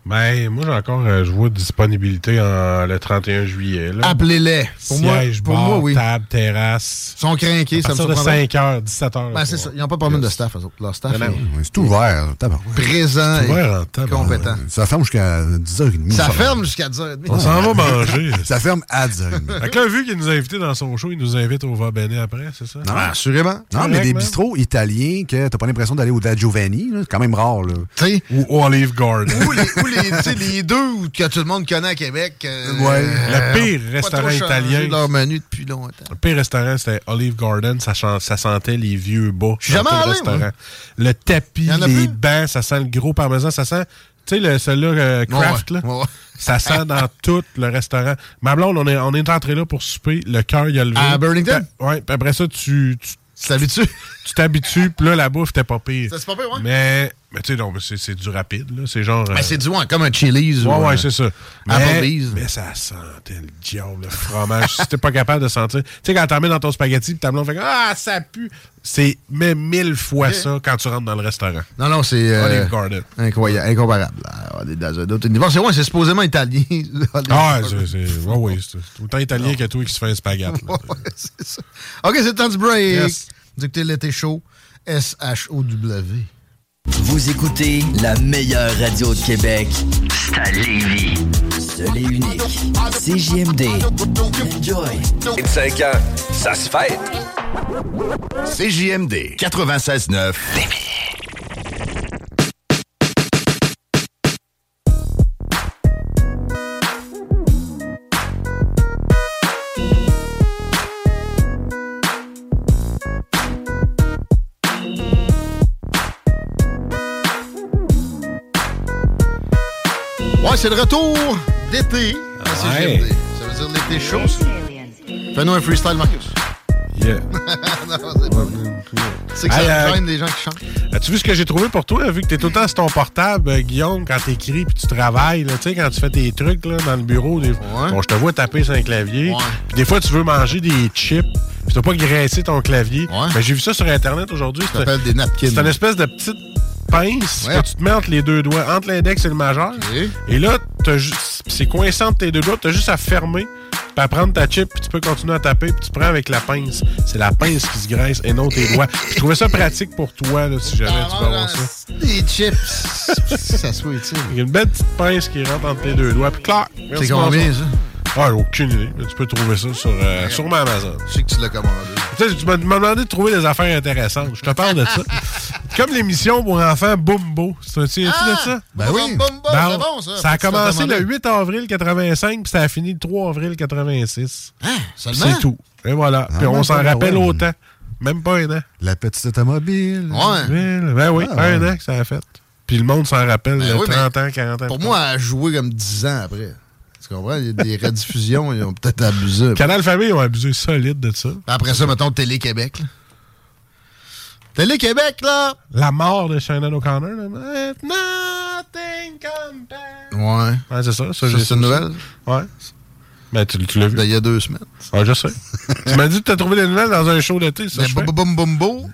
Speaker 3: Ben, moi, j'ai encore, euh, je vois disponibilité en- le 31 juillet. là.
Speaker 2: Appelez-les. Pour moi-
Speaker 3: Euh, Siège,
Speaker 2: pour
Speaker 3: bar,
Speaker 2: moi, oui.
Speaker 3: table, terrasse.
Speaker 2: Ils sont craqués, ça me
Speaker 3: À partir de
Speaker 2: surprendrait.
Speaker 3: 5 h, 17 h.
Speaker 2: Ben, c'est ça. Ils n'ont pas pas mal de staff, eux autres. Leur staff
Speaker 3: Non, hein. non.
Speaker 2: est
Speaker 12: C'est ouvert, tabarouette.
Speaker 2: présent
Speaker 12: C'est ouvert en
Speaker 2: et compétent.
Speaker 12: Ça ferme jusqu'à 10h30.
Speaker 2: Ça ferme jusqu'à 10h30.
Speaker 3: On s'en va manger.
Speaker 12: Ça ferme à 10h30.
Speaker 3: Fait que là, vu qu'il nous a invités dans son show, il nous invite au Va Béné après, c'est ça?
Speaker 12: Non, Non, mais des bistrots italiens que t'as pas l'impression d'aller au Da Giovanni, là, c'est quand même rare. Là.
Speaker 3: Ou au Olive Garden.
Speaker 2: Ou les, ou les, tu sais, les deux ou que tout le monde connaît à Québec. euh,
Speaker 3: Ouais. le
Speaker 2: euh,
Speaker 3: pire
Speaker 2: pas
Speaker 3: restaurant
Speaker 2: trop changé
Speaker 3: italien.
Speaker 2: de leur menu depuis longtemps.
Speaker 3: Le pire restaurant, c'était Olive Garden. Ça, chan- ça sentait les vieux bas.
Speaker 2: suis jamais
Speaker 3: dans tout le
Speaker 2: allé, moi.
Speaker 3: Le tapis,
Speaker 2: Y en a
Speaker 3: les
Speaker 2: plus?
Speaker 3: bancs, ça sent le gros parmesan. Ça sent, tu sais, le- celui-là, euh, Kraft, là. Ça sent dans tout le restaurant. Ma blonde, on est, on est entré là pour souper. Le cœur, il a levé.
Speaker 2: À Burlington?
Speaker 3: Puis- Ouais, puis après ça, tu. Tu
Speaker 2: tu t'habitues?
Speaker 3: Tu t'habitues, puis là, la bouffe, t'es pas pire.
Speaker 2: Ça, c'est pas pire, ouais.
Speaker 3: Mais, mais tu sais, non, mais c'est c'est du rapide, là. C'est genre.
Speaker 2: Ben,
Speaker 3: euh,
Speaker 2: c'est du ouais, comme un Chili's.
Speaker 3: Ouais,
Speaker 2: ou,
Speaker 3: ouais,
Speaker 2: euh,
Speaker 3: c'est ça. Mais,
Speaker 2: Applebee's.
Speaker 3: mais ça sentait le diable, le fromage. si t'es pas capable de sentir. Tu sais, quand t'en mets dans ton spaghetti, pis ta blonde fait comme, Ah, ça pue. C'est même mille fois ça quand tu rentres dans le restaurant.
Speaker 2: Non, non, c'est. euh,
Speaker 3: Olive Garden.
Speaker 2: Incroyable, incomparable. Ah, on est dans un autre univers. C'est ouais, c'est supposément italien. le Olive
Speaker 3: Ah,
Speaker 2: Garden.
Speaker 3: c'est. c'est- Ouais, ouais, c'est c'est autant italien que toi qui se fait un spaghetti. là.
Speaker 2: C'est ça. OK, c'est le temps du break.
Speaker 3: Yes.
Speaker 2: Vous écoutez l'été chaud. S-H-O-W.
Speaker 17: Vous écoutez la meilleure radio de Québec. C'est à Lévis. Seul et unique. CJMD. Enjoy.
Speaker 18: 25 ans, ça se fête. CJMD 96.9.
Speaker 2: Ouais, c'est le retour d'été. Ah, à CJMD. Ça veut dire l'été chaud. Fais-nous un freestyle, Marcus.
Speaker 3: Yeah.
Speaker 2: Non, c'est pas vrai. Tu sais que
Speaker 3: Hey,
Speaker 2: ça
Speaker 3: euh,
Speaker 2: entraîne des gens qui chantent.
Speaker 3: As-tu vu ce que j'ai trouvé pour toi, vu que t'es tout le temps sur ton portable, euh, Guillaume, quand t'écris puis tu travailles, là, tu sais, quand tu fais tes trucs là, dans le bureau, des- bon, je te vois taper sur un clavier. Puis des fois, tu veux manger des chips, puis t'as pas graissé ton clavier. Ben, j'ai vu ça sur Internet aujourd'hui.
Speaker 2: Ça s'appelle des napkins.
Speaker 3: C'est une espèce de petite pince
Speaker 2: Ouais.
Speaker 3: que tu te mets entre les deux doigts, entre l'index et le majeur. Et là, t'as ju- c'est coincé entre tes deux doigts, t'as juste à fermer, puis à prendre ta chip, puis tu peux continuer à taper, puis tu prends avec la pince. C'est la pince qui se graisse et non tes doigts. Je trouvais ça pratique pour toi, là, si jamais tu veux avoir ça.
Speaker 2: Ah, Des chips. ça se fait utile.
Speaker 3: Il y a une belle petite pince qui rentre entre tes deux doigts, puis clac! merci,
Speaker 2: C'est combien,
Speaker 3: bonsoir. Ah, j'ai aucune idée. mais Tu peux trouver ça sur, euh, sûrement Amazon.
Speaker 2: Je sais que tu l'as commandé.
Speaker 3: Tu sais, tu m'as tu m'as demandé de trouver des affaires intéressantes. Je te parle de ça. Comme l'émission pour enfants Bumbo. C'est un tu
Speaker 2: Ah!
Speaker 3: de ça?
Speaker 2: Ben oui. Bumbo, c'est bon, ça.
Speaker 3: Ça a
Speaker 2: Tu l'as
Speaker 3: commencé
Speaker 2: demandé.
Speaker 3: le 8 avril 85 puis ça a fini le 3 avril 86.
Speaker 2: Hein?
Speaker 3: Puis
Speaker 2: seulement?
Speaker 3: C'est tout. Et voilà.
Speaker 12: Ah,
Speaker 3: puis on
Speaker 12: ben,
Speaker 3: s'en
Speaker 12: ben,
Speaker 3: rappelle
Speaker 12: ouais.
Speaker 3: autant. Même pas un an.
Speaker 12: La petite automobile.
Speaker 3: Ben, ben oui,
Speaker 12: Ah,
Speaker 3: un
Speaker 12: ouais.
Speaker 3: an que ça a fait. Puis le monde s'en rappelle
Speaker 2: Ben
Speaker 3: le
Speaker 2: oui, mais
Speaker 3: 30 ans, 40 ans.
Speaker 2: Pour moi, à jouer comme 10 ans après. Tu comprends? Il y a des rediffusions, ils ont peut-être abusé.
Speaker 3: Canal Famille, ils ont abusé solide de ça.
Speaker 2: Après ça, mettons Télé-Québec. là. Télé-Québec, là!
Speaker 3: La mort de Shannon O'Connor. là. Let nothing compare.
Speaker 2: Ouais.
Speaker 3: Ouais, c'est ça. ça,
Speaker 2: Ça,
Speaker 3: j'ai-
Speaker 2: c'est une nouvelle? Ben,
Speaker 3: Ouais. Mais tu, tu l'as vu?
Speaker 2: Il y a deux semaines.
Speaker 3: Ah, je sais. tu m'as dit que tu as trouvé des nouvelles dans un show d'été, ça.
Speaker 2: Mais
Speaker 3: je fais.
Speaker 2: boum boum boum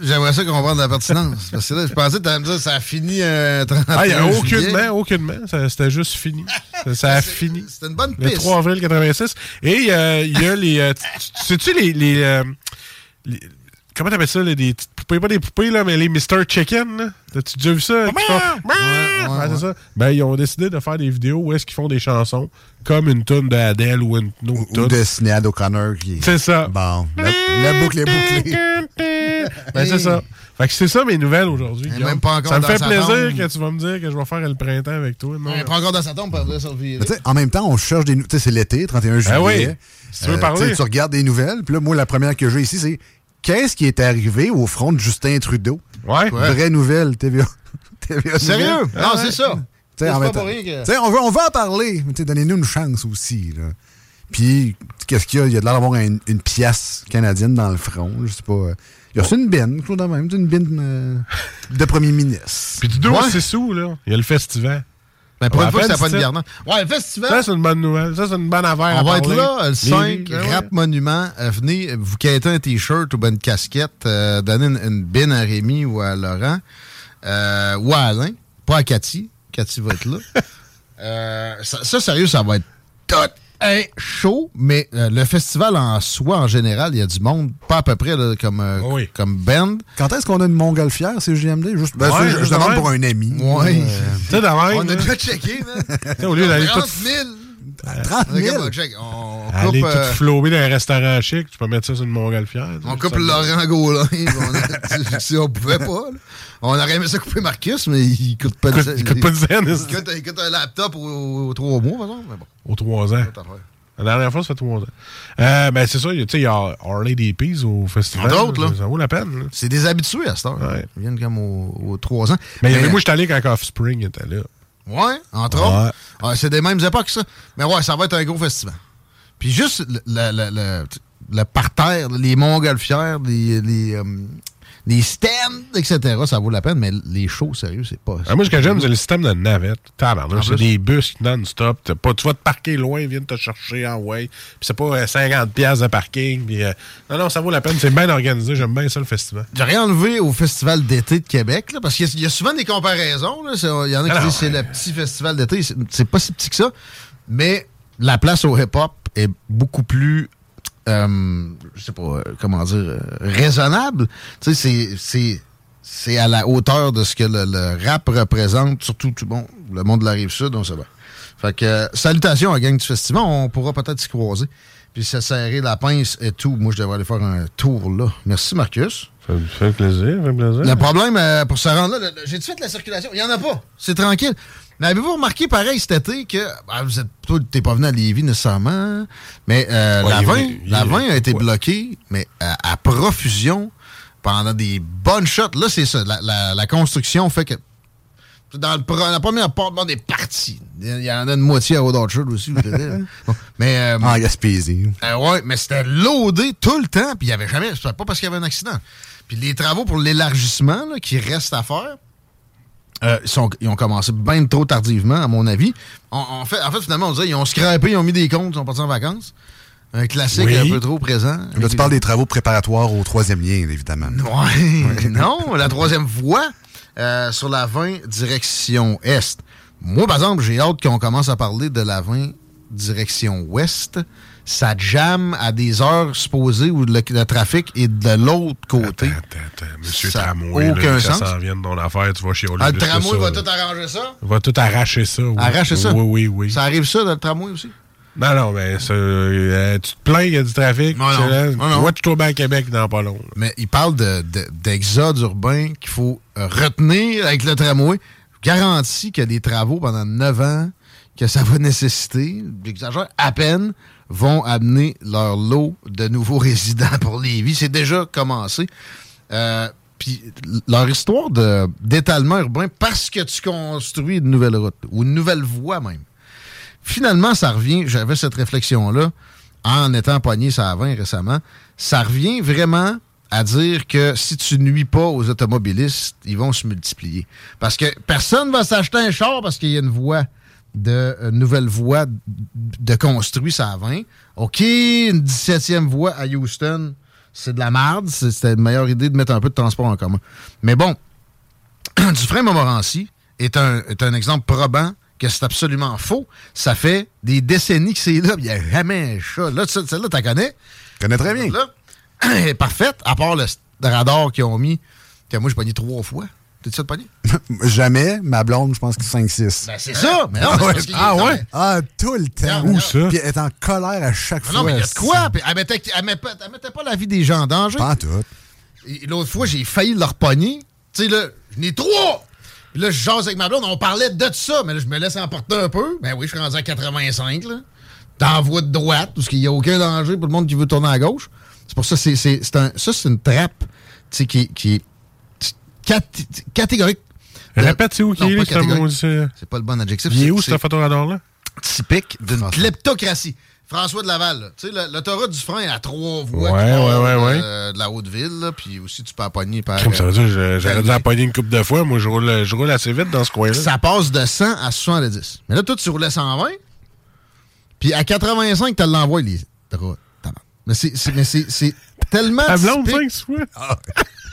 Speaker 2: J'aimerais ça comprendre la pertinence. Parce que là, je pensais que tu allais me dire ça a fini euh, 31
Speaker 3: Ah, il n'y a
Speaker 2: juillet.
Speaker 3: aucunement, aucunement. Ça- C'était juste fini. Ça, ça a fini.
Speaker 2: C'était une bonne
Speaker 3: Le
Speaker 2: piste.
Speaker 3: 3 avril 86. Et euh, il y a les. euh, tu- tu- Sais-tu les. les, euh, les- Comment t'appelles ça, les, des petites poupées? Pas des poupées, là, mais les Mr. Chicken, là. T'as-tu déjà vu ça? Qui font- Ouais, c'est ça. Ben, ils ont décidé de faire des vidéos où est-ce qu'ils font des chansons, comme une tonne de Adele ou une, une autre
Speaker 12: Ou
Speaker 3: toune.
Speaker 12: de Sinead O'Connor qui.
Speaker 3: C'est ça.
Speaker 12: Bon. La, la boucle est bouclée.
Speaker 3: Puis Ben, c'est ça. Fait que c'est ça mes nouvelles aujourd'hui.
Speaker 2: Elle est
Speaker 3: Guillaume.
Speaker 2: même pas encore
Speaker 3: ça me
Speaker 2: dans
Speaker 3: fait
Speaker 2: sa
Speaker 3: plaisir
Speaker 2: tombe.
Speaker 3: que tu vas me dire que je vais faire le printemps avec toi. Non,
Speaker 2: On est pas encore dans sa tombe, pour ça
Speaker 12: Mais tu sais, en même temps, on cherche des nouvelles. Tu sais, c'est l'été, 31 juillet.
Speaker 3: Ben oui. Si tu veux
Speaker 12: tu
Speaker 2: Euh,
Speaker 12: sais,
Speaker 3: parler.
Speaker 12: Tu regardes des nouvelles. Puis là, moi, la première que j'ai ici, c'est qu'est-ce qui est arrivé au front de Justin Trudeau?
Speaker 3: Ouais.
Speaker 12: Vraie nouvelle, TVA. TVA
Speaker 2: Sérieux?
Speaker 12: nouvelle.
Speaker 2: Non, c'est ça.
Speaker 12: Tu sais,
Speaker 2: C'est
Speaker 12: en
Speaker 2: pas
Speaker 12: même
Speaker 2: pour
Speaker 12: temps.
Speaker 2: rien que-
Speaker 12: Tu sais, on veut, on veut en parler. mais tu sais, Donnez-nous une chance aussi. là. Puis, qu'est-ce qu'il y a? Il y a de l'air d'avoir une, une pièce canadienne dans le front. Je sais pas. euh. Il y a reçu une bine, tout de même. Une bine euh, de premier ministre.
Speaker 3: Puis, tu dois, c'est sous, là. Il y a le festival.
Speaker 12: Ben,
Speaker 2: pour
Speaker 3: On
Speaker 2: une fois que
Speaker 3: rappelle,
Speaker 2: ça a pas de
Speaker 3: c'est-
Speaker 2: garnant. Ouais, le festival.
Speaker 3: Ça, c'est une bonne nouvelle. Ça, c'est une bonne affaire. à
Speaker 2: On va être
Speaker 3: parler.
Speaker 2: là euh, le
Speaker 3: Les-
Speaker 2: 5,
Speaker 3: Ah ouais.
Speaker 2: Rap Monument. Euh, venez, vous quêtez un T-shirt ou ben une casquette, euh, donnez une, une bine à Rémi ou à Laurent euh, ou à Alain, pas à Cathy. Cathy va être là. Euh, ça, ça, sérieux, ça va être tout un show, mais euh, le festival en soi, en général, il y a du monde, pas à peu près là, comme, euh, comme band.
Speaker 12: Quand est-ce qu'on a une montgolfière, c'est JMD? Juste, ben, ça, je- je, demande pour un ami.
Speaker 2: Ouais. Ben,
Speaker 12: Euh,
Speaker 3: Tu sais, de même,
Speaker 2: On a
Speaker 3: là.
Speaker 2: déjà checké, man.
Speaker 3: Tu sais, au lieu d'aller
Speaker 2: 30
Speaker 3: tout-
Speaker 2: 000.
Speaker 12: À 30 000.
Speaker 2: Regarde, check, on coupe,
Speaker 3: Aller
Speaker 2: euh,
Speaker 3: tout flower dans un restaurant chic, tu peux mettre ça sur une montgolfière.
Speaker 2: On coupe Laurent Gaulin. on a- si on pouvait pas, là. on aurait aimé ça couper Marcus, mais il coûte pas de
Speaker 3: Coûte- il coûte pas de scène,
Speaker 2: Il
Speaker 3: c'est-
Speaker 2: coûte, il coûte un laptop aux, aux trois mois, par exemple. Mais bon.
Speaker 3: Aux trois ans. La dernière fois, ça fait trois ans. Euh, ben, c'est ça, il y a- tu sais, il y a Harley des Peas au festival.
Speaker 2: Entre autres, là.
Speaker 3: Ça vaut la peine, là.
Speaker 2: C'est des habitués à cette heure. Ils viennent comme aux, aux trois ans.
Speaker 3: Mais, euh, il y avait- moi, je suis allé quand Offspring était là.
Speaker 2: Ouais, entre
Speaker 3: Ouais.
Speaker 2: autres. Ah, c'est des mêmes époques, ça. Mais ouais, ça va être un gros festival. Puis juste le, le, le- le- le parterre, les montgolfières, les, les, euh, les stands, etc., ça vaut la peine, mais les shows, sérieux, c'est pas...
Speaker 3: Ah, moi, ce que j'aime, c'est le système de navette.
Speaker 2: En
Speaker 3: Tabarnak, c'est
Speaker 2: plus.
Speaker 3: des bus non-stop. T'as pas- Tu vas te parquer loin, ils viennent te chercher en way. Puis c'est pas euh, 50 pièces de parking. Puis, euh, non, non, ça vaut la peine. C'est bien organisé. J'aime bien ça, le festival.
Speaker 2: J'ai rien enlevé au Festival d'été de Québec, là, parce qu'il y a- il y, a souvent des comparaisons. là. C'est- Il y en a qui
Speaker 3: Alors,
Speaker 2: disent c'est le petit festival d'été. C'est- C'est pas si petit que ça. Mais la place au hip-hop est beaucoup plus, euh, je sais pas euh, comment dire, euh, raisonnable. Tu sais, c'est- c'est- c'est à la hauteur de ce que le, le rap représente, surtout tout bon, le monde de la Rive-Sud, on sait bien. Fait que, euh, salutations à la gang du festival. On pourra peut-être s'y croiser. Puis se serrer la pince et tout. Moi, je devrais aller faire un tour là. Merci, Marcus.
Speaker 3: Ça fait plaisir, ça fait plaisir.
Speaker 2: Le problème euh, pour se rendre là, le- le- j'ai tout fait la circulation. Il n'y en a pas. C'est tranquille. Mais avez-vous remarqué pareil cet été que ben, vous êtes toi, t'es pas venu à Lévis nécessairement, mais euh,
Speaker 3: Ouais,
Speaker 2: la
Speaker 3: il est
Speaker 2: 20,
Speaker 3: venu- il
Speaker 2: la
Speaker 3: est-
Speaker 2: 20 a été bloquée, mais euh, à, à profusion pendant des bonnes shots. Là, c'est ça. La, la- la construction fait que dans le pre- la première part, on est parti. Il y en a une moitié à Road aussi, je dirais. Bon, mais euh,
Speaker 12: Ah, Gaspésie.
Speaker 2: euh, ouais, mais c'était loadé tout le temps, puis il n'y avait jamais. C'était pas parce qu'il y avait un accident. Puis les travaux pour l'élargissement là, qui restent à faire, euh, ils, sont- ils ont commencé bien trop tardivement, à mon avis. On- on fait, en fait, finalement, on disait ils ont scrappé, ils ont mis des comptes, ils sont partis en vacances. Un classique
Speaker 12: Oui.
Speaker 2: un peu trop présent.
Speaker 12: Là, tu parles des travaux préparatoires au troisième lien, évidemment.
Speaker 2: Ouais, non, la troisième voie euh, sur la 20 direction est. Moi, par exemple, j'ai hâte qu'on commence à parler de la 20 direction ouest. Ça jamme à des heures supposées où le, le trafic est de l'autre côté.
Speaker 3: Monsieur
Speaker 2: Ça a
Speaker 3: Tramway, là,
Speaker 2: aucun
Speaker 3: que ça
Speaker 2: sens.
Speaker 3: s'en vienne dans l'affaire, tu vas chez Olivier.
Speaker 2: Ah, le tramway va
Speaker 3: tout
Speaker 2: tout arranger ça?
Speaker 3: va tout arracher ça. oui.
Speaker 2: Arracher ça?
Speaker 3: Oui, oui, oui.
Speaker 2: Ça arrive ça dans le tramway aussi?
Speaker 3: Ben Non, non, mais ça, euh, tu te plains qu'il y a du trafic.
Speaker 2: Non, non.
Speaker 3: c'est là,
Speaker 2: Non, non.
Speaker 3: Moi, tu tombes à Québec dans pas long.
Speaker 2: Mais il parle de- de- d'exode urbain qu'il faut euh, retenir avec le tramway. Je garantis que des travaux pendant 9 ans que ça va nécessiter, j'exagère, à peine, vont amener leur lot de nouveaux résidents pour Lévis. C'est déjà commencé. Euh, Puis l- leur histoire de- d'étalement urbain, parce que tu construis une nouvelle route ou une nouvelle voie même. Finalement, ça revient, j'avais cette réflexion-là, en étant pogné ça à 20 récemment, ça revient vraiment à dire que si tu nuis pas aux automobilistes, ils vont se multiplier. Parce que personne va s'acheter un char parce qu'il y a une voie de une nouvelle voie d- de construit ça à 20. OK, une 17e voie à Houston, c'est de la marde, c'est- c'était une meilleure idée de mettre un peu de transport en commun. Mais bon, Dufresne-Montmorency est un, est un exemple probant que c'est absolument faux. Ça fait des décennies que c'est là. Il n'y a jamais un chat. Là, tu- celle-là, tu la connais. Je connais très bien. Là, est parfaite, à part le st- radar qu'ils ont mis, que moi, j'ai pogné trois fois. T'es-tu ça de pogné?
Speaker 12: Jamais. Ma blonde, je pense que 5-6.
Speaker 2: Ben, c'est ça! Mais non, mais
Speaker 12: ah
Speaker 2: c'est
Speaker 12: ouais?
Speaker 2: parce qu'il-
Speaker 12: Ah,
Speaker 2: non,
Speaker 12: ouais?
Speaker 2: mais-
Speaker 12: Ah, tout le temps.
Speaker 2: Où ça?
Speaker 12: Puis elle est en colère à chaque
Speaker 2: Ah
Speaker 12: fois.
Speaker 2: Non, non, mais il y a de quoi? Puis Elle mettait, elle met pas- elle mettait pas la vie des gens en danger.
Speaker 12: Pas en tout.
Speaker 2: Et L'autre fois, j'ai failli leur pogner. Tu sais, là, j'en ai trois! Puis là, je jase avec ma blonde, on parlait de ça, mais là, je me laisse emporter un peu. Ben oui, je suis rendu à 85, là. T'envoies de droite, parce qu'il n'y a aucun danger pour le monde qui veut tourner à gauche. C'est pour ça, c'est, c'est, c'est un, ça, c'est une trappe, tu sais, qui, qui est cat- catégorique.
Speaker 3: Répète, c'est où
Speaker 2: Non,
Speaker 3: qu'il
Speaker 2: pas
Speaker 3: est, ce
Speaker 2: catégorique.
Speaker 3: mot- c'est-
Speaker 2: C'est pas le bon adjectif.
Speaker 3: Il est où,
Speaker 2: c'est-
Speaker 3: ce photoradar-là?
Speaker 2: Typique d'une Kleptocratie. François de Laval, là. tu sais, le- l'autoroute du frein à trois voies
Speaker 3: Ouais,
Speaker 2: qui
Speaker 3: ouais,
Speaker 2: part,
Speaker 3: ouais, ouais.
Speaker 2: euh, de la haute ville, là, puis aussi tu peux appogner par.
Speaker 3: Comme ça veut dire, je-
Speaker 2: euh,
Speaker 3: j'aurais dû la pogner une coupe de fois. Moi, je roule, je roule assez vite dans ce coin-là.
Speaker 2: Ça passe de 100 à 70. Mais là, toi, tu roulais 120. Puis à 85, tu l'envoies, les droits. Tabarnak. Mais c'est, c'est- mais c'est, c'est tellement.
Speaker 3: Ta blonde,
Speaker 2: typique.
Speaker 3: fois.
Speaker 2: Ah.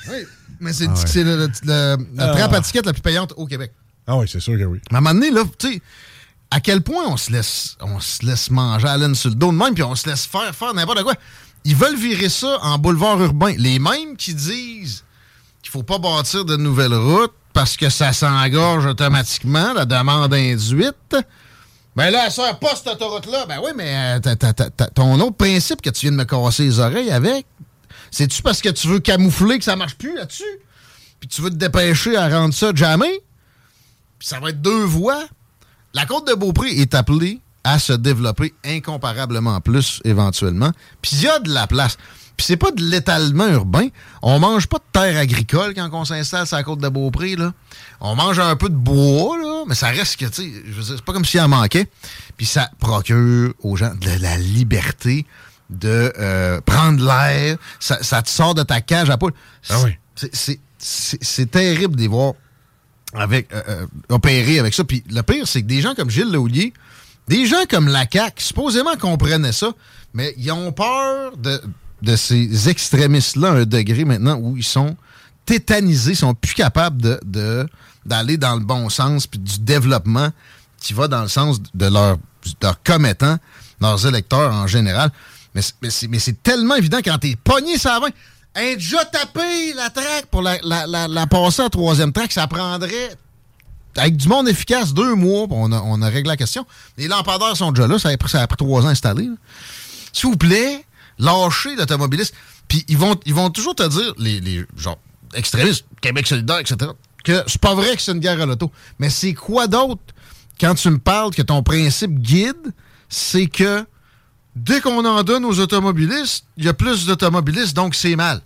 Speaker 2: Oui, mais c'est,
Speaker 3: Ah ouais.
Speaker 2: c'est le- le- le- la
Speaker 3: Ah.
Speaker 2: trappe à tickets la plus payante au Québec.
Speaker 3: Ah oui, c'est sûr que oui.
Speaker 2: Mais à un moment donné, là, tu sais, à quel point on se laisse, on se laisse manger à laine sur le dos de même, puis on se laisse faire faire n'importe quoi. Ils veulent virer ça en boulevard urbain. Les mêmes qui disent qu'il faut pas bâtir de nouvelles routes parce que ça s'engorge automatiquement, la demande induite. Ben là, elle sert pas cette autoroute-là. Ben oui, mais euh, t'as- t'as- t'as- t'as- ton autre principe que tu viens de me casser les oreilles avec, c'est-tu parce que tu veux camoufler que ça marche plus là-dessus? Puis tu veux te dépêcher à rendre ça jamais? Puis ça va être deux voies. La côte de Beaupré est appelée à se développer incomparablement plus éventuellement. Puis il y a de la place. Puis c'est pas de l'étalement urbain. On mange pas de terre agricole quand on s'installe sur la côte de Beaupré. Là. On mange un peu de bois, là, mais ça reste que, tu sais, je veux dire, c'est pas comme s'il en manquait. Puis ça procure aux gens de la liberté de euh, prendre l'air. Ça, ça te sort de ta cage à poule. C'est- c'est- C'est c'est terrible de les voir avec, euh, euh, opérer avec ça. Puis le pire, c'est que des gens comme Gilles Laulier, des gens comme la CAQ, supposément comprenaient ça, mais ils ont peur de, de ces extrémistes-là à un degré maintenant où ils sont tétanisés, ils sont plus capables de- de d'aller dans le bon sens, puis du développement qui va dans le sens de leurs de leurs commettants, leurs électeurs en général. Mais, c'est- mais c'est- mais c'est tellement évident quand t'es pogné ça va. Un déjà tapé la traque pour la, la, la, la passer à la troisième traque, ça prendrait avec du monde efficace deux mois, puis on a, on a réglé la question. Les lampadaires sont déjà là, ça a pris, ça a pris trois ans à installer. là. S'il vous plaît, lâchez l'automobiliste. Puis ils vont, ils vont toujours te dire, les, les genre, extrémistes, Québec solidaire, etc., que c'est pas vrai que c'est une guerre à l'auto. Mais c'est quoi d'autre quand tu me parles que ton principe guide, c'est que dès qu'on en donne aux automobilistes, il y a plus d'automobilistes, donc c'est mal.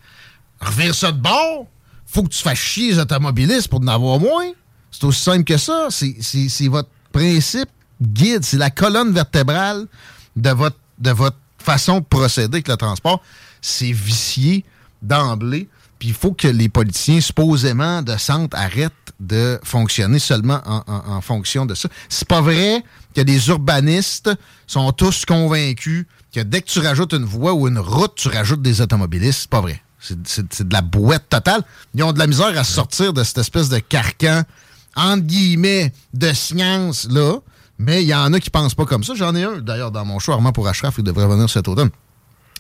Speaker 2: Revire ça de bord, faut que tu fasses chier les automobilistes pour en avoir moins. C'est aussi simple que ça. C'est- C'est c'est votre principe guide, c'est la colonne vertébrale de votre, de votre façon de procéder avec le transport. C'est vicié d'emblée. Puis il faut que les politiciens, supposément de centre, arrêtent de fonctionner seulement en, en- en fonction de ça. C'est pas vrai que les urbanistes sont tous convaincus que dès que tu rajoutes une voie ou une route, tu rajoutes des automobilistes. C'est pas vrai. C'est- C'est c'est de la boîte totale. Ils ont de la misère à sortir de cette espèce de carcan, entre guillemets, de science-là. Mais il y en a qui pensent pas comme ça. J'en ai un, d'ailleurs, dans mon show, Armand pour Ashraf, il devrait venir cet automne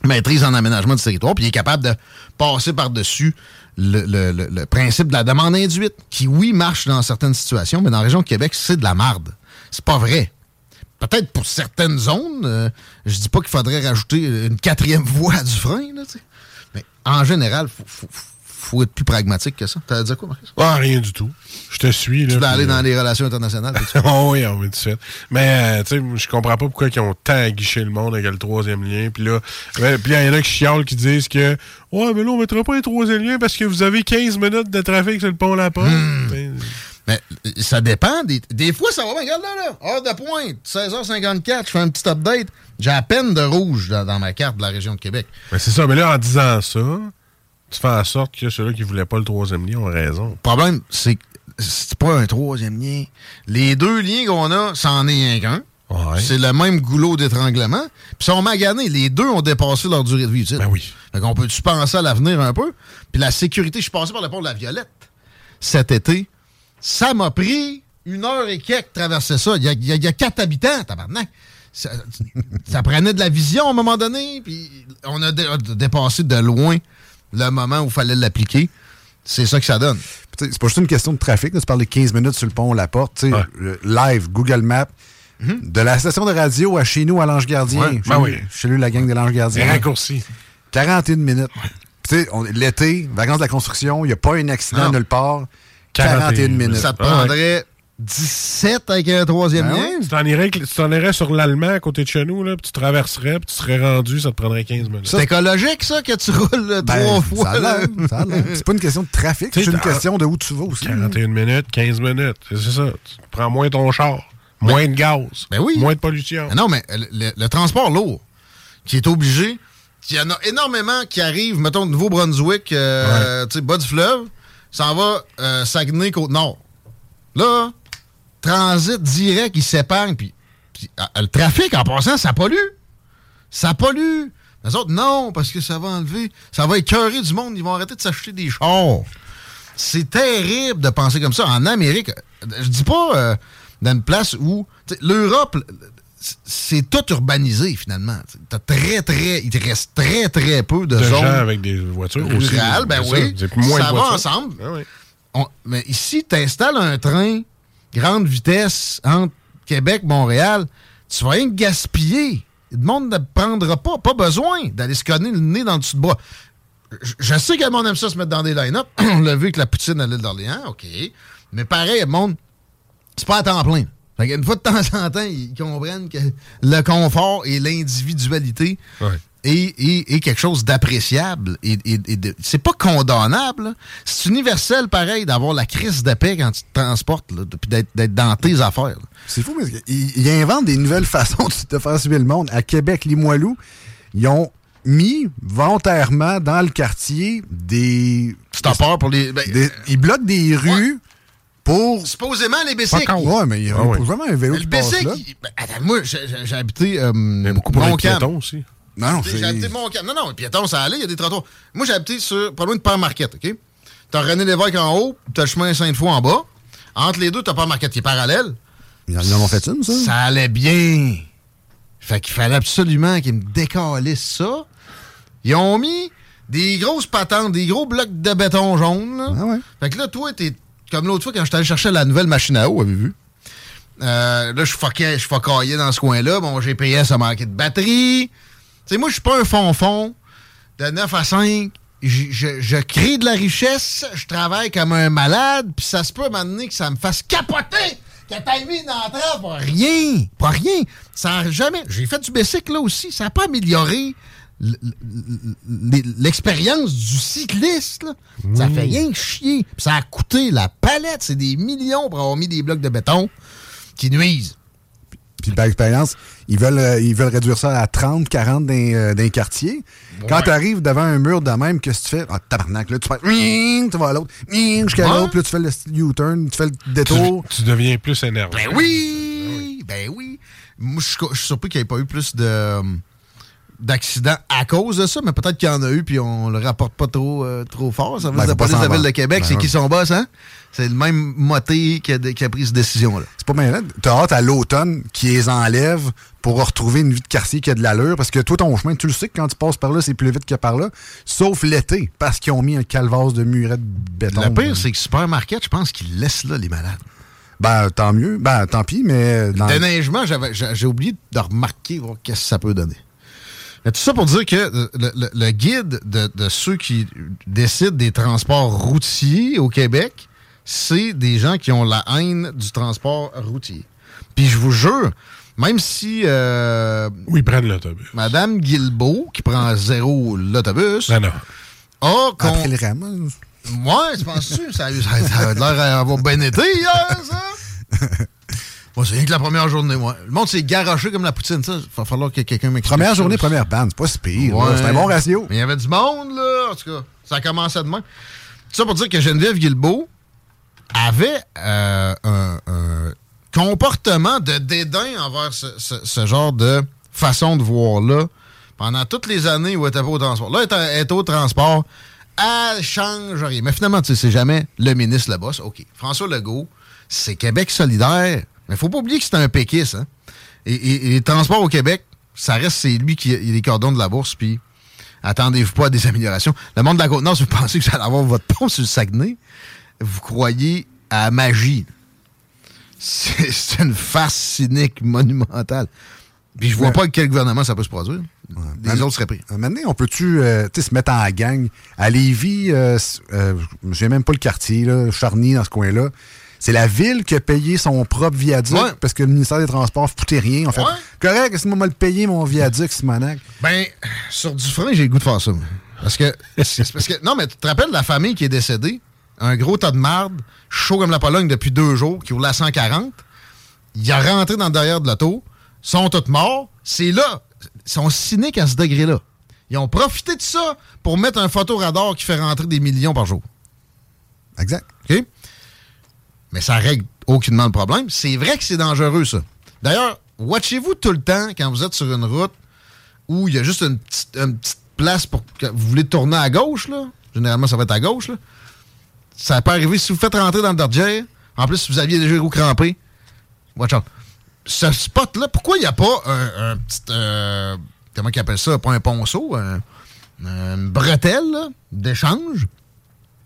Speaker 2: maîtrise en aménagement du territoire, puis il est capable de passer par-dessus le, le- le- le principe de la demande induite, qui, oui, marche dans certaines situations, mais dans la région de Québec, c'est de la marde. C'est pas vrai. Peut-être pour certaines zones, euh, je dis pas qu'il faudrait rajouter une quatrième voie à du frein, là, tu sais. mais en général, faut, faut, faut être plus pragmatique que ça. T'allais dire quoi, Marcus?
Speaker 3: Ah, rien du tout. Je te suis. Là,
Speaker 2: Tu vas
Speaker 3: puis-
Speaker 2: aller dans les relations internationales. puis tu-
Speaker 3: oh oui, on va tout de suite. Mais, euh, tu sais, moi, je comprends pas pourquoi ils ont tant aguiché le monde avec le troisième lien. Puis là, ben, puis il y en a qui chiolent, qui disent que, ouais, mais là, on mettra pas le troisième lien parce que vous avez 15 minutes de trafic sur le pont Ben, La Porte.
Speaker 2: Hmm. Mais euh, ça dépend. Des, des fois, ça va bien. Regarde là, là, heure de pointe, 16h54, je fais un petit update. J'ai à peine de rouge dans, dans ma carte de la région de Québec.
Speaker 3: Ben, c'est ça. Mais là, en disant ça, tu fais en sorte que ceux-là qui voulaient pas le troisième lien ont raison.
Speaker 2: Le problème, c'est que c'est pas un troisième lien. Les deux liens qu'on a, c'en est un qu'un. C'est le même goulot d'étranglement. Puis ils sont maganés. Les deux ont dépassé leur durée de vie utile. Ben oui. Fait qu'on peut-tu penser à l'avenir un peu? Puis la sécurité, je suis passé par le pont de la Violette cet été. Ça m'a pris une heure et quelques de traverser ça. Il y a, il y a- il y a quatre habitants, tabarnak. Ça, ça prenait de la vision à un moment donné. Puis on a dé- dépassé de loin le moment où il fallait l'appliquer. C'est ça que ça donne.
Speaker 12: Puis, tu sais, C'est pas juste une question de trafic. là. Tu parles de 15 minutes sur le pont, la porte. tu sais, le- Live, Google Maps. De la station de radio à chez nous, à l'Ange Gardien.
Speaker 3: Mhm. Ouais,
Speaker 12: chez
Speaker 3: ben
Speaker 12: nous-
Speaker 3: oui.
Speaker 12: Chez lui, la gang de l'Ange Gardien.
Speaker 3: Les raccourcis.
Speaker 12: 41 minutes. Puis tu sais, on- l'été, vacances de la construction, il n'y a pas un accident
Speaker 2: Non.
Speaker 12: nulle part. 41 minutes.
Speaker 3: Ah
Speaker 12: Ah
Speaker 2: Ça te prendrait 17 avec un troisième lien.
Speaker 3: Tu t'en irais, tu t'en irais sur l'Allemand à côté de chez nous, là, puis tu traverserais, puis tu serais rendu, ça te prendrait 15 minutes.
Speaker 2: C'est écologique, ça, que tu roules euh,
Speaker 3: Ben, ça
Speaker 2: trois fois.
Speaker 3: a
Speaker 2: là.
Speaker 3: l'air, ça a l'air.
Speaker 12: C'est pas une question de trafic,
Speaker 3: Tu sais,
Speaker 12: c'est une
Speaker 3: t'as-
Speaker 12: question de où tu vas aussi.
Speaker 3: 41 minutes, 15 minutes, c'est ça. Tu prends moins ton char, moins de gaz,
Speaker 2: Ben oui.
Speaker 3: moins de pollution.
Speaker 2: Mais non, mais le, le- le transport lourd, qui est obligé, il y en a énormément qui arrivent, mettons, de Nouveau-Brunswick, euh, tu sais, bas du fleuve, s'en va euh, Saguenay, Côte-Nord. Là, transit direct, ils s'épargnent, puis puis, ah, le trafic, en passant, ça pollue. Ça pollue. Les autres, non, parce que ça va enlever, ça va écœurer du monde, ils vont arrêter de s'acheter des chars. C'est terrible de penser comme ça. En Amérique, je dis pas euh, dans une place où. tu sais, L'Europe, c'est- c'est tout urbanisé finalement. T'as très, très. Il te reste très, très peu de,
Speaker 3: De gens
Speaker 2: zones.
Speaker 3: avec des voitures aussi.
Speaker 2: rurales, ben
Speaker 3: C'est ça,
Speaker 2: oui.
Speaker 3: c'est moins
Speaker 2: ça
Speaker 3: de
Speaker 2: va
Speaker 3: voitures. Ah
Speaker 2: ensemble. On- mais ici, t'installes un train grande vitesse entre Québec, Montréal, tu vas rien que gaspiller. Le monde ne prendra pas, pas besoin d'aller se conner le nez dans le dessus de bras. Je, je sais que le monde aime ça se mettre dans des line-up. On l'a vu avec la poutine à l'île d'Orléans, OK. Mais pareil, le monde, c'est pas à temps plein. Fait qu'une fois de temps en temps, ils comprennent que le confort et l'individualité est, est- est quelque chose d'appréciable. Et, et- et de- c'est pas condamnable. là. C'est universel, pareil, d'avoir la crise de paix quand tu te transportes, là, puis d'être, d'être dans tes affaires.
Speaker 12: C'est fou, mais ils, ils inventent des nouvelles façons de, de faire subir le monde. À Québec, Limoilou, ils ont mis volontairement dans le quartier des.
Speaker 2: Stoppeurs pour les. ben,
Speaker 12: des- ils bloquent des rues pour.
Speaker 2: Supposément les bicycles.
Speaker 12: Ouais, mais il y a
Speaker 2: Ah oui.
Speaker 12: vraiment un vélo
Speaker 2: Mais
Speaker 12: qui
Speaker 2: le
Speaker 12: passe
Speaker 2: bicycle,
Speaker 12: là.
Speaker 2: il- ben, attends, moi, j'ai, j'ai- j'ai habité euh,
Speaker 3: pour les
Speaker 2: Montcalm.
Speaker 3: piétons aussi.
Speaker 12: Non, non,
Speaker 2: J'ai
Speaker 12: c'est-
Speaker 2: habité Montcalm. Non, non, les piétons, ça allait, il y a des trottoirs. Moi, j'ai habité sur, pas loin de Père Marquette, OK? T'as René Lévesque en haut, t'as le chemin Sainte-Foy en bas. Entre les deux, t'as Père Marquette qui est parallèle.
Speaker 12: Ils en- ils en ont fait une, ça?
Speaker 2: Ça allait bien. Fait qu'il fallait absolument qu'ils me décalissent ça. Ils ont mis des grosses patentes, des gros blocs de béton jaune. là. Fait que là, toi, t'es comme l'autre fois quand je t'allais chercher la nouvelle machine à eau, avez-vous vu? Euh, là, je fuckais, je fuckaillais dans ce coin-là. Mon GPS a manqué de batterie. Tu sais, moi, je suis pas un fonfon de 9 à 5. Je, je- je crée de la richesse, je travaille comme un malade, puis ça se peut m'amener que ça me fasse capoter que t'as mis une entrave pour rien. Pas rien. Ça a jamais. J'ai fait du bicycle là aussi. Ça n'a pas amélioré l- l- l- l'expérience du cycliste. là. Ça
Speaker 12: Mmh.
Speaker 2: fait rien que chier. Puis ça a coûté la palette. C'est des millions pour avoir mis des blocs de béton qui nuisent.
Speaker 12: Puis par expérience, ils veulent, euh, ils veulent réduire ça à 30, 40 d'un, euh, d'un quartier. Quand
Speaker 2: Ouais.
Speaker 12: tu arrives devant un mur de même, qu'est-ce que tu fais? Ah, tabarnak, là, tu fais, Ming tu vas à l'autre, Ming jusqu'à
Speaker 3: Ouais.
Speaker 12: l'autre, puis là, tu fais le style U-turn, tu fais le détour.
Speaker 3: Tu deviens plus énervé.
Speaker 2: Ben oui! Ben oui! Moi, je suis co- je suis surpris qu'il n'y ait pas eu plus de euh, d'accidents à cause de ça, mais peut-être qu'il y en a eu puis on le rapporte pas trop, euh, trop fort. Ça veut
Speaker 12: Ben, faut
Speaker 2: dire la
Speaker 12: pas
Speaker 2: police de
Speaker 12: s'en
Speaker 2: la ville de
Speaker 12: vendre.
Speaker 2: Québec,
Speaker 12: Ben
Speaker 2: c'est
Speaker 12: oui.
Speaker 2: qui son boss, hein? C'est le même moté qui a, dé- qui a pris cette décision-là.
Speaker 12: C'est pas bien là. T'as hâte à l'automne qui les enlève pour retrouver une vie de quartier qui a de l'allure parce que toi, ton chemin, tu le sais que quand tu passes par là, c'est plus vite que par là, sauf l'été parce qu'ils ont mis un calvasse de muret de béton.
Speaker 2: Le pire, c'est que Supermarket, je pense qu'ils laissent là les malades.
Speaker 12: Ben, tant mieux. Ben, tant pis, mais. Dans...
Speaker 2: Déneigement, j'avais- j'a- j'ai oublié de remarquer voir qu'est-ce que ça peut donner. Mais tout ça pour dire que euh, le, le- le guide de, de ceux qui décident des transports routiers au Québec, c'est des gens qui ont la haine du transport routier. Puis je vous jure, même si... euh,
Speaker 3: oui, ils prennent l'autobus.
Speaker 2: Madame Guilbeault, qui prend zéro l'autobus... Ah
Speaker 3: non.
Speaker 12: Après le RAM.
Speaker 2: Ouais, tu penses-tu? Ça, a eu- ça, ça a l'air d'avoir bien été hier, ça! Moi, c'est rien que la première journée, moi. Le monde s'est garoché comme la poutine, ça. Il va falloir que quelqu'un m'explique.
Speaker 12: Première
Speaker 2: ça
Speaker 12: journée,
Speaker 2: aussi.
Speaker 12: première bande, c'est pas si pire. là.
Speaker 2: Ouais.
Speaker 12: C'est un bon ratio.
Speaker 2: Mais il y avait du monde, là. En tout cas, ça commençait demain. Tout ça pour dire que Geneviève Guilbeault avait euh, un, un comportement de dédain envers ce, ce- ce genre de façon de voir-là pendant toutes les années où elle était pas au transport. Là, elle est à- elle est au transport. Elle change rien. Mais finalement, tu sais, c'est jamais le ministre, le boss. OK. François Legault, c'est Québec solidaire. Mais faut pas oublier que c'est un péquiste. Hein? Et, et- et les transports au Québec, ça reste, c'est lui qui a les cordons de la bourse. Puis attendez-vous pas à des améliorations. Le monde de la Côte-Nord, si vous pensez que vous allez avoir votre pont sur le Saguenay, vous croyez à la magie. C'est c'est une farce cynique monumentale. Puis je vois
Speaker 12: Mais-
Speaker 2: pas avec quel gouvernement ça peut se produire. Les autres seraient pris.
Speaker 12: Maintenant, on peut-tu euh, tu sais, se mettre en gang? À Lévis, euh, s- euh, je ne sais même pas le quartier, là, Charny, dans ce coin-là. C'est la ville qui a payé son propre viaduc
Speaker 2: Ouais.
Speaker 12: parce que le ministère des Transports foutait rien. En fait,
Speaker 2: Ouais.
Speaker 12: correct, c'est moi le payer, mon viaduc, ce manac.
Speaker 2: Ben, sur Dufresne, j'ai le goût de faire ça. moi. Parce que, c'est parce que. Non, mais tu te rappelles de la famille qui est décédée? Un gros tas de marde, chaud comme la Pologne depuis deux jours, qui roule à 140. Il a rentré dans le derrière de l'auto. sont tous morts. C'est là. Ils sont cyniques à ce degré-là. Ils ont profité de ça pour mettre un photoradar qui fait rentrer des millions par jour.
Speaker 12: Exact.
Speaker 2: OK? Mais ça règle aucunement le problème. C'est vrai que c'est dangereux, ça. D'ailleurs, watchez-vous tout le temps quand vous êtes sur une route où il y a juste une petite, une petite place pour que vous voulez tourner à gauche, là. Généralement, ça va être à gauche, là. Ça peut arriver si vous faites rentrer dans le Dodger. En plus, si vous aviez déjà les roues crampées. Watch out. Ce spot-là, pourquoi il n'y a pas un, un petit. euh, comment qu'ils appellent ça Pas un ponceau, un- une bretelle là, d'échange.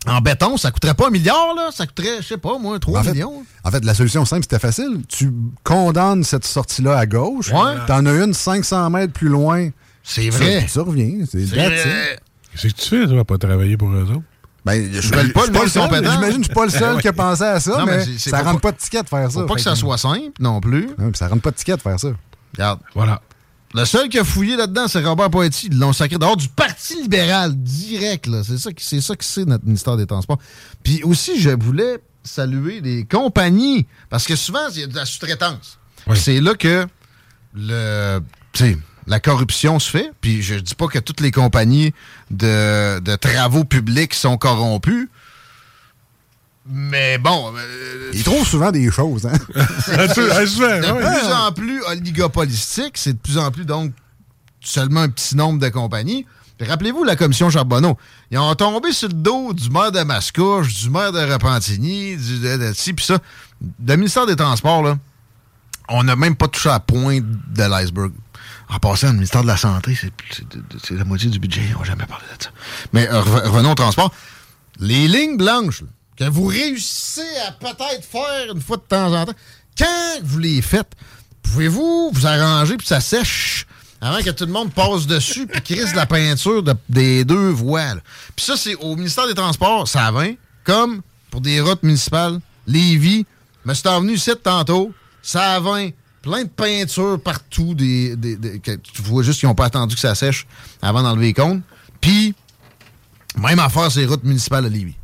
Speaker 2: En béton, ça coûterait pas un milliard, là. Ça coûterait, je sais pas, moi, 3
Speaker 12: en fait,
Speaker 2: millions.
Speaker 12: en fait, la solution simple, c'était facile. Tu condamnes cette sortie-là à gauche.
Speaker 2: Ouais.
Speaker 12: T'en as une 500 mètres plus loin.
Speaker 2: C'est
Speaker 3: vrai.
Speaker 12: Ça, ça revient. C'est
Speaker 3: C'est
Speaker 12: that's
Speaker 3: vrai.
Speaker 12: it.
Speaker 3: C'est que tu fais, toi, à pas travailler pour eux autres?
Speaker 12: Ben, je suis pas,
Speaker 3: le-
Speaker 12: le
Speaker 3: je suis
Speaker 12: seul.
Speaker 3: pas le seul.
Speaker 12: J'imagine que je suis pas
Speaker 2: Ben
Speaker 12: le seul qui a pensé à ça,
Speaker 3: Non, mais
Speaker 12: mais,
Speaker 3: c'est- c'est
Speaker 12: ça
Speaker 3: pas-
Speaker 12: rentre pas de ticket de faire ça.
Speaker 2: Faut pas que ça soit simple non plus.
Speaker 12: ça rentre pas de ticket de faire ça.
Speaker 2: Regarde. Voilà. Le seul qui a fouillé là-dedans, c'est Robert Poetti. Ils l'ont sacré dehors du Parti libéral, direct. là. C'est ça qui c'est ça qui c'est notre ministère des Transports. Puis aussi, je voulais saluer les compagnies, parce que souvent, il y a de la sous-traitance. C'est là que le, tu sais, la corruption se fait. Puis je dis pas que toutes les compagnies de, de travaux publics sont corrompues. Mais bon... euh,
Speaker 12: Ils trouvent souvent des choses, hein?
Speaker 3: Ah,
Speaker 2: de plus en plus oligopolistique, c'est de plus en plus donc seulement un petit nombre de compagnies. Puis Rappelez-vous la commission Charbonneau. Ils ont tombé sur le dos du maire de Mascouche, du maire de Repentigny, du de, de- ci, puis ça. Le ministère des Transports, là, on n'a même pas touché à la pointe de l'iceberg. En passant, le ministère de la Santé, c'est- c'est c'est la moitié du budget. On n'a jamais parlé de ça. Mais euh, reven- revenons au transport. Les lignes blanches, là, que vous réussissez à peut-être faire une fois de temps en temps, quand vous les faites, pouvez-vous vous arranger puis ça sèche avant que tout le monde passe dessus puis crisse la peinture de- des deux voies. là. Puis ça, c'est au ministère des Transports, ça va, hein? comme pour des routes municipales, Lévis, mais c'est envenu ici tantôt, ça va, hein? plein de peinture partout, des, des- des- que tu vois juste qu'ils n'ont pas attendu que ça sèche avant d'enlever les cônes. Puis, même affaire, c'est les routes municipales à Lévis.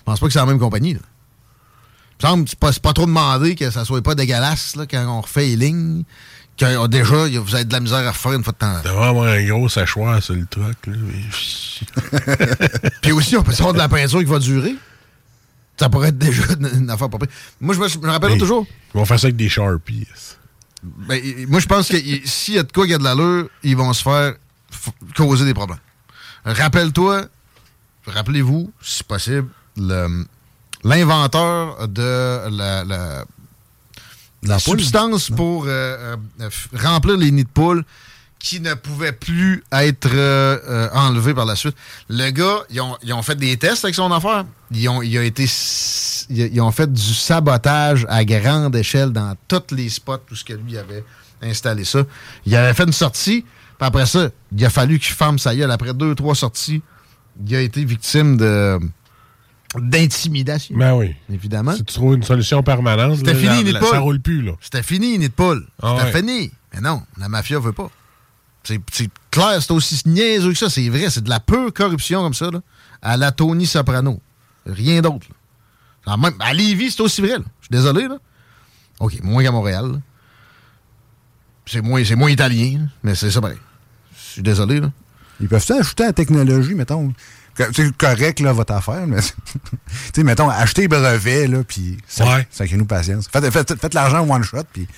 Speaker 2: Je pense pas que c'est la même compagnie. Là. Il me semble que c'est pas, c'est pas trop demandé que ça soit pas dégueulasse là, quand on refait les lignes. Que, ah, déjà, y a- vous avez de la misère à refaire une fois de temps.
Speaker 3: Devrait avoir un gros sachoir sur le truck. Là,
Speaker 2: Puis aussi, on peut avoir de la peinture qui va durer. Ça pourrait être déjà une, une affaire pas pire. Moi, je me, je me rappelle toujours.
Speaker 3: Ils vont faire ça avec des Sharpies.
Speaker 2: Ben, y- moi, je pense que y- s'il y a de quoi qui a de l'allure, ils vont se faire f- causer des problèmes. Rappelle-toi, rappelez-vous, si possible, le- l'inventeur de la, la- la
Speaker 12: poule?
Speaker 2: substance pour euh, euh, f- remplir les nids de poules qui ne pouvaient plus être euh, euh, enlevés par la suite. Le gars, ils ont, ils ont fait des tests avec son affaire. Ils ont, il a été, s- ils ils ont fait du sabotage à grande échelle dans tous les spots où ce que lui avait installé ça. Il avait fait une sortie, puis après ça, il a fallu qu'il ferme sa gueule. Après deux, trois sorties, il a été victime de d'intimidation.
Speaker 3: Ben oui.
Speaker 2: Évidemment.
Speaker 3: Si tu trouves une solution permanente,
Speaker 2: C'était
Speaker 3: là,
Speaker 2: fini,
Speaker 3: la-
Speaker 2: il n'est
Speaker 3: la-
Speaker 2: pas.
Speaker 3: ça roule plus. Là.
Speaker 2: C'était fini, Nid de Poule.
Speaker 3: Ah
Speaker 2: C'était
Speaker 3: ouais.
Speaker 2: fini. Mais non, la mafia veut pas. C'est c'est clair, c'est aussi niaiseux que ça. C'est vrai, c'est de la pure corruption comme ça, là, à la Tony Soprano. Rien d'autre. là. Ah, Même, à Lévis, c'est aussi vrai. là. Je suis désolé. Là. OK, moins qu'à Montréal. là. C'est moins, c'est moins italien, là, mais c'est ça pareil. Je suis désolé. Là.
Speaker 12: Ils peuvent s'ajouter à la technologie, mettons. Que- C'est correct, là, votre affaire, mais. tu sais, mettons, achetez brevet, là, puis.
Speaker 3: Ouais.
Speaker 12: Sacrez-nous patience. Faites, faites- faites l'argent en one shot, puis.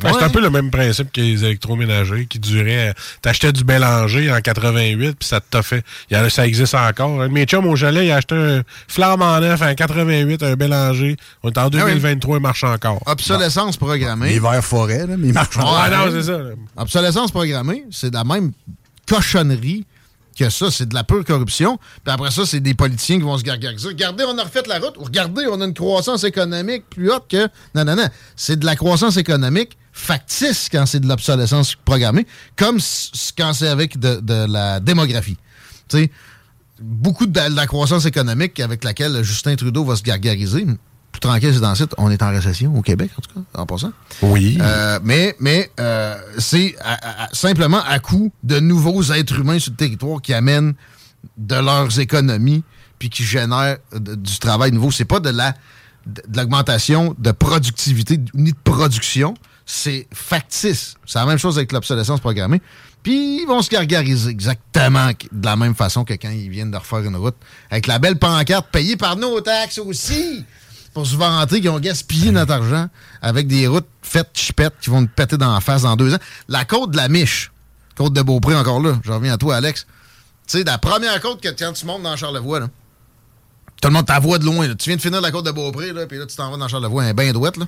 Speaker 3: Ben, C'est un peu le même principe que les électroménagers qui duraient. euh, T'achetais du Bélanger en 88, puis ça te t'a fait. Il y en a- ça existe encore. Un de Mes chums au chalet, il a acheté un flamme en neuf en 88, un Bélanger. On
Speaker 2: Ah
Speaker 3: est en 2023, il marche encore.
Speaker 2: Obsolescence programmée.
Speaker 12: L'hiver forêt, là, mais il marche
Speaker 3: Ah non, c'est ça. là.
Speaker 2: Obsolescence programmée, c'est de la même cochonnerie que ça. C'est de la pure corruption. Puis après ça, c'est des politiciens qui vont se gargariser. Regardez, on a refait la route. Regardez, on a une croissance économique plus haute que. Non, non, non. C'est de la croissance économique factice quand c'est de l'obsolescence programmée, comme s- s- quand c'est avec de, de la démographie. Tu sais, beaucoup de la, de la croissance économique avec laquelle Justin Trudeau va se gargariser, plus tranquille, c'est dans le site, on est en récession au Québec, en tout cas, en passant.
Speaker 3: Oui.
Speaker 2: Euh, mais mais euh, c'est à- à- à- simplement à coup de nouveaux êtres humains sur le territoire qui amènent de leurs économies puis qui génèrent de- du travail nouveau. C'est pas de la de de l'augmentation de productivité ni de production. C'est factice. C'est la même chose avec l'obsolescence programmée. Puis ils vont se gargariser exactement de la même façon que quand ils viennent de refaire une route avec la belle pancarte payée par nos taxes aussi pour se vanter qu'ils ont gaspillé notre argent avec des routes faites chipettes qui vont nous péter dans la face dans deux ans. La côte de la Miche, côte de Beaupré encore là, je reviens à toi Alex. Tu sais, la première côte que quand tu montes dans Charlevoix, là, tout le monde t'avoue de loin. là. Tu viens de finir la côte de Beaupré, là, puis là, tu t'en vas dans Charlevoix, un bain douette. Là.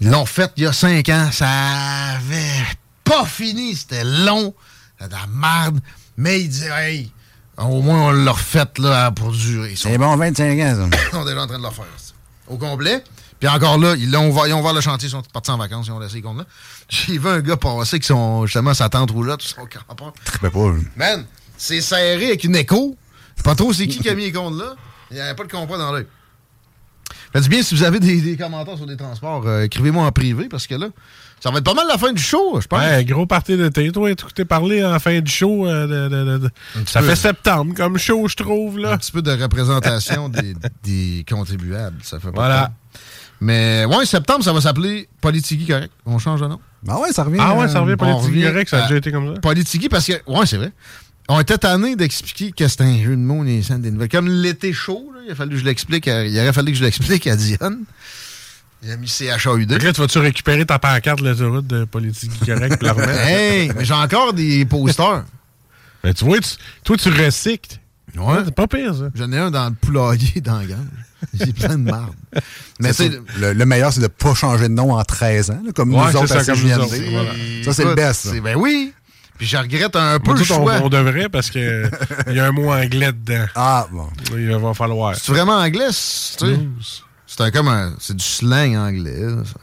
Speaker 2: Ils l'ont fait il y a cinq ans. Ça avait pas fini. C'était long. C'était de la merde. Mais ils disaient, hey, au moins, on l'a refait là, pour durer.
Speaker 12: C'est bon, 25 ans, ça.
Speaker 2: Ils sont déjà en train de le faire. ça. Au complet. Puis encore là, ils l'ont ouvert- ils ont ouvert le chantier, ils sont partis en vacances, ils ont laissé les comptes là. J'ai vu un gars passer qui sont justement sa tente roulotte, son campeur.
Speaker 12: Ben pas.
Speaker 2: Man, c'est serré avec une écho. Je sais Pas trop c'est qui qui a mis les comptes là. Il n'y avait pas de compas dans l'œil. Faites bien si vous avez des, des commentaires sur des transports, euh, écrivez-moi en privé parce que là, ça va être pas mal la fin du show, je pense.
Speaker 3: Ouais, gros parti de thé. Toi, t'es parlé à la fin du show. euh, de- de- de- de- Ça
Speaker 2: peu.
Speaker 3: fait septembre comme show, je trouve. là.
Speaker 2: Un petit peu de représentation des, des contribuables, ça fait pas
Speaker 3: Voilà.
Speaker 2: de peine. Mais ouais, septembre, ça va s'appeler Politiki Correct. On change de nom.
Speaker 12: Ah ouais, ça revient.
Speaker 3: Ah ouais, ça revient
Speaker 2: on
Speaker 3: Politiki
Speaker 2: revient
Speaker 3: Correct, ça a
Speaker 2: à
Speaker 3: déjà été comme ça.
Speaker 2: Politiki, parce que, ouais, c'est vrai. On était tannés d'expliquer que c'était un jeu de mots, les scènes des nouvelles. Comme l'été chaud, là, il, a fallu que je l'explique à- il aurait fallu que je l'explique à Diane. Il a mis CHAUD.
Speaker 3: Fait que Là, tu vas-tu récupérer ta pancarte de l'autoroute de politique correcte pour la remettre?
Speaker 2: hey, mais j'ai encore des posters.
Speaker 3: Mais Ben, tu vois, tu- toi, tu recycles.
Speaker 2: Ouais.
Speaker 3: C'est pas pire, ça.
Speaker 2: J'en ai un dans le poulailler dans la gang. J'ai plein de marde. Mais
Speaker 12: C'est
Speaker 2: c'est.
Speaker 12: ça. le, le meilleur, c'est de pas changer de nom en 13 ans, là, comme
Speaker 2: Ouais,
Speaker 12: nous
Speaker 2: c'est
Speaker 12: autres
Speaker 2: ça,
Speaker 12: à
Speaker 2: comme nous
Speaker 12: CJMD.
Speaker 2: autres, voilà.
Speaker 12: Ça, c'est le
Speaker 2: euh, Écoute,
Speaker 12: best.
Speaker 2: c'est- ben oui. Puis je regrette un peu
Speaker 3: Moi,
Speaker 2: le
Speaker 3: tout, on,
Speaker 2: choix.
Speaker 3: on devrait parce que il y a un mot anglais dedans.
Speaker 12: Ah, bon.
Speaker 3: Il va falloir.
Speaker 2: C'est vraiment anglais, c'est- tu sais. C'est un- comme un- c'est du slang anglais. là, Ça,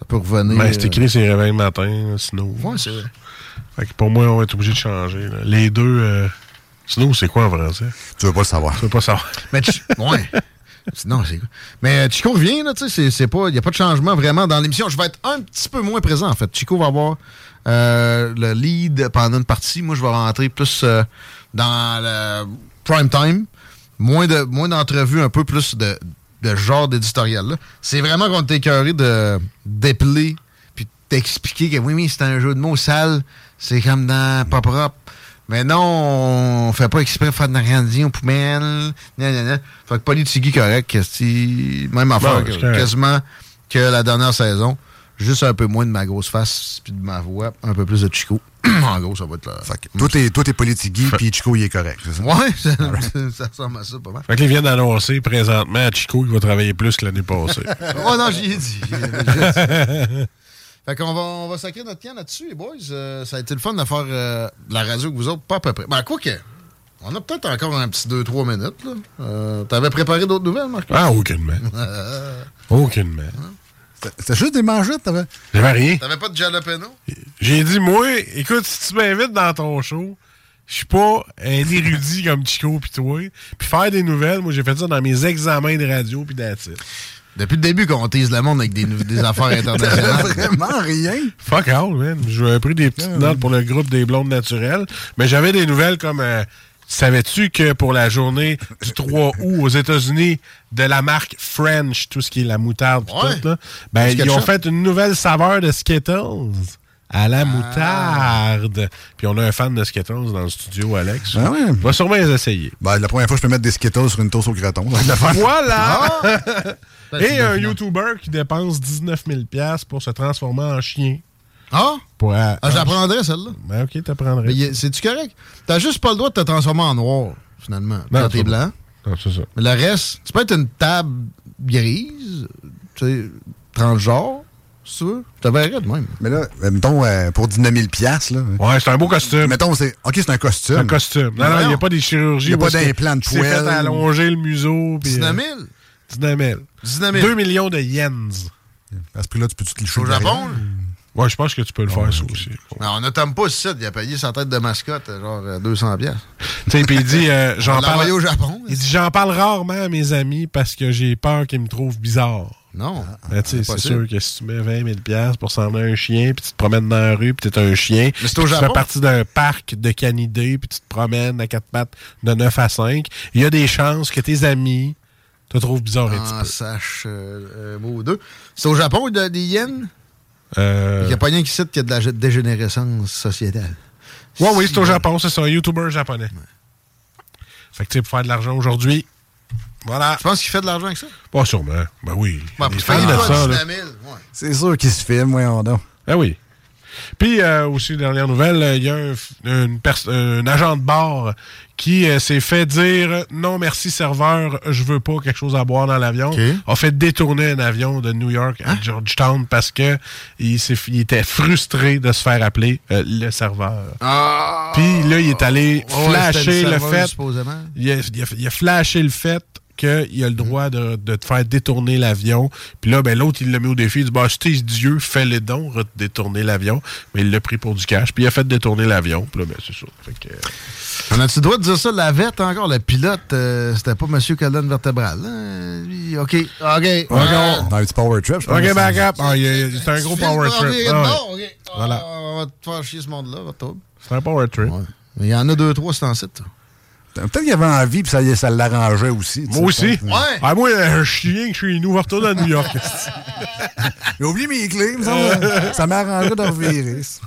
Speaker 2: ça peut revenir.
Speaker 3: Ben, c'est
Speaker 2: euh,
Speaker 3: écrit, c'est réveil le matin, snow.
Speaker 2: Ouais, c'est vrai.
Speaker 3: Fait que pour moi, on va être obligé de changer. là. Les deux. euh, snow, c'est quoi en français?
Speaker 12: Tu veux pas le savoir.
Speaker 3: Tu veux pas savoir.
Speaker 2: Mais tu- ouais. Non, c'est quoi? Mais euh, Chico revient, là, tu sais, c'est- c'est pas. Il n'y a pas de changement vraiment dans l'émission. Je vais être un petit peu moins présent, en fait. Chico va avoir euh, le lead pendant une partie. Moi, je vais rentrer plus euh, dans le prime time. Moins de moins d'entrevues, un peu plus de, de genre d'éditorial. là. C'est vraiment qu'on t'est écœuré de dépeler puis t'expliquer que oui, mais c'est un jeu de mots sale, c'est comme dans pas propre. Mais non, on fait pas exprès de faire de la radio poubelle. Gna, gna, gna. Fait que Politigui correct, qu'esti, même affaire,
Speaker 3: Bon, c'est correct.
Speaker 2: quasiment que la dernière saison. Juste un peu moins de ma grosse face puis de ma voix, un peu plus de Chico. en gros, ça va être la.
Speaker 12: Toi, t'es, toi, t'es politique, puis Chico, il est correct. c'est ça?
Speaker 2: Ouais, ça, ça ressemble à ça pas mal.
Speaker 3: Fait qu'ils viennent d'annoncer présentement à Chico qu'il va travailler plus que l'année passée.
Speaker 2: oh non, j'y ai dit. J'y ai déjà dit. fait qu'on va, on va sacrer notre camp là-dessus, les boys. Euh, ça a été le fun de faire euh, de la radio que vous autres, pas à peu près. Ben, quoi que, on a peut-être encore un petit 2-3 minutes. Là. Euh, T'avais préparé d'autres nouvelles, Marc?
Speaker 3: Ah, aucunement.
Speaker 2: Euh,
Speaker 3: Aucunement.
Speaker 12: C'était juste des manchettes, t'avais.
Speaker 3: J'avais rien.
Speaker 2: T'avais pas de jalapeno?
Speaker 3: J'ai dit, moi, écoute, si tu m'invites dans ton show, je suis pas un érudit comme Chico puis toi. Puis faire des nouvelles, moi, j'ai fait ça dans mes examens de radio puis d'attitude.
Speaker 2: Depuis le début qu'on tease le monde avec des, nou- des affaires internationales.
Speaker 12: Vraiment rien.
Speaker 3: Fuck all, man. J'avais pris des
Speaker 12: Ah,
Speaker 3: petites notes pour le groupe des blondes naturelles, mais j'avais des nouvelles comme... euh, Savais-tu que pour la journée du 3 août aux États-Unis de la marque French, tout ce qui est la moutarde pis
Speaker 2: Ouais.
Speaker 3: tout, là, ben,
Speaker 2: Du
Speaker 3: ils ont
Speaker 2: ketchup.
Speaker 3: fait une nouvelle saveur de Skittles à
Speaker 12: Ah.
Speaker 3: la moutarde. Puis on a un fan de Skittles dans le studio, Alex.
Speaker 12: Ah ouais.
Speaker 3: On va sûrement les essayer.
Speaker 12: Ben, la première fois, je peux mettre des Skittles sur une toast au graton. Ça va être la fin.
Speaker 3: Voilà!
Speaker 2: Ah!
Speaker 12: Ben,
Speaker 3: Et un YouTuber qui dépense 19 000 pour se transformer en chien.
Speaker 2: Ah?
Speaker 3: Pour, ah,
Speaker 2: ah J'apprendrais celle-là.
Speaker 3: Ben, ok, t'apprendrais.
Speaker 2: Mais y a- C'est-tu correct? T'as juste pas le droit de te transformer en noir, finalement,
Speaker 3: Non,
Speaker 12: Ben,
Speaker 2: quand t'es
Speaker 3: c'est
Speaker 2: blanc.
Speaker 3: Non, c'est Ah, ça.
Speaker 2: Mais le reste, tu peux être une table grise, tu sais, transgenre, si tu veux. Je te verrais de même.
Speaker 12: Mais là, euh, mettons, euh, pour 19 000 piastres, là.
Speaker 3: Ouais, c'est un beau costume.
Speaker 12: Mettons, c'est. OK, c'est un costume.
Speaker 3: Un costume. Non, non, il n'y a pas des chirurgies.
Speaker 12: Il y a pas
Speaker 3: parce que
Speaker 12: d'implant de
Speaker 3: tu t'es
Speaker 12: poêle.
Speaker 3: fait allonger le museau. puis,
Speaker 2: 19
Speaker 3: euh,
Speaker 2: 000?
Speaker 3: 19 000.
Speaker 2: 19 000.
Speaker 3: 2 millions de yens.
Speaker 12: À ce prix-là, tu peux-tu te licher
Speaker 2: Au
Speaker 12: le derrière?
Speaker 2: Japon? là?
Speaker 3: Ouais, je pense que tu peux le faire, ça aussi.
Speaker 2: Mais on ne t'aime pas ici, il a payé sa tête de mascotte, genre euh, 200 pièces.
Speaker 3: Tu sais, puis il dit, euh, j'en
Speaker 2: On l'a envoyé
Speaker 3: parle.
Speaker 2: au Japon.
Speaker 3: Il dit, j'en parle rarement à mes amis parce que j'ai peur qu'ils me trouvent bizarre.
Speaker 2: Non. Ah,
Speaker 3: Ben, tu sais, c'est
Speaker 2: impossible.
Speaker 3: sûr que si tu mets 20 000 piastres pour sembler un chien, puis tu te promènes dans la rue, puis t'es un chien,
Speaker 2: Mais c'est
Speaker 3: puis
Speaker 2: au
Speaker 3: tu fais
Speaker 2: Japon.
Speaker 3: partie d'un parc de canidés, puis tu te promènes à quatre pattes de 9 à 5, il y a des chances que tes amis te trouvent bizarre un petit
Speaker 2: En sache euh, un mot ou deux. C'est au Japon, il y a des yens.
Speaker 3: peu. Euh,
Speaker 2: Il n'y a pas rien qui cite qu'il y a de la gé- dégénérescence sociétale. euh,
Speaker 3: Ouais, oui, c'est au Japon, c'est ça, un YouTuber japonais. Fait que tu sais, pour faire de l'argent aujourd'hui, voilà. Tu
Speaker 2: penses qu'il fait de l'argent avec ça?
Speaker 3: Pas sûrement. Ben oui. Il y a
Speaker 2: Ouais,
Speaker 3: des
Speaker 2: pour
Speaker 3: fans
Speaker 2: faire
Speaker 3: de
Speaker 2: quoi,
Speaker 3: ça, là.
Speaker 2: 19 000?
Speaker 12: C'est sûr qu'ils se filment, voyons donc.
Speaker 3: Ah oui. Puis euh, aussi, dernière nouvelle, euh, il y a un, f- une pers- un agent de bar qui euh, s'est fait dire non merci serveur, je veux pas quelque chose à boire dans l'avion. A fait détourner un avion de New York
Speaker 2: Hein?
Speaker 3: à Georgetown parce que il, s'est f- il était frustré de se faire appeler euh, le serveur. Puis là, il est allé
Speaker 2: Ah, Oh, Ouais,
Speaker 3: flasher
Speaker 2: c'était
Speaker 3: le
Speaker 2: serveur,
Speaker 3: fait
Speaker 2: supposément.
Speaker 3: il a, il a- il a flashé le fait qu'il a le droit de, de te faire détourner l'avion. Puis là, ben, l'autre, il l'a mis au défi. Il dit bah, Si t'es Dieu, fais les dons, va te détourner l'avion. Mais il l'a pris pour du cash. Puis il a fait détourner l'avion. Puis là, ben, c'est ça. Fait que,
Speaker 2: On a-tu le droit de dire ça? La vette encore, le pilote, euh, c'était pas Monsieur Colonne Vertébrale. hein? Lui, OK, OK. Euh, ouais.
Speaker 12: Dans un petit power trip, je pense.
Speaker 3: OK, back up. Ah, il y a- il- c'est un gros
Speaker 2: Tu viens de
Speaker 3: power
Speaker 2: prendre
Speaker 3: trip.
Speaker 2: les
Speaker 3: Ah,
Speaker 2: bords,
Speaker 3: ouais.
Speaker 2: ok. Ah,
Speaker 3: Voilà.
Speaker 2: On va te faire chier ce monde-là, va te trouver.
Speaker 3: C'est un power trip.
Speaker 2: Mais il y en a deux, trois, c'est en site.
Speaker 12: Peut-être qu'il avait envie, puis ça, ça l'arrangeait aussi. tu
Speaker 3: Moi
Speaker 12: sais,
Speaker 3: aussi.
Speaker 12: peut-être.
Speaker 3: Ah, moi, un chien que chez nous, va retourner à New York.
Speaker 12: J'ai oublié mes clés, il me semble. ça m'a arrangé de revirer. ça.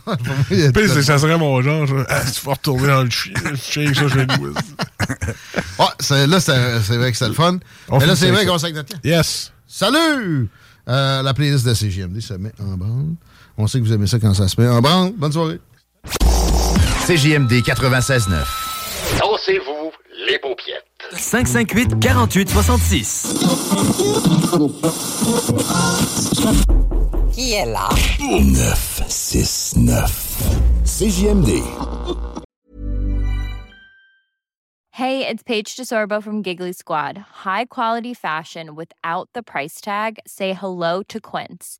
Speaker 3: Puis c'est- ça serait mon genre. je- Ah, tu vas retourner dans le chien, le chien que ça chez nous.
Speaker 2: Ouais, c'est- là, c'est c'est vrai que c'est le fun.
Speaker 3: On
Speaker 2: Mais là,
Speaker 3: finit
Speaker 2: c'est
Speaker 3: avec
Speaker 2: vrai
Speaker 3: ça.
Speaker 2: qu'on s'est notre temps.
Speaker 3: Yes.
Speaker 2: Salut! Euh, la playlist de CGMD se met en branle. On sait que vous aimez ça quand ça se met en branle. Bonne soirée.
Speaker 18: CJMD 96.9.
Speaker 6: Dansez-vous les paupiètes. 558 48 66.
Speaker 19: Qui est là?
Speaker 17: 969. CJMD.
Speaker 20: Hey, it's Paige DeSorbo from Giggly Squad. High quality fashion without the price tag. Say hello to Quince.